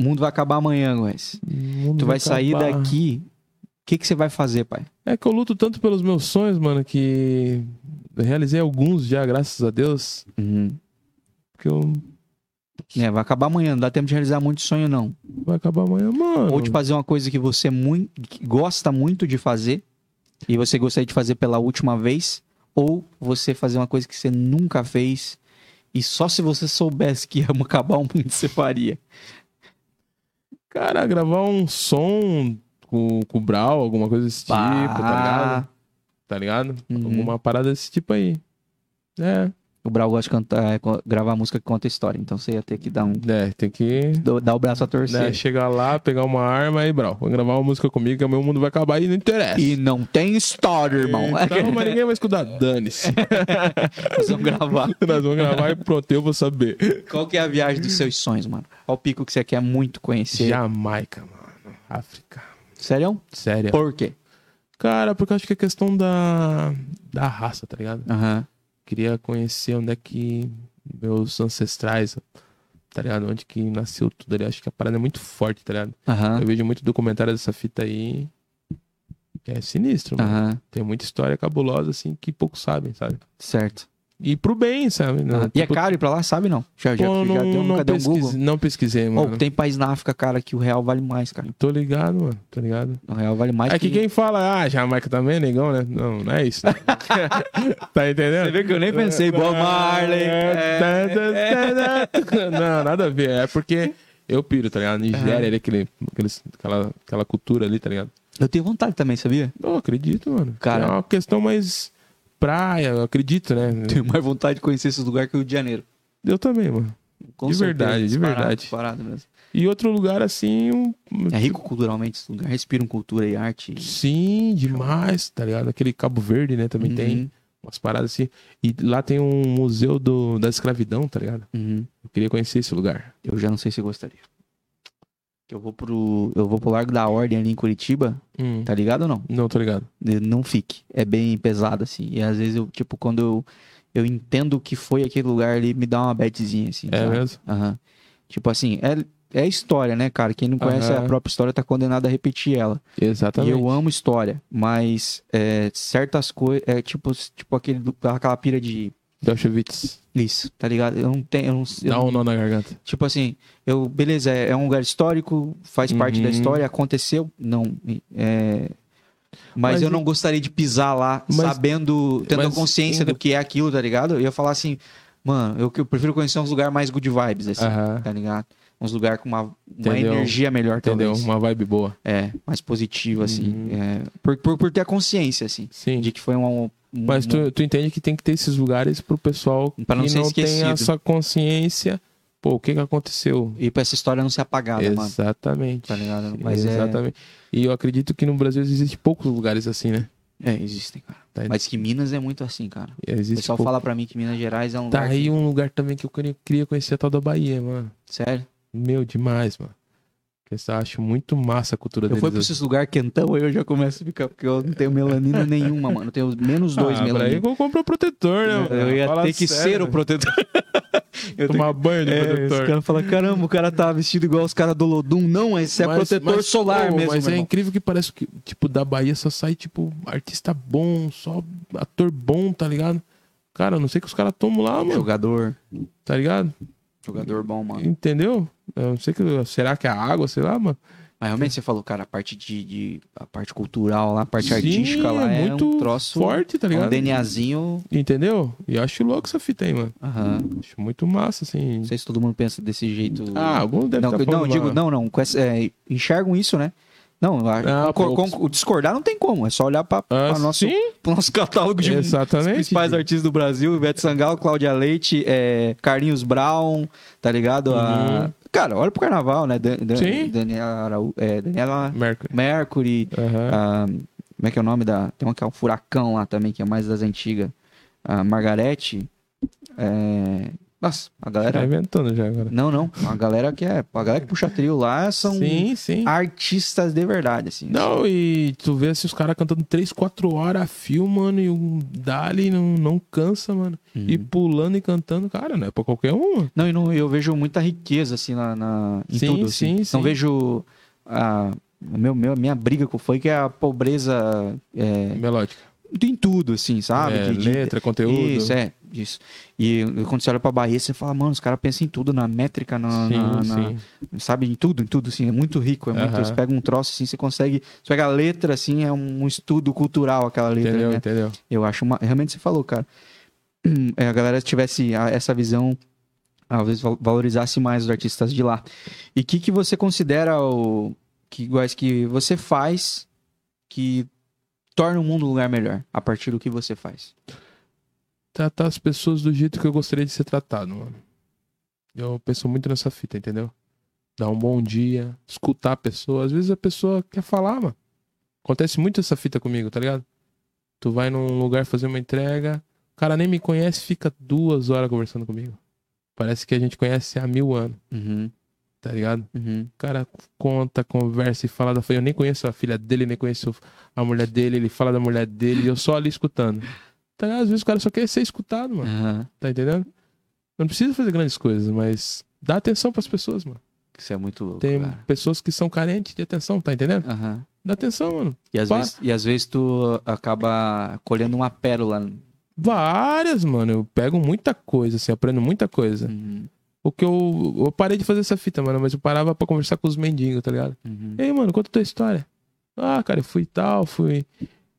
B: O mundo vai acabar amanhã, guys.
A: O mundo
B: Tu vai sair
A: acabar.
B: daqui. O que, que você vai fazer, pai?
A: É que eu luto tanto pelos meus sonhos, mano, que eu realizei alguns já, graças a Deus. Porque eu...
B: É, vai acabar amanhã, não dá tempo de realizar muito sonho, não.
A: vai acabar amanhã, mano.
B: Ou de fazer uma coisa que você mui- que gosta muito de fazer e você gostaria de fazer pela última vez, ou você fazer uma coisa que você nunca fez e só se você soubesse que ia acabar o mundo você faria.
A: Cara, gravar um som com, com o Brau, alguma coisa desse tipo, tá ligado?
B: Ah,
A: Tá ligado?
B: Uhum.
A: Alguma parada desse tipo aí. É,
B: O Brau gosta de cantar, é, co- gravar música que conta história, então você ia ter que dar um
A: né, tem que
B: do- dar o braço a
A: né,
B: torcer.
A: chegar lá, pegar uma arma e, Brau, vou gravar uma música comigo que o meu mundo vai acabar e não interessa.
B: E não tem história, irmão. É,
A: Então, mas ninguém vai escutar, dane-se.
B: Nós vamos gravar.
A: Nós vamos gravar e pronto, eu vou saber.
B: Qual que é a viagem dos seus sonhos, mano? Qual o pico que você quer muito conhecer?
A: Jamaica, mano. África.
B: Sério?
A: Sério.
B: Por quê?
A: Cara, porque eu acho que é questão da, da raça, tá ligado?
B: Aham.
A: queria conhecer onde é que meus ancestrais, tá ligado? Onde que nasceu tudo ali. Acho que a parada é muito forte, tá ligado?
B: Aham.
A: Eu vejo muito documentário dessa fita aí. Que é sinistro, mano.
B: Aham.
A: Tem muita história cabulosa, assim, que poucos sabem, sabe?
B: Certo.
A: E pro bem, sabe?
B: Ah, e é caro ir pra lá, sabe não? Já, já,
A: tipo, pô,
B: já
A: não,
B: deu,
A: não,
B: nunca deu um
A: pesquise-
B: Google.
A: não né? pesquisei,
B: Ou
A: mano.
B: tem país na África, cara, que o real vale mais, cara.
A: Tô ligado, mano. Tô ligado.
B: O real vale mais
A: É que quem fala, ah, Jamaica também é negão, né? Não, não é isso. né? tá entendendo?
B: Você vê que eu nem pensei, Bob Marley. É,
A: Não, nada a ver. É porque eu piro, tá ligado? Nigéria, ali, aquele, aqueles- aquela, aquela cultura ali, tá ligado?
B: Eu tenho vontade também, sabia?
A: Não acredito, mano.
B: Cara.
A: É uma questão mais praia, eu acredito, né?
B: Tenho mais vontade de conhecer esses lugares que o Rio de Janeiro.
A: Eu também, mano.
B: Com
A: De
B: certeza,
A: verdade, de
B: disparado,
A: verdade.
B: disparado mesmo.
A: E outro lugar assim. um-
B: É rico culturalmente esse lugar. Respiram cultura e arte.
A: Sim, demais, tá ligado? Aquele Cabo Verde, né? Também
B: Uhum.
A: tem umas paradas assim. E lá tem um museu do, da escravidão, tá ligado?
B: Uhum.
A: Eu queria conhecer esse lugar.
B: Eu já não sei se eu gostaria. Que Eu vou pro. Eu vou pro Largo da Ordem ali em Curitiba,
A: Hum.
B: tá ligado ou não?
A: Não, tô ligado.
B: Eu Não fique. É bem pesado, assim. E às vezes eu, tipo, quando eu, eu entendo o que foi aquele lugar ali, me dá uma betezinha, assim.
A: É
B: sabe?
A: mesmo?
B: Aham. Tipo assim, é, é história, né, cara? Quem não conhece
A: Aham.
B: a própria história tá condenado a repetir ela.
A: Exatamente.
B: E eu amo história, mas é, certas coisas. É tipo, tipo aquele, do- aquela pira de.
A: Auschwitz.
B: Isso, tá ligado? Eu não tenho. Eu não, eu
A: Dá
B: não-
A: um nó na garganta.
B: Tipo assim, eu, beleza, é é um lugar histórico, faz parte
A: Uhum.
B: da história, aconteceu, não. é, Mas,
A: Mas
B: eu
A: e-
B: não gostaria de pisar lá,
A: Mas-
B: sabendo, tendo a
A: mas
B: consciência
A: ainda-
B: do que é aquilo, tá ligado? Eu ia falar assim, mano, eu, eu prefiro conhecer uns lugares mais good vibes, assim,
A: Aham.
B: tá ligado? Uns lugares com uma, uma
A: Entendeu.
B: energia melhor,
A: Entendeu?
B: talvez.
A: Uma vibe boa.
B: É, mais positiva, assim.
A: Uhum.
B: é, por, por, por ter a consciência, assim,
A: Sim.
B: de que foi uma- um.
A: Mas
B: um-
A: tu, tu entende que tem que ter esses lugares pro pessoal
B: Pra não
A: que
B: ser
A: não tem
B: esquecido.
A: essa consciência. Pô, o que que aconteceu?
B: E pra essa história não ser apagada, mano.
A: Exatamente.
B: Tá ligado? Mas é-
A: Exatamente. E eu acredito que no Brasil existe poucos lugares assim, né?
B: É, existem, cara.
A: Tá aí.
B: Mas que Minas é muito assim, cara. O
A: Existe,
B: pessoal
A: pô.
B: fala pra mim que Minas Gerais é um
A: Tá
B: lugar.
A: aí um lugar também que eu queria- queria conhecer a tal da Bahia, mano.
B: Sério?
A: Meu, demais, mano. Eu só acho muito massa a cultura
B: Eu
A: deles. assim.
B: fui pra esses lugares quentão, aí eu já começo a ficar. Porque eu não tenho melanina nenhuma, mano. Eu tenho menos dois
A: ah, pra
B: melanina.
A: aí eu compro o protetor, né? mano?
B: Eu ia
A: Fala
B: ter que
A: sério,
B: ser o
A: velho.
B: protetor. Eu tenho
A: Tomar banho de
B: É, os
A: protetor.
B: caras falam, caramba, o cara tá vestido igual os caras do Lodum. Não, esse é
A: Mas-
B: protetor
A: mas,
B: solar
A: pô,
B: mesmo,
A: Mas
B: meu
A: é
B: irmão.
A: incrível que parece que, tipo, da Bahia só sai, tipo, artista bom, só ator bom, tá ligado? Cara, eu não sei o que os caras tomam lá, mano,
B: É, Jogador.
A: tá ligado?
B: Jogador bom, mano.
A: Entendeu? Eu não sei que. Será que é a água, sei lá, mano?
B: Mas realmente você falou, cara, a parte de. de- a parte cultural lá, a parte
A: Sim,
B: artística lá é
A: muito
B: um troço.
A: forte, tá
B: é um
A: ligado?
B: DNAzinho.
A: Entendeu? E eu acho louco essa fita aí, mano.
B: Aham.
A: Acho muito massa, assim.
B: Não sei se todo mundo pensa desse jeito.
A: Ah, algum deve
B: não,
A: tá
B: eu- não,
A: falando
B: eu digo,
A: lá.
B: não, não. com essa- é, enxergam isso, né? Não, eu acho-
A: Ah,
B: con-
A: pô,
B: con- o discordar não tem como. É só olhar pra,
A: Ah,
B: pra nosso,
A: sim,
B: pro nosso catálogo de
A: exatamente.
B: Os principais artistas do Brasil, Ivete Sangalo, Cláudia Leite, é, Carlinhos Brown, tá ligado? A-
A: Uhum.
B: Cara, olha pro carnaval, né? Dan- Dan-
A: Sim. Uhum.
B: Daniela, Araú- é, Daniela
A: Mercury.
B: Mercury.
A: Aham.
B: a- como é que é o nome da. Tem uma que é um furacão lá também, que é mais das antigas. A Margarete. é, Nossa, a
A: Tá
B: galera.
A: inventando já agora.
B: Não, não. A galera que é. A galera que puxa trio lá são
A: Sim, sim.
B: artistas de verdade, assim.
A: Não, e tu vê assim, os caras cantando 3, 4 horas a fio, mano, e o Dali não, não cansa, mano. E
B: Uhum.
A: pulando e cantando, cara, não é pra qualquer um. mano.
B: Não, e não, eu vejo muita riqueza, assim, na, na- em
A: Sim,
B: tudo. Assim.
A: sim,
B: Não
A: sim.
B: vejo a meu, meu, minha briga com o funk é a pobreza é,
A: Melódica.
B: em tudo, assim, sabe?
A: é,
B: De- de-
A: letra, conteúdo.
B: Isso, é, isso. E quando você olha pra Bahia, você fala, mano, os caras pensam em tudo, na métrica, na,
A: Sim,
B: na- na-
A: sim.
B: sabe, em tudo, em tudo, assim, é muito rico, é muito,
A: Aham.
B: você pega um troço, assim, você consegue, você pega a letra, assim, é um estudo cultural aquela letra,
A: Entendeu,
B: né?
A: entendeu?
B: Eu acho uma... Realmente você falou, cara. Hum, é, A galera tivesse a- essa visão, talvez val- valorizasse mais os artistas de lá. E o que, que você considera o... Que, iguais que você faz que torna o mundo um lugar melhor a partir do que você faz?
A: Tratar as pessoas do jeito que eu gostaria de ser tratado, mano. Eu penso muito nessa fita, entendeu? Dar um bom dia, escutar a pessoa. Às vezes a pessoa quer falar, mano. Acontece muito essa fita comigo, tá ligado? Tu vai num lugar fazer uma entrega, o cara nem me conhece, fica duas horas conversando comigo. Parece que a gente conhece há mil anos,
B: Uhum,
A: tá ligado?
B: uhum.
A: O cara conta, conversa e fala da família. Eu nem conheço a filha dele, nem conheço a mulher dele, ele fala da mulher dele, e eu só ali escutando. Tá ligado? Às vezes o cara só quer ser escutado, mano.
B: Aham.
A: Tá entendendo? Não precisa fazer grandes coisas, mas dá atenção pras pessoas, mano.
B: Isso é muito louco,
A: Tem
B: cara.
A: pessoas que são carentes de atenção, tá entendendo?
B: Aham.
A: Dá atenção, mano.
B: E, às
A: Pá.
B: vezes, e às vezes tu acaba colhendo uma pérola. né?
A: Várias, mano. Eu pego muita coisa, assim, aprendo muita coisa.
B: Uhum,
A: O que eu. Eu parei de fazer essa fita, mano, mas eu parava pra conversar com os mendigos, tá ligado?
B: uhum.
A: Ei, mano, conta a tua história. Ah, cara, eu fui tal, fui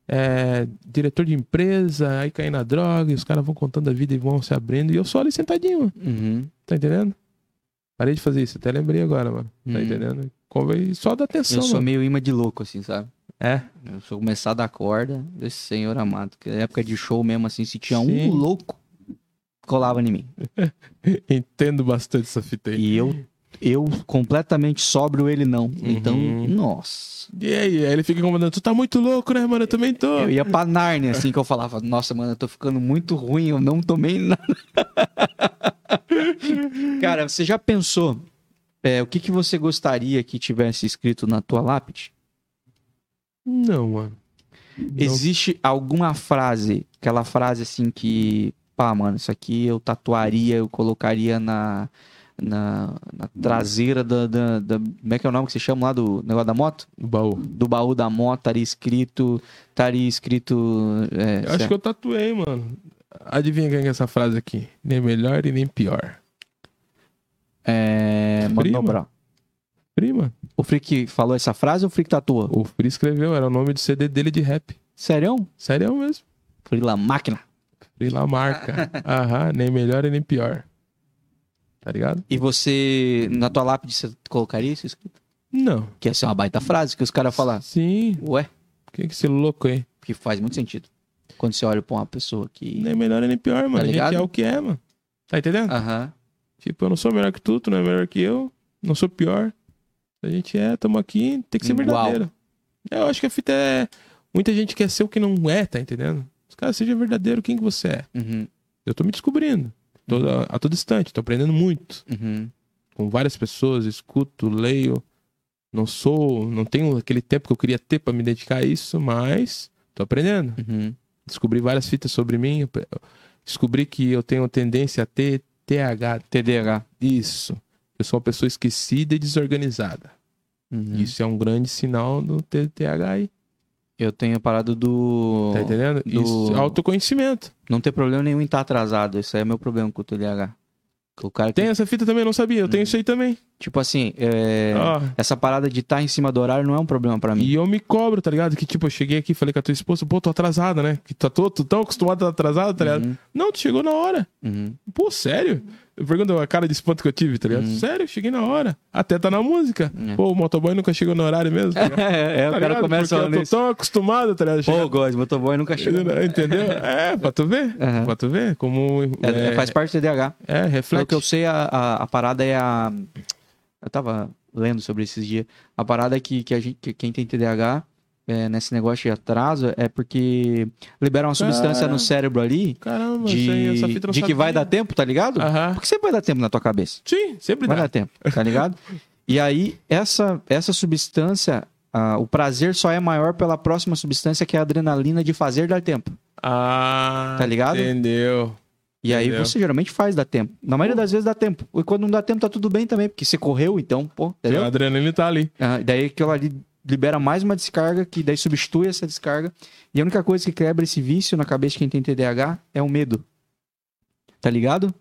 A: é, diretor de empresa, aí caí na droga, e os caras vão contando a vida e vão se abrindo, e eu só ali sentadinho, mano.
B: Uhum.
A: Tá entendendo? Parei de fazer isso, até lembrei agora, mano. Tá
B: Hum.
A: entendendo? Convém só dar atenção,
B: Eu sou
A: mano.
B: meio imã de louco, assim, sabe?
A: É.
B: Eu sou começado a corda desse senhor amado. Que na época de show mesmo, assim, se tinha
A: Sim.
B: um louco, colava em mim.
A: Entendo bastante essa fita aí.
B: E eu, eu completamente sóbrio, ele não. Então,
A: Uhum.
B: nossa.
A: E aí, aí ele fica incomodando. Tu tá muito louco, né, mano? Eu também tô.
B: Eu ia pra Nárnia, assim, que eu falava, nossa, mano, eu tô ficando muito ruim, eu não tomei nada. Cara, você já pensou é, o que, que você gostaria que tivesse escrito na tua lápide?
A: Não, mano. Não.
B: Existe alguma frase, aquela frase assim que, pá, mano, isso aqui eu tatuaria, eu colocaria na, na, na traseira da, da, da- Como é que é o nome que você chama lá do negócio da moto?
A: O baú.
B: Do é baú da moto, estaria escrito. Estaria escrito. É,
A: Eu acho que eu tatuei, mano. Adivinha quem é essa frase aqui? Nem melhor e nem pior.
B: é,
A: Free,
B: Mano Brown.
A: Prima.
B: O Freak falou essa frase ou o Freak tatuou?
A: O Free escreveu, era o nome do CD dele de rap.
B: Sério?
A: Sério é mesmo.
B: Free La Máquina.
A: Free Lamarca. Aham, nem melhor e nem pior. Tá ligado?
B: E você, na tua lápide, você colocaria isso escrito?
A: Não.
B: Que ia ser uma baita frase que os caras falam,
A: Sim.
B: ué.
A: Quem é que esse louco aí?
B: Porque faz muito sentido. Quando você olha pra uma pessoa que.
A: Nem é melhor e nem pior, mano. a
B: Tá ligado? Ah.
A: gente é o que é, mano. Tá entendendo?
B: Aham.
A: Tipo, eu não sou melhor que tu, tu não é melhor que eu. Não sou pior. A gente é, tamo aqui, tem que ser
B: Igual.
A: verdadeiro. É, Eu acho que a fita é. Muita gente quer ser o que não é, tá entendendo? Os caras, seja verdadeiro quem que você é.
B: Uhum,
A: Eu tô me descobrindo. Toda, a todo instante, tô aprendendo muito.
B: uhum,
A: Com várias pessoas, escuto, leio. Não sou, não tenho aquele tempo que eu queria ter pra me dedicar a isso, mas tô aprendendo.
B: uhum.
A: Descobri várias fitas sobre mim. Descobri que eu tenho tendência a ter TH.
B: TDAH.
A: Isso. Eu sou uma pessoa esquecida e desorganizada.
B: Uhum.
A: Isso é um grande sinal do TTH aí.
B: Eu tenho a parada do.
A: Tá entendendo?
B: do-
A: Isso é autoconhecimento.
B: Não ter problema nenhum em estar atrasado. Isso aí é meu problema com o TDAH. Que O cara que-
A: Tem essa fita também, eu não sabia. Eu tenho isso aí também.
B: Tipo assim, é,
A: Ó,
B: essa parada de estar em cima do horário não é um problema pra mim.
A: e eu me cobro, tá ligado? Que tipo, eu cheguei aqui e falei com a tua esposa, pô, tô atrasada, né? Que tá tô, tô tão acostumado a estar atrasado, tá
B: Hum.
A: ligado? Não, tu chegou na hora.
B: Uhum.
A: Pô, sério? Eu pergunto a cara de espanto que eu tive, tá ligado? Sério, cheguei na hora. Até tá na música. Pô, o motoboy nunca chegou no horário mesmo. Tá ligado?
B: É, é, o
A: Tá
B: cara
A: ligado?
B: começa
A: Porque
B: falando
A: eu tô
B: isso.
A: tão acostumado, tá ligado?
B: Pô, God, motoboy nunca chegou.
A: Entendeu? É, pra tu ver.
B: Aham.
A: Pra tu ver. Como.
B: É, faz parte do TDAH.
A: É,
B: Pelo que
A: reflete.
B: eu sei, a, a, a parada é a. Eu tava lendo sobre esses dias. A parada é que, que, a gente, que quem tem TDAH é, nesse negócio de atraso é porque libera uma substância
A: Cara.
B: no cérebro ali
A: Caramba, isso aí, essa fita
B: de,
A: assim? eu não
B: de que
A: sabia.
B: vai dar tempo, tá ligado?
A: Aham.
B: Porque sempre vai dar tempo na tua cabeça.
A: Sim, sempre
B: Vai
A: dá.
B: dar tempo, tá ligado? e aí, essa, essa substância, ah, o prazer só é maior pela próxima substância que é a adrenalina de fazer dar tempo.
A: Ah,
B: Tá ligado?
A: Entendeu.
B: E aí
A: Entendeu.
B: você geralmente faz dar tempo. Na maioria das vezes dá tempo. E quando não dá tempo, tá tudo bem também, porque você correu, então, pô,
A: A
B: entendeu?
A: adrenalina tá ali.
B: Ah, daí aquilo ali libera mais uma descarga, que daí substitui essa descarga. E a única coisa que quebra esse vício na cabeça de quem tem TDAH é o medo. Tá ligado?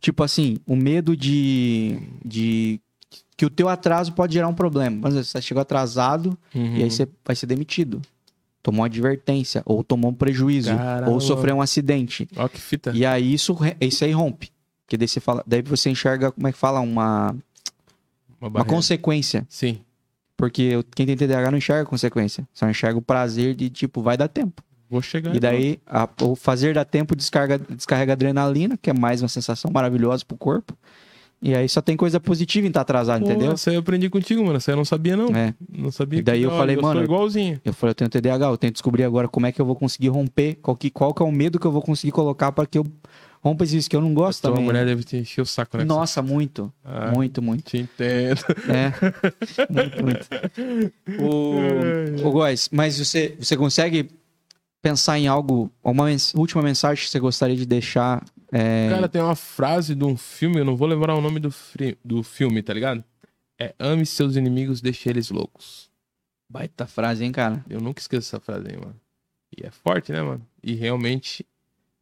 B: Tipo assim, o medo de. de que o teu atraso pode gerar um problema. Mas você chegou atrasado
A: Uhum.
B: e aí você vai ser demitido. Tomou uma advertência, ou tomou um prejuízo,
A: Caramba.
B: ou sofreu um acidente.
A: Ó, que fita.
B: E aí isso, re- isso aí rompe. Porque daí você, fala, daí você enxerga, como é que fala? Uma,
A: Uma
B: uma
A: barreira.
B: consequência.
A: Sim.
B: Porque o- quem tem TDAH não enxerga a consequência. Só enxerga o prazer de, tipo, vai dar tempo.
A: Vou chegar.
B: E daí, a- o fazer dar tempo descarga, descarrega adrenalina, que é mais uma sensação maravilhosa pro corpo. E aí só tem coisa positiva em estar atrasado,
A: Pô,
B: entendeu?
A: Essa aí eu aprendi contigo, mano. Essa aí eu não sabia, não.
B: É.
A: Não sabia.
B: E daí
A: que-
B: eu
A: ó,
B: falei, mano-
A: Sou igualzinho.
B: Eu falei, eu tenho TDAH, eu tenho que descobrir agora como é que eu vou conseguir romper, qual que, qual que é o medo que eu vou conseguir colocar para que eu rompa isso que eu não gosto
A: Tua
B: também.
A: mulher deve te encher o saco, né?
B: Nossa, muito.
A: Ah.
B: Muito, muito.
A: Te entendo.
B: É. Muito, muito. O, o Góis, mas você, você consegue pensar em algo, uma mens- última mensagem que você gostaria de deixar? É,
A: Cara, tem uma frase de um filme, eu não vou lembrar o nome do, fri- do filme, tá ligado? É ame seus inimigos, deixe eles loucos.
B: baita frase, hein, cara?
A: Eu nunca esqueço essa frase aí, mano. E é forte, né, mano? E realmente,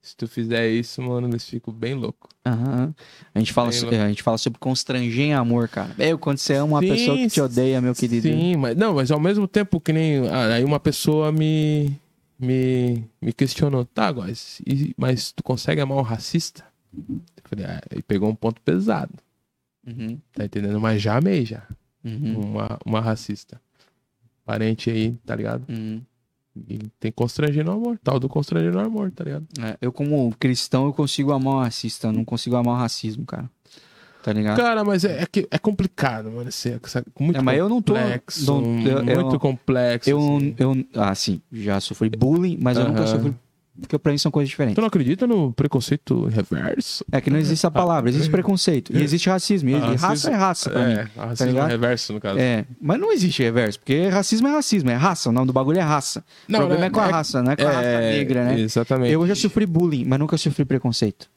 A: se tu fizer isso, mano, eles ficam bem loucos.
B: Aham. A, gente fala,
A: Sei
B: so-
A: lá.
B: é, a gente fala sobre constranger em amor, cara. Meu, quando você ama uma
A: Sim,
B: pessoa que te odeia, meu querido.
A: Sim, mas não, mas ao mesmo tempo que nem ah, aí uma pessoa me me, me questionou, tá, guys, e- mas tu consegue amar um racista? Eu falei, ah, e pegou um ponto pesado,
B: Uhum,
A: tá entendendo? Mas já amei já
B: uhum,
A: uma uma racista. Parente aí, tá ligado?
B: uhum.
A: E tem constrangendo o amor, tal do constrangendo o amor, tá ligado?
B: É, eu, como cristão, eu consigo amar o racista, eu não consigo amar o racismo, cara. Tá ligado?
A: Cara, mas é, é que é complicado, mano, assim, é muito
B: É, mas eu não tô-
A: complexo,
B: não- eu- eu-
A: muito complexo.
B: Eu,
A: assim.
B: eu, ah, sim, já sofri bullying, mas eu nunca
A: Aham.
B: sofri. Porque pra mim são coisas diferentes.
A: Tu não acredita no preconceito reverso?
B: É que não existe essa palavra, existe preconceito. E existe racismo. E
A: Ah,
B: raça
A: racismo-
B: é raça pra mim.
A: É, racismo
B: ligado?
A: reverso, no caso.
B: É, mas não existe reverso, porque racismo é racismo, é raça. O nome do bagulho é raça.
A: Não,
B: o problema
A: né,
B: é com a
A: é-
B: raça, não é com a raça negra, né?
A: Exatamente.
B: Eu já sofri bullying, mas nunca sofri preconceito.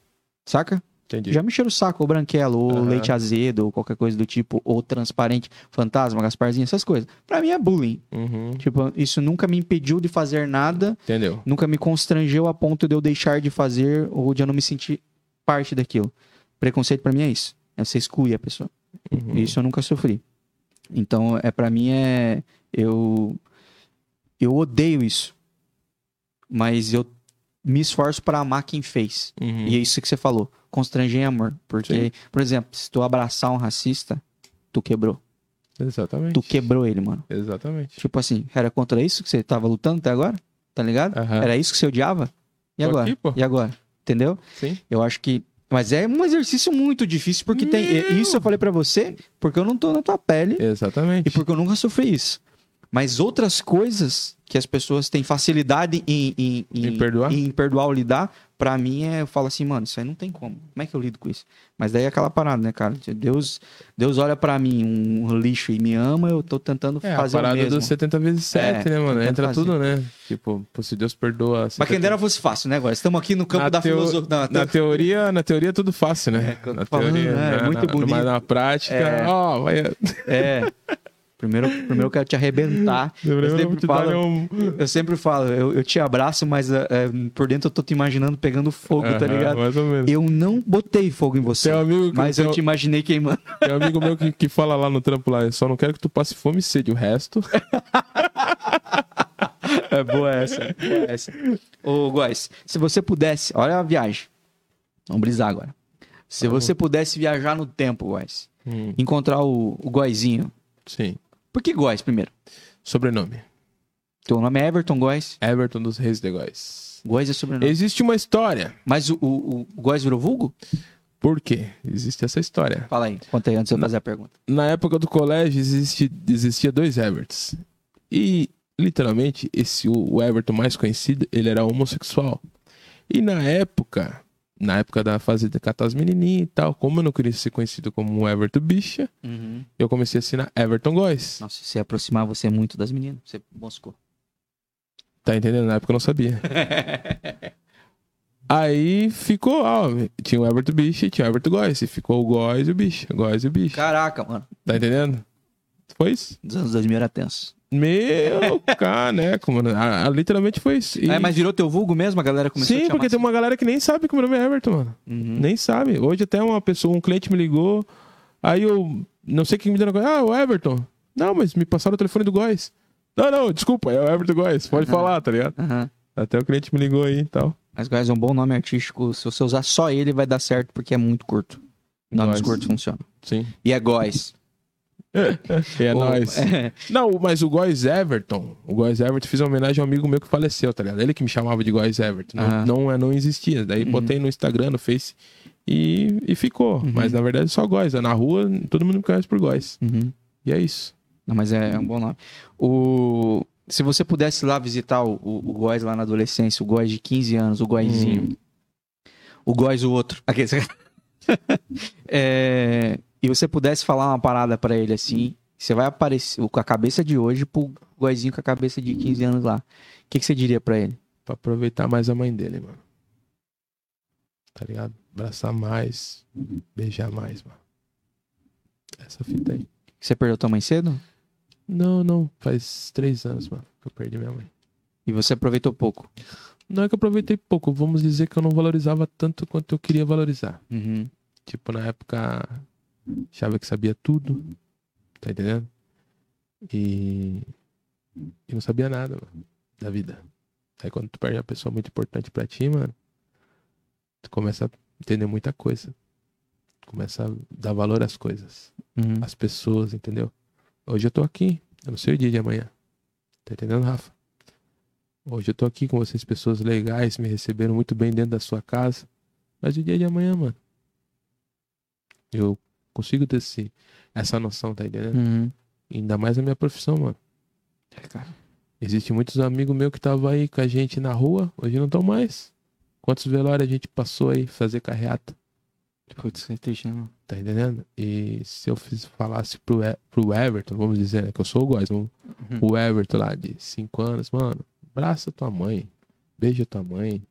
B: Saca?
A: Entendi.
B: Já me cheiro o saco, ou branquelo, ou
A: Aham.
B: leite azedo, ou qualquer coisa do tipo, ou transparente, fantasma, Gasparzinho, essas coisas. Pra mim é bullying.
A: Uhum,
B: Tipo, isso nunca me impediu de fazer nada
A: Entendeu?
B: nunca me constrangeu a ponto de eu deixar de fazer ou de eu não me sentir parte daquilo. Preconceito pra mim é isso. É você excluir a pessoa.
A: Uhum.
B: E Isso eu nunca sofri. Então, é para mim é eu eu odeio isso. Mas eu me esforço pra amar quem fez.
A: Uhum.
B: E é isso que você falou, constranger em amor, porque,
A: Sim.
B: por exemplo, se tu abraçar um racista, tu quebrou.
A: Exatamente.
B: Tu quebrou ele, mano.
A: Exatamente.
B: Tipo assim, era contra isso que você tava lutando até agora? Tá ligado?
A: Aham.
B: Era isso que você odiava? E
A: É. Tô
B: agora?
A: aqui, pô.
B: E agora? Entendeu?
A: Sim.
B: Eu acho que. Mas é um exercício muito difícil, porque tem. e- Isso eu falei pra você, porque eu não tô na tua pele
A: Exatamente.
B: e porque eu nunca sofri isso. Mas outras coisas que as pessoas têm facilidade em, em,
A: Em perdoar?
B: em perdoar ou lidar, pra mim é, eu falo assim, mano, isso aí não tem como. Como é que eu lido com isso? Mas daí é aquela parada, né, cara? Deus, Deus olha pra mim um lixo e me ama, eu tô tentando
A: É, a
B: fazer o
A: parada
B: mesmo.
A: dos 70 vezes 7,
B: É,
A: né, mano?
B: tentando
A: Entra
B: fazer.
A: tudo, né? Tipo, pô, se Deus perdoa.
B: Mas quem
A: 70
B: dera fosse fácil, né, agora? Estamos aqui no campo da
A: teo-
B: filosofia. Não,
A: na
B: tá-
A: teoria, na teoria é tudo fácil,
B: É,
A: né?
B: que eu tô
A: na
B: falando,
A: teoria,
B: né?
A: na-
B: Muito
A: na-
B: bonito.
A: Mas na prática,
B: É.
A: ó, vai.
B: É. Primeiro, primeiro eu quero te arrebentar. Eu
A: Lembrando
B: sempre
A: que dar
B: falo,
A: um.
B: eu, sempre falo eu, eu te abraço, mas é, é, por dentro eu tô te imaginando pegando fogo, tá
A: Aham,
B: ligado?
A: Mais ou menos.
B: Eu não botei fogo em você,
A: Tem um amigo, que-
B: mas
A: tem
B: eu
A: um-
B: te imaginei queimando.
A: tem um amigo meu que, que fala lá no trampo lá, eu só não quero que tu passe fome e sede, o resto.
B: É boa essa, boa essa. Ô, Góis, se você pudesse... Olha a viagem. Vamos brisar agora. Se você pudesse viajar no tempo, Góis,
A: Hum,
B: encontrar o, o Góizinho...
A: sim.
B: Por que Góis, primeiro?
A: Sobrenome.
B: Teu nome é Everton Góis.
A: Everton dos Reis de Góis.
B: Góis é sobrenome.
A: Existe uma história.
B: Mas o, o, o Góis virou vulgo?
A: Por quê? Existe essa história.
B: Fala aí, conta aí antes de eu fazer a pergunta.
A: na época do colégio existi- existia dois Everts. E, literalmente, esse o- o Everton mais conhecido, ele era homossexual. E na época, na época da fase de catar as menininhas e tal, como eu não queria ser conhecido como um Everton bicha, eu comecei a assinar Everton Góes.
B: Nossa, se aproximar você é muito das meninas, você moscou.
A: Tá entendendo? Na época eu não sabia. Aí ficou, ó, tinha o Everton bicha e tinha o Everton Góes. E ficou o Góes e o bicha, Góes e o bicha.
B: Caraca, mano.
A: Tá entendendo? Foi isso.
B: Dos anos 2000 era tenso.
A: Meu caneco, mano. Ah, ah, literalmente foi isso. E-
B: É, mas virou teu vulgo mesmo? A galera começou a
A: Sim,
B: te assim. Hum. Uhum.
A: porque tem uma galera que nem sabe que meu nome é Everton, mano. Nem sabe. Hoje até uma pessoa, um cliente me ligou. Aí eu não sei quem me deu na coisa. Ah, o Everton. Não, mas me passaram o telefone do Góis. Não, não, desculpa, é o Everton Góis. Pode falar, tá ligado?
B: Aham.
A: Até o cliente me ligou aí e tal.
B: Mas Góis é um bom nome artístico. Se você usar só ele, vai dar certo, porque é muito curto. Nomes
A: Góis.
B: curtos funcionam.
A: Sim.
B: E é Góis.
A: E é
B: Ô,
A: nóis.
B: é.
A: Não, mas o Góis Everton, o Góis Everton fiz uma homenagem a um amigo meu que faleceu, tá ligado? Ele que me chamava de Góis Everton. Não-
B: Ah.
A: Não, é- não existia. Daí botei no Instagram, no Face e, e ficou. Mas na verdade só Góis. Na rua todo mundo me conhece por Góis.
B: Uhum.
A: E é isso.
B: Não, mas é, é um bom nome. O... Se você pudesse ir lá visitar o, o, o Góis lá na adolescência, o Góis de 15 anos, o Góizinho. O Góis, o outro. Aquele... É, E você pudesse falar uma parada pra ele assim, você vai aparecer com a cabeça de hoje pro Góizinho com a cabeça de 15 anos lá. O que, que você diria pra ele?
A: Pra aproveitar mais a mãe dele, mano. Tá ligado? Abraçar mais, beijar mais, mano. Essa fita aí.
B: Que Você perdeu tua mãe cedo?
A: Não, não. Faz três anos, mano, que eu perdi minha mãe.
B: E você aproveitou pouco.
A: Não é que eu aproveitei pouco. Vamos dizer que eu não valorizava tanto quanto eu queria valorizar.
B: Uhum.
A: Tipo, na época, achava que sabia tudo, tá entendendo? E, e não sabia nada, mano, da vida. Aí quando tu perde uma pessoa muito importante pra ti, mano, tu começa a entender muita coisa. Tu começa a dar valor às coisas,
B: Uhum.
A: às pessoas, entendeu? Hoje eu tô aqui, eu não sei o dia de amanhã. Tá entendendo, Rafa? Hoje eu tô aqui com vocês, pessoas legais, me receberam muito bem dentro da sua casa. Mas o dia de amanhã, mano. Eu consigo ter esse, essa noção, tá entendendo?
B: Uhum.
A: Ainda mais na minha profissão, mano.
B: É, cara.
A: Existem muitos amigos meus que estavam aí com a gente na rua, hoje não estão mais. Quantos velórios a gente passou aí fazer carreata,
B: Putz, é triste, né? mano?
A: tá entendendo? E se eu fiz- falasse pro, E- pro Everton, vamos dizer, né, que eu sou o Góis, vamos-
B: Uhum.
A: o Everton lá de 5 anos, mano, abraça tua mãe, beija tua mãe.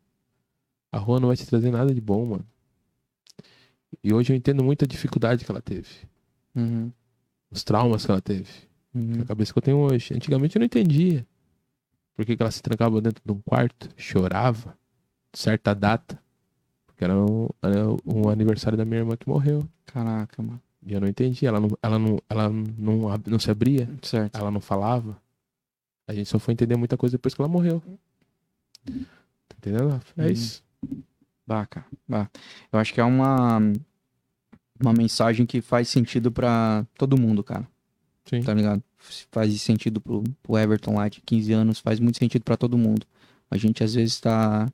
A: A rua não vai te trazer nada de bom, mano. E hoje eu entendo muito a dificuldade que ela teve,
B: Uhum.
A: os traumas que ela teve.
B: Uhum.
A: A cabeça que eu tenho hoje. Antigamente eu não entendia. Por que, que ela se trancava dentro de um quarto, chorava, certa data. Porque era um, era um aniversário da minha irmã que morreu.
B: Caraca, mano.
A: E eu não entendi. Ela não, ela não, ela não, ab- não se abria,
B: Certo.
A: ela não falava. A gente só foi entender muita coisa depois que ela morreu. Tá entendendo? Rafa? É
B: Uhum.
A: isso.
B: Bah, cara. bah. Eu acho que é uma, uma mensagem que faz sentido pra todo mundo, cara.
A: Sim.
B: Tá ligado? Faz sentido pro, pro Everton lá de 15 anos, faz muito sentido pra todo mundo. A gente às vezes tá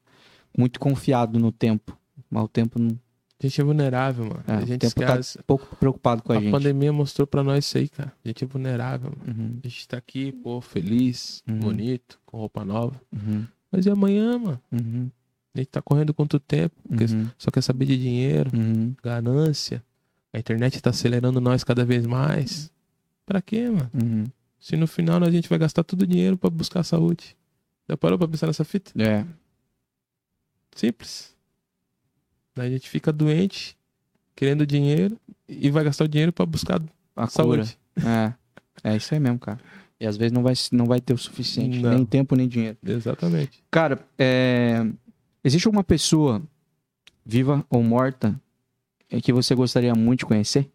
B: muito confiado no tempo, mas o tempo não
A: A gente é vulnerável, mano.
B: É,
A: a
B: o
A: gente
B: tempo tá
A: esquece.
B: pouco preocupado com a,
A: A,
B: gente.
A: pandemia mostrou pra nós isso aí, cara. A gente é vulnerável, mano.
B: Uhum,
A: A gente tá aqui, pô, feliz, bonito, com roupa nova.
B: Uhum,
A: Mas e amanhã, mano?
B: uhum,
A: A gente tá correndo contra o tempo, porque
B: uhum,
A: só quer saber de dinheiro,
B: uhum,
A: ganância. A internet tá acelerando nós cada vez mais. Pra quê, mano?
B: uhum.
A: Se no final a gente vai gastar todo o dinheiro pra buscar saúde. Já parou pra pensar nessa fita?
B: É.
A: Simples. Daí a gente fica doente, querendo dinheiro, e vai gastar o dinheiro pra buscar
B: A cura.
A: saúde.
B: É. É isso aí mesmo, cara. E às vezes não vai, não vai ter o suficiente,
A: Não.
B: nem tempo, nem dinheiro.
A: Exatamente.
B: Cara, é, existe alguma pessoa, viva ou morta, é, que você gostaria muito de conhecer?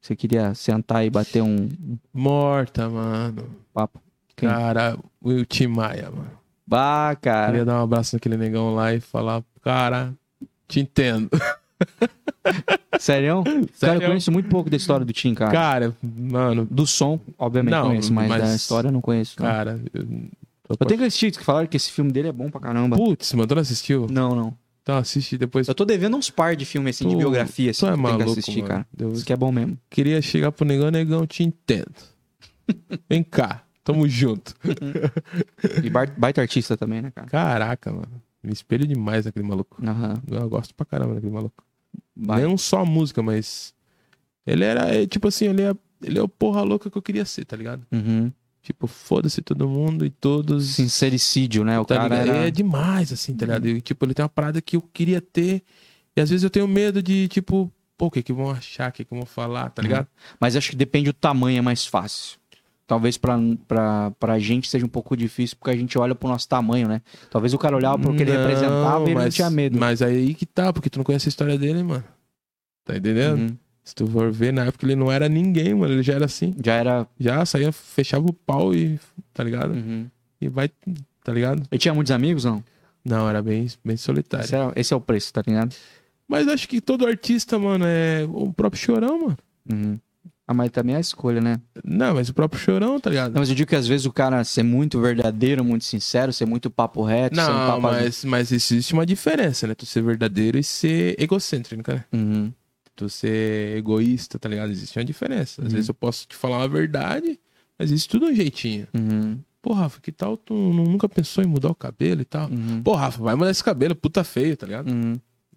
B: Você queria sentar e bater um um
A: Morta, mano.
B: papo? Quem?
A: Cara, o Will Tim Maia, mano.
B: Bah, cara.
A: Queria dar um abraço naquele negão lá e falar, cara, te entendo.
B: Sério? Cara, eu
A: Sério?
B: conheço muito pouco da história do Tim, cara.
A: Cara, mano,
B: Do som, obviamente,
A: Não,
B: conheço, mas,
A: mas-
B: da história eu não conheço. não.
A: cara. eu-
B: Ah. Eu tenho que assistir, que falaram que esse filme dele é bom pra caramba.
A: Putz, mano, tu não assistiu?
B: Não, não.
A: Então assiste depois.
B: Eu tô devendo uns par de filmes, assim, de
A: Tu-
B: biografia, assim,
A: tu é
B: que eu tenho que
A: maluco,
B: assistir,
A: mano.
B: cara.
A: Deus.
B: Isso que é bom mesmo.
A: Queria chegar pro negão, negão, te entendo. Vem cá, tamo junto.
B: E bar- baita artista também, né, cara?
A: Caraca, mano. Me espelho demais naquele maluco.
B: Aham.
A: Eu gosto pra caramba daquele maluco.
B: Vai.
A: Não só a música, mas. Ele era, é, tipo assim, ele é, ele é o porra louca que eu queria ser, tá ligado?
B: Uhum.
A: Tipo, foda-se todo mundo e todos.
B: Sincericídio, né? O
A: tá
B: cara
A: ligado?
B: era...
A: É demais, assim, tá ligado? E, tipo, ele tem uma parada que eu queria ter. E às vezes eu tenho medo de, tipo, pô, o que que vão achar, o que que vão falar, tá ligado?
B: Mas acho que depende do tamanho, é mais fácil. Talvez pra, pra, pra gente seja um pouco difícil, porque a gente olha pro nosso tamanho, né? Talvez o cara olhava pro que ele
A: Não,
B: representava e ele não tinha medo.
A: Mas aí que tá, porque tu não conhece a história dele, mano. Tá entendendo?
B: Uhum.
A: Se tu for ver, na época ele não era ninguém, mano. Ele já era assim.
B: Já era...
A: Já saía, fechava o pau e, tá ligado? E vai, tá ligado?
B: Ele tinha muitos amigos, não?
A: Não, era bem, bem solitário.
B: Esse é, esse é o preço, tá ligado?
A: Mas acho que todo artista, mano, é o próprio chorão, mano.
B: Uhum. Ah, mas também é a escolha, né?
A: Não, mas o próprio chorão, tá ligado?
B: Não, mas eu digo que às vezes o cara ser muito verdadeiro, muito sincero, ser muito papo reto, ser um
A: Não,
B: papo azul.
A: mas, mas existe uma diferença, né? Tu ser verdadeiro e ser egocêntrico, né?
B: Uhum.
A: Tu ser egoísta, tá ligado? Existe uma diferença. Às
B: Uhum.
A: vezes eu posso te falar uma verdade, mas isso tudo é um jeitinho.
B: Uhum.
A: Pô, Rafa, que tal tu nu- nunca pensou em mudar o cabelo e tal?
B: Uhum.
A: Pô, Rafa, vai mudar esse cabelo, puta feio, tá ligado?
B: Uhum.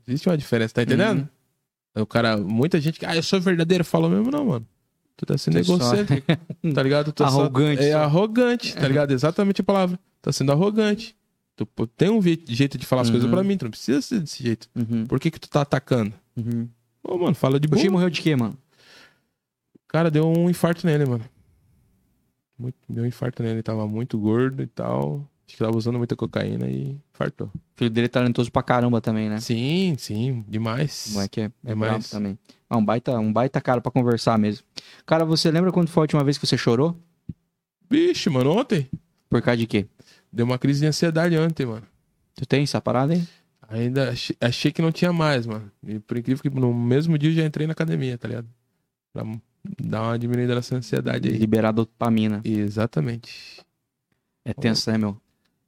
A: Existe uma diferença, tá entendendo? O cara, muita gente que, ah, eu sou verdadeiro, falou mesmo, não, mano. Tu tá sendo
B: Tu só- né?
A: egocêntrico, tá ligado? Tu só-
B: Arrogante,
A: É
B: só. É.
A: arrogante, tá ligado? Exatamente a palavra. Tá sendo arrogante. Tu pô, tem um vi- jeito de falar as coisas pra mim, tu não precisa ser desse jeito.
B: Uhum.
A: Por que que tu tá atacando?
B: Uhum.
A: Ô, mano, fala de
B: O Tim
A: boa.
B: morreu de quê, mano?
A: Cara, deu um infarto nele, mano. Muito- deu um infarto nele, tava muito gordo e tal. Acho que tava usando muita cocaína e infartou.
B: O filho dele é talentoso pra caramba também, né?
A: Sim, sim, demais.
B: O moleque é, é
A: Demais.
B: brabo também. Ah, um baita, um baita cara pra conversar mesmo. Cara, você lembra quando foi a última vez que você chorou?
A: Vixe, mano, ontem
B: Por causa de quê?
A: deu uma crise de ansiedade ontem, mano.
B: Tu tem essa parada, hein?
A: Ainda achei, achei que não tinha mais, mano. E por incrível que no mesmo dia eu já entrei na academia, tá ligado? Pra dar uma diminuída nessa ansiedade aí.
B: Liberar dopamina.
A: Exatamente.
B: É tenso, né, meu?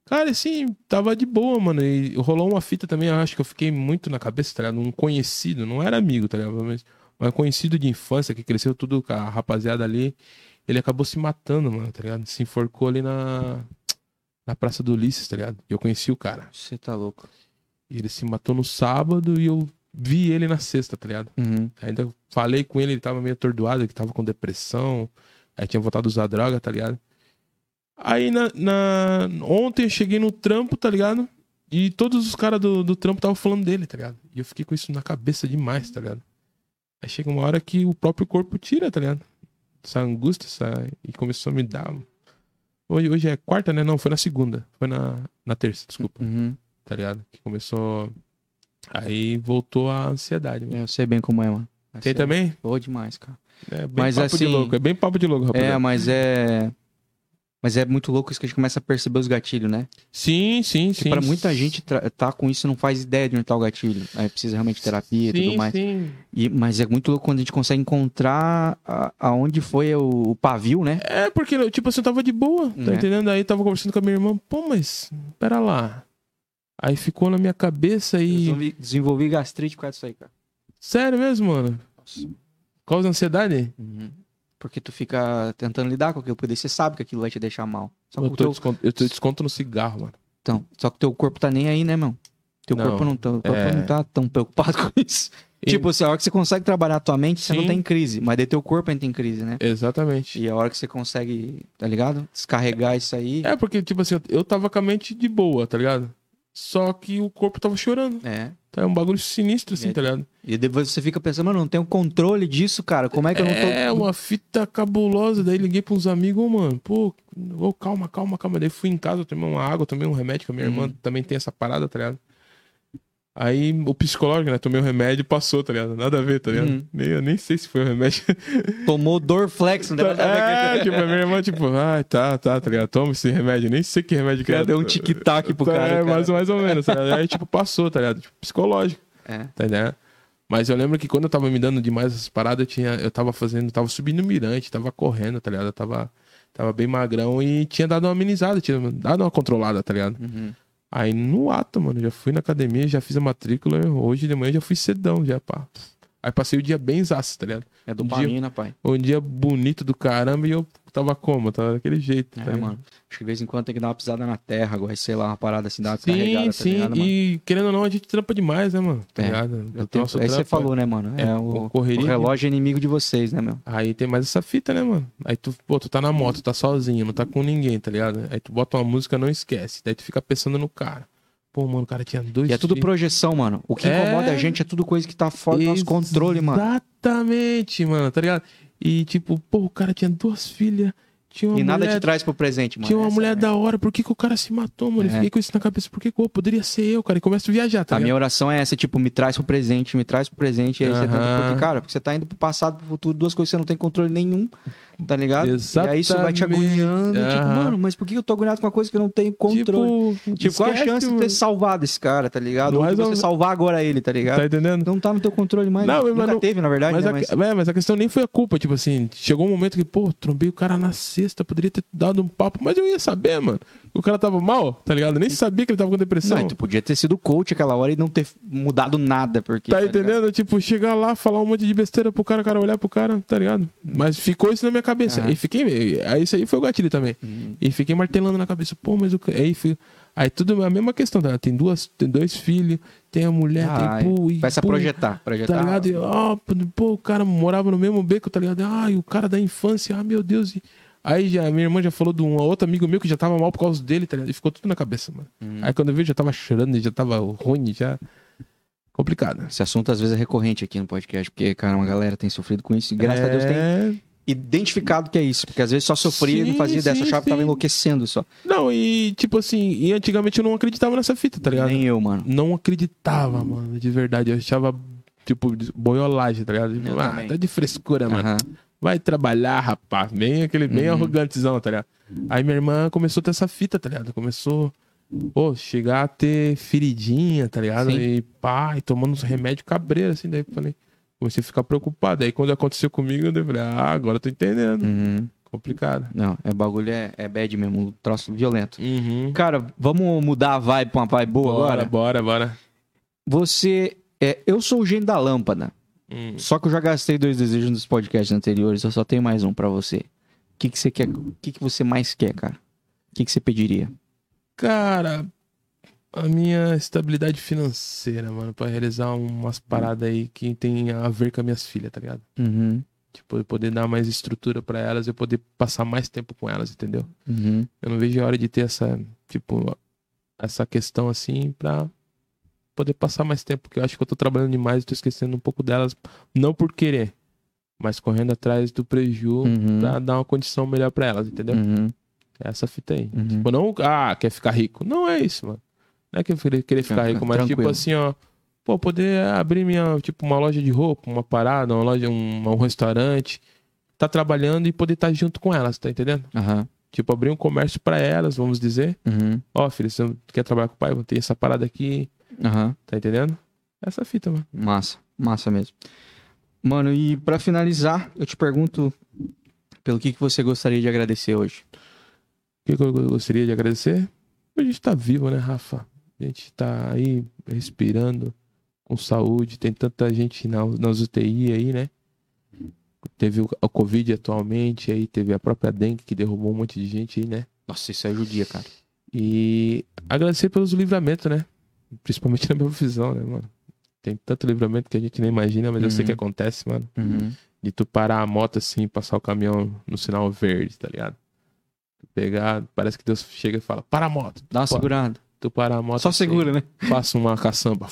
A: Cara, assim, tava de boa, mano. E rolou uma fita também, eu acho que eu fiquei muito na cabeça, tá ligado? Um conhecido, não era amigo, tá ligado? Mas, mas conhecido de infância, que cresceu tudo com a rapaziada ali. Ele acabou se matando, mano, tá ligado? Se enforcou ali na, na Praça do Ulisses, tá ligado? E eu conheci o cara.
B: Você tá louco.
A: E ele se matou no sábado e eu vi ele na sexta, tá ligado?
B: Uhum.
A: Ainda falei com ele, ele tava meio atordoado, que tava com depressão. Aí tinha voltado a usar droga, tá ligado? Aí na, na- ontem eu cheguei no trampo, tá ligado? E todos os caras do, do trampo estavam falando dele, tá ligado? E eu fiquei com isso na cabeça demais, tá ligado? Aí chega uma hora que o próprio corpo tira, tá ligado? Essa angústia, essa... e começou a me dar. um- Hoje, hoje é quarta, né? Não, foi na segunda. Foi na, na terça, desculpa,
B: Uhum.
A: tá ligado? Que começou. Aí voltou a ansiedade. mano.
B: Eu sei bem como é, mano.
A: Tem também?
B: Boa demais, cara.
A: É bem
B: Mas,
A: papo
B: assim,
A: de louco, é bem papo de louco, rapaziada.
B: É, mas é. Mas é muito louco isso que a gente começa a perceber os gatilhos, né?
A: Sim, sim,
B: Que
A: sim.
B: pra muita gente tra- tá com isso e não faz ideia de onde tá o gatilho. Aí precisa realmente de terapia e
A: sim,
B: tudo mais.
A: Sim.
B: E- mas é muito louco quando a gente consegue encontrar a- aonde foi o, o pavio, né?
A: É, porque, tipo assim, eu tava de boa, tá
B: É.
A: entendendo? Aí eu tava conversando com a minha irmã, pô, mas pera lá. Aí ficou na minha cabeça e.
B: Desenvolvi, desenvolvi gastrite por causa disso aí, cara.
A: Sério mesmo, mano? Causa ansiedade?
B: Uhum. Porque tu fica tentando lidar com aquilo, porque daí você sabe que aquilo vai te deixar mal. Só que,
A: Eu
B: o
A: tô,
B: Tá teu,
A: desconto, eu tô desconto no cigarro, mano.
B: então, só que teu corpo tá nem aí, né, meu? Teu
A: Não,
B: corpo, não tá, o corpo
A: é.
B: não tá tão preocupado com isso.
A: E-
B: Tipo, assim, a hora que você consegue trabalhar a tua mente, você não
A: Sim.
B: tá em crise. Mas daí teu corpo entra em crise, né?
A: Exatamente.
B: E a hora que você consegue, tá ligado? Descarregar isso aí.
A: É porque, tipo assim, eu tava com a mente de boa, tá ligado? Só que o corpo tava chorando.
B: É.
A: Tá? É um bagulho sinistro, assim, tá ligado?
B: E depois você fica pensando, mano, eu não tenho controle disso, cara. Como é que eu não tô.
A: É, uma fita cabulosa. Daí liguei pra uns amigos, ô, mano, pô, ô, calma, calma, calma. Daí fui em casa, tomei uma água, tomei um remédio, que a minha
B: Uhum.
A: irmã também tem essa parada, tá ligado? Aí o psicológico, né? Tomei o remédio e passou, tá ligado? Nada a ver, tá ligado?
B: Uhum.
A: Nem, eu nem sei se foi o remédio.
B: Tomou Dorflex, não deu pra saber
A: é, tipo, a minha irmã, tipo, ai, tá, tá, tá ligado? Toma esse remédio, nem sei que remédio que
B: que-
A: é.
B: Deu um tic-tac pro
A: Tá,
B: cara.
A: é,
B: cara.
A: Mais, mais ou menos. tá ligado? Aí, tipo, passou, tá ligado? Tipo, psicológico.
B: É.
A: Tá ligado? Mas eu lembro que quando eu tava me dando demais essas paradas, eu, tinha, eu tava fazendo, tava subindo o mirante, tava correndo, tá ligado? Eu tava, tava bem magrão e tinha dado uma amenizada, tinha dado uma controlada, tá
B: É,
A: ligado?
B: uhum.
A: Aí no ato, mano, já fui na academia, já fiz a matrícula, hoje de manhã eu já fui cedão, já, pá. Aí passei o dia bem zaço, tá ligado?
B: É dopamina, pai.
A: Um dia bonito do caramba e eu tava como? Tava daquele jeito, tá
B: É,
A: ligado?
B: mano. Acho que de vez em quando tem que dar uma pisada na terra, agora, sei lá, uma parada assim, dar uma
A: Sim,
B: carregada, tá
A: sim,
B: ligado, mano?
A: e querendo ou não, a gente trampa demais, né, mano? Tá
B: É.
A: ligado?
B: Eu
A: O
B: tenho-
A: nosso
B: Aí você
A: trampo-
B: falou, né, mano? É,
A: é,
B: o,
A: correria.
B: o relógio é inimigo de vocês, né, meu?
A: Aí tem mais essa fita, né, mano? Aí tu, pô, tu tá na moto, tá sozinho, não tá com ninguém, tá ligado? Aí tu bota uma música, não esquece. Daí tu fica pensando no cara. Pô, mano, o cara tinha dois
B: E é tudo
A: filhos.
B: projeção, mano. O que
A: É.
B: incomoda a gente é tudo coisa que tá fora do nosso controle, mano.
A: Exatamente, mano, tá ligado? E tipo, pô, o cara tinha duas filhas, tinha uma
B: E nada
A: mulher
B: te traz pro presente, mano.
A: Tinha uma
B: Essa-
A: mulher da hora, por que, que o cara se matou, mano? Eu
B: É.
A: fiquei com isso na cabeça, por que, que pô, poderia ser eu, cara? E começa a viajar, tá
B: A minha
A: ligado?
B: oração é essa, tipo, me traz pro presente, me traz pro presente. E aí você tenta,
A: Aham.
B: porque, cara, porque você tá indo pro passado, pro futuro, duas coisas que você não tem controle nenhum, tá ligado? E aí isso vai te
A: Exatamente.
B: agoniando. Tipo,
A: Aham.
B: mano, mas por que eu tô agoniado com uma coisa que eu não tenho controle?
A: Tipo,
B: Tipo, qual a
A: esquece,
B: chance de
A: mano.
B: ter salvado esse cara, tá ligado?
A: Não
B: Ou de
A: resolve-
B: você salvar agora ele, tá ligado?
A: Tá entendendo?
B: Não tá no teu controle mais.
A: Não, mas
B: Nunca
A: não-
B: teve, na verdade,
A: Mas
B: né?
A: a,
B: Mas-
A: é, mas a questão nem foi a culpa, tipo assim, chegou um momento que, pô, trombei o cara na sexta, poderia ter dado um papo, mas eu ia saber, mano. O cara tava mal, tá ligado? Eu nem sabia que ele tava com depressão.
B: Não, e tu podia ter sido coach aquela hora e não ter mudado nada, porque...
A: Tá
B: ligado?
A: entendendo? Tipo, chegar lá, falar um monte de besteira pro cara, o cara olhar pro cara, tá ligado? Mas ficou isso na minha cabeça. E fiquei. Aí isso aí foi o gatilho também.
B: Uhum.
A: E fiquei martelando na cabeça. Pô, mas o. ca- Aí, fi- aí tudo a mesma questão, tá? ligado? Tem duas, tem dois filhos, tem a mulher,
B: Ah,
A: tem pô, Tipo, e
B: começa a
A: pô,
B: projetar, projetar.
A: Tá ligado? E, ó, pô, o cara morava no mesmo beco, tá ligado? Ai, o cara da infância, ah, meu Deus. E... Aí já, minha irmã já falou de um outro amigo meu que já tava mal por causa dele, tá ligado? E ficou tudo na cabeça, mano. Aí quando eu vi, já tava chorando, já tava ruim, já. Complicado.
B: Esse assunto às vezes é recorrente aqui no podcast, porque, cara, uma galera tem sofrido com isso e graças a Deus tem
A: tem.
B: identificado que é isso, porque às vezes só sofria e não
A: Sim,
B: fazia dessa,
A: sim,
B: achava que tava
A: sim.
B: enlouquecendo só.
A: Não, e tipo assim, e antigamente eu não acreditava nessa fita, tá ligado?
B: Nem eu, mano.
A: Não acreditava, mano, de verdade. Eu achava, tipo, boiolagem, tá ligado? Tipo,
B: Eu
A: ah,
B: também.
A: tá de frescura, mano.
B: Aham.
A: Vai trabalhar, rapaz. Bem aquele, bem arrogantezão, tá ligado? Aí minha irmã começou a ter essa fita, tá ligado? Começou, pô, chegar a ter feridinha, tá ligado?
B: Sim.
A: E pá, e tomando uns remédios cabreiros, assim. Daí eu falei, comecei a ficar preocupado. Aí quando aconteceu comigo, eu falei, ah, agora eu tô entendendo.
B: Uhum.
A: Complicado.
B: Não, é bagulho, é, é bad mesmo, um troço violento.
A: Uhum.
B: Cara, vamos mudar a vibe pra uma vibe boa
A: Bora,
B: agora?
A: bora, bora.
B: Você, é, eu sou o gênio da lâmpada,
A: Hum.
B: só que eu já gastei dois desejos nos podcasts anteriores, eu só tenho mais um pra você. O que que você quer, o que que você mais quer, cara? O que que você pediria?
A: Cara, a minha estabilidade financeira, mano, pra realizar umas paradas aí que tem a ver com as minhas filhas, tá ligado?
B: Uhum,
A: Tipo, eu poder dar mais estrutura pra elas, eu poder passar mais tempo com elas, entendeu?
B: uhum.
A: Eu não vejo a hora de ter essa, tipo, essa questão assim pra poder passar mais tempo, porque eu acho que eu tô trabalhando demais, eu tô esquecendo um pouco delas, não por querer, mas correndo atrás do preju
B: Uhum.
A: pra dar uma condição melhor pra elas, entendeu?
B: Uhum,
A: É essa fita aí.
B: uhum.
A: Tipo, não, ah, quer ficar rico. Não é isso, mano. Não é que eu queria querer ficar
B: Tranquilo,
A: rico, mas
B: tranquilo.
A: tipo assim, ó. Pô, poder abrir minha, tipo, uma loja de roupa, uma parada, uma loja, um, um restaurante. Tá trabalhando e poder estar junto com elas, tá entendendo?
B: Aham.
A: Tipo, abrir um comércio pra elas, vamos dizer.
B: Uhum.
A: Ó, filho, você não quer trabalhar com o pai? Vou ter essa parada aqui,
B: Aham.
A: tá entendendo? Essa fita, mano.
B: Massa, massa mesmo. Mano, e pra finalizar, eu te pergunto pelo que, que você gostaria de agradecer hoje.
A: O que que eu gostaria de agradecer? A gente tá vivo, né, Rafa? A gente tá aí respirando com saúde. Tem tanta gente na, nas UTI aí, né? Teve o, a Covid atualmente, aí teve a própria dengue que derrubou um monte de gente aí, né?
B: Nossa, isso é judia, cara.
A: E agradecer pelos livramentos, né? Principalmente na minha profissão, né, mano? Tem tanto livramento que a gente nem imagina, mas eu sei
B: Uhum.
A: que acontece, mano. De tu parar a moto assim, e passar o caminhão no sinal verde, tá ligado? Tu Pegar, parece que Deus chega e fala, para a moto.
B: Dá uma
A: Pô,
B: segurada.
A: Tu parar a moto.
B: Só
A: assim,
B: segura, né?
A: Passa uma caçamba.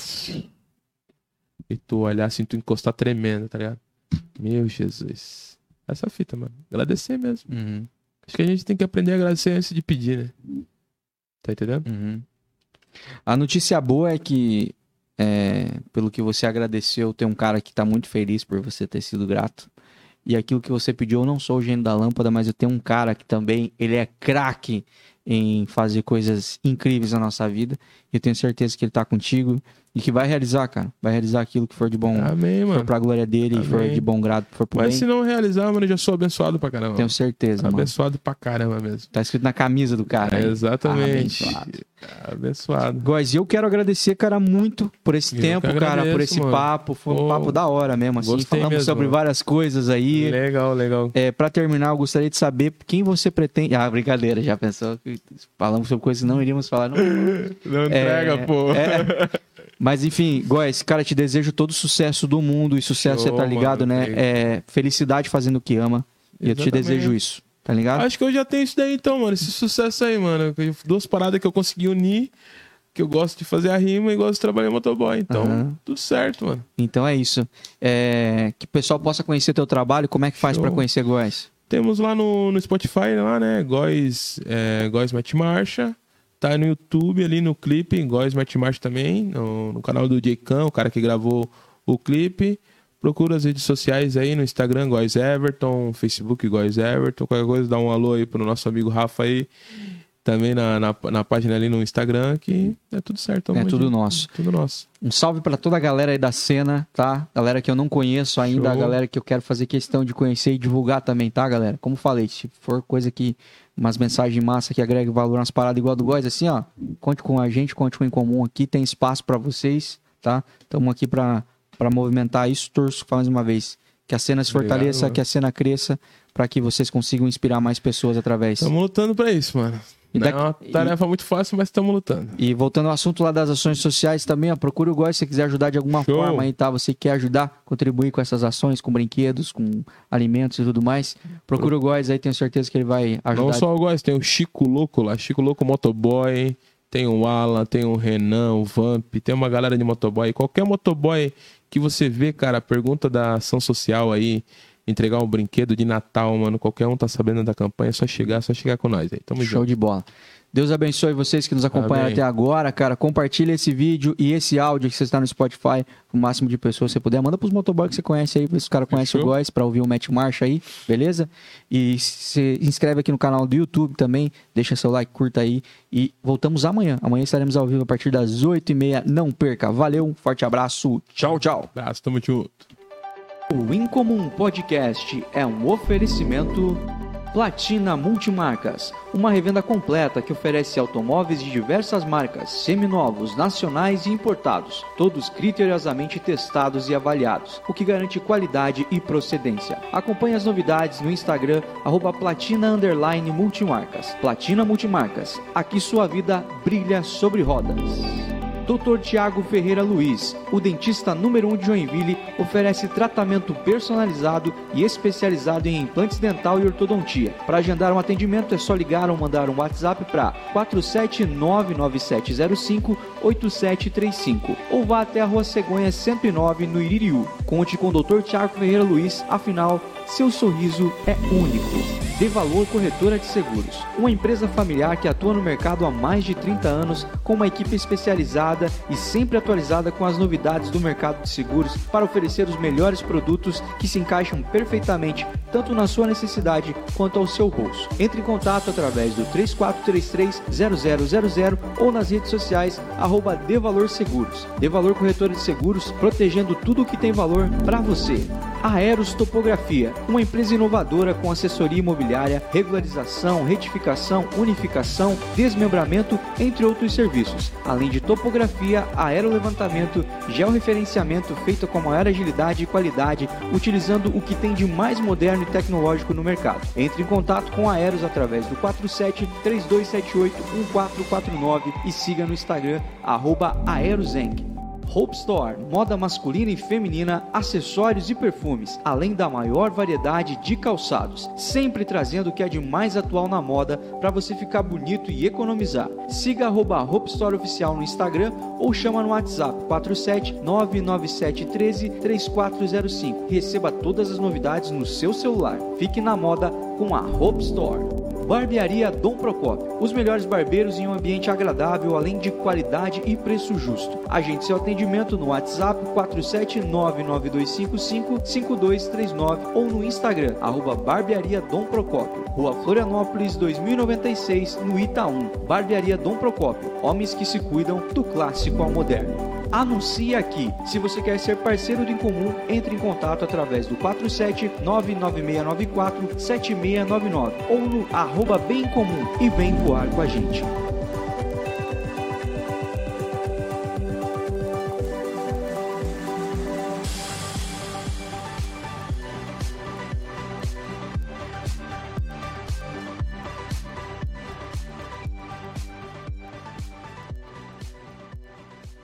A: E tu olhar assim, tu encostar tremendo, tá ligado? Meu Jesus. Essa fita, mano. Agradecer mesmo. Acho que a gente tem que aprender a agradecer antes de pedir, né? Tá entendendo?
B: Uhum. A notícia boa é que, é, pelo que você agradeceu, tem um cara que tá muito feliz por você ter sido grato. E aquilo que você pediu, eu não sou o gênio da lâmpada, mas eu tenho um cara que também, ele é craque em fazer coisas incríveis na nossa vida. E eu tenho certeza que ele tá contigo e que vai realizar, cara. Vai realizar aquilo que for de bom,
A: Amém,
B: for
A: mano.
B: É. pra glória dele, for
A: Amém.
B: de bom grado, for pro
A: Mas
B: bem.
A: se não realizar, mano, eu já sou abençoado pra caramba.
B: Tenho certeza, mano.
A: abençoado pra caramba mesmo.
B: Tá escrito na camisa do cara.
A: É,
B: aí.
A: exatamente.
B: Abençoado.
A: Abençoado.
B: Góis, eu quero agradecer, cara, muito por esse
A: Eu
B: tempo,
A: que
B: cara, por
A: agradeço,
B: esse
A: mano.
B: papo. Foi um
A: Pô,
B: papo da hora mesmo, assim.
A: gostei
B: Falamos
A: mesmo,
B: sobre
A: mano.
B: várias coisas aí.
A: Legal, legal.
B: É, pra terminar, eu gostaria de saber quem você pretende. Ah, brincadeira, já pensou que falamos sobre coisas que não iríamos falar. Não.
A: Não entrega, pô.
B: É. Mas enfim, Góis, cara, te desejo todo o sucesso do mundo e sucesso,
A: Show,
B: você tá ligado,
A: mano,
B: né?
A: obrigado.
B: É, felicidade fazendo o que ama. E eu te
A: Exatamente.
B: desejo isso, tá ligado?
A: Acho que eu já tenho isso daí então, mano. Esse sucesso aí, mano. Duas paradas que eu consegui unir, que eu gosto de fazer a rima e gosto de trabalhar em motoboy. Então,
B: Aham.
A: tudo certo, mano.
B: Então é isso. É, que o pessoal possa conhecer teu trabalho. Como é que faz
A: Show.
B: pra conhecer Góis?
A: Temos lá no, no Spotify, lá, né? Góis, é, Góis Mete Marcha. Tá no YouTube ali no clipe, Góis Mete Marcha também, no, no canal do J. Khan, o cara que gravou o clipe. Procura as redes sociais aí no Instagram, Góis Everton, Facebook Góis Everton. Qualquer coisa, dá um alô aí pro nosso amigo Rafa aí. Também na, na, na página ali no Instagram, que é tudo certo. tamo
B: É
A: aí,
B: tudo
A: gente.
B: nosso.
A: Tudo nosso.
B: Um salve pra toda a galera aí da cena, tá? Galera que eu não conheço ainda,
A: Show.
B: a galera que eu quero fazer questão de conhecer e divulgar também, tá, galera? Como falei, se for coisa que. Umas mensagens massa que agregue valor nas paradas igual a do Góis, assim, ó. Conte com a gente, conte com o em comum aqui, tem espaço pra vocês, tá? Estamos aqui pra pra movimentar isso. Torço mais uma vez. Que a cena se
A: Obrigado,
B: fortaleça,
A: mano.
B: que a cena cresça, pra que vocês consigam inspirar mais pessoas através.
A: Estamos lutando pra isso, mano.
B: E
A: Não
B: daqui-
A: é uma tarefa muito fácil, mas estamos lutando.
B: E voltando ao assunto lá das ações sociais também, ó, procura o Góis se você quiser ajudar de alguma
A: Show.
B: forma aí, tá? Você quer ajudar, contribuir com essas ações, com brinquedos, com alimentos e tudo mais. Procura o Góis aí, tenho certeza que ele vai ajudar.
A: Não só o Góis, tem o Chico Louco lá, Chico Louco Motoboy, tem o Alan, tem o Renan, o Vamp, tem uma galera de motoboy. Qualquer motoboy que você vê, cara, pergunta da ação social aí, entregar um brinquedo de Natal, mano, qualquer um tá sabendo da campanha, é só chegar, é só chegar com nós aí. Tamo junto.
B: Show de bola. Deus abençoe vocês que nos acompanharam
A: Amém.
B: até agora, cara. Compartilha esse vídeo e esse áudio que você está no Spotify o máximo de pessoas que você puder. Manda pros motoboys que você conhece aí, pra os caras conhecem o
A: Fechou?
B: Góis, pra ouvir o Match Marcha aí, beleza? E se inscreve aqui no canal do YouTube também, deixa seu like, curta aí. E voltamos amanhã. Amanhã estaremos ao vivo a partir das 8h30. Não perca. Valeu, um forte abraço. Tchau, tchau.
A: Abraço, tamo junto.
C: O Incomum Podcast é um oferecimento Platina Multimarcas, uma revenda completa que oferece automóveis de diversas marcas, seminovos, nacionais e importados, todos criteriosamente testados e avaliados, o que garante qualidade e procedência. Acompanhe as novidades no Instagram arroba Platina underline Multimarcas. Platina Multimarcas, aqui sua vida brilha sobre rodas. Dr. Tiago Ferreira Luiz, o dentista número 1 um de Joinville, oferece tratamento personalizado e especializado em implantes dental e ortodontia. Para agendar um atendimento é só ligar ou mandar um WhatsApp para 47997058735 ou vá até a Rua Cegonha 109 no Iririú. Conte com o Dr. Tiago Ferreira Luiz, afinal, seu sorriso é único. De Valor Corretora de Seguros, uma empresa familiar que atua no mercado há mais de 30 anos, com uma equipe especializada e sempre atualizada com as novidades do mercado de seguros para oferecer os melhores produtos que se encaixam perfeitamente tanto na sua necessidade quanto ao seu bolso. Entre em contato através do 3433-0000 ou nas redes sociais arroba De Valor Seguros. De Valor Corretora de Seguros, protegendo tudo o que tem valor para você.
B: Aerostopografia, uma empresa inovadora com assessoria imobiliária, regularização, retificação, unificação, desmembramento, entre outros serviços, além de topografia, aerolevantamento, georreferenciamento feito com maior agilidade e qualidade, utilizando o que tem de mais moderno e tecnológico no mercado. Entre em contato com a Aeros através do 47 3278 1449 e siga no Instagram arroba aerozeng. Hope Store, moda masculina e feminina, acessórios e perfumes, além da maior variedade de calçados, sempre trazendo o que é de mais atual na moda para você ficar bonito e economizar. Siga arroba Hope Store Oficial no Instagram ou chama no WhatsApp 47 997 13 3405. Receba todas as novidades no seu celular. Fique na moda com a Hope Store. Barbearia Dom Procópio. Os melhores barbeiros em um ambiente agradável, além de qualidade e preço justo. Agende seu atendimento no WhatsApp 47992555239 ou no Instagram, arroba Barbearia Dom Procópio. Rua Florianópolis 2096, no Itaú. Barbearia Dom Procópio. Homens que se cuidam do clássico ao moderno. Anuncie aqui. Se você quer ser parceiro do Incomum, entre em contato através do 47 99694 7699 ou no arroba bem comum e vem voar com a gente.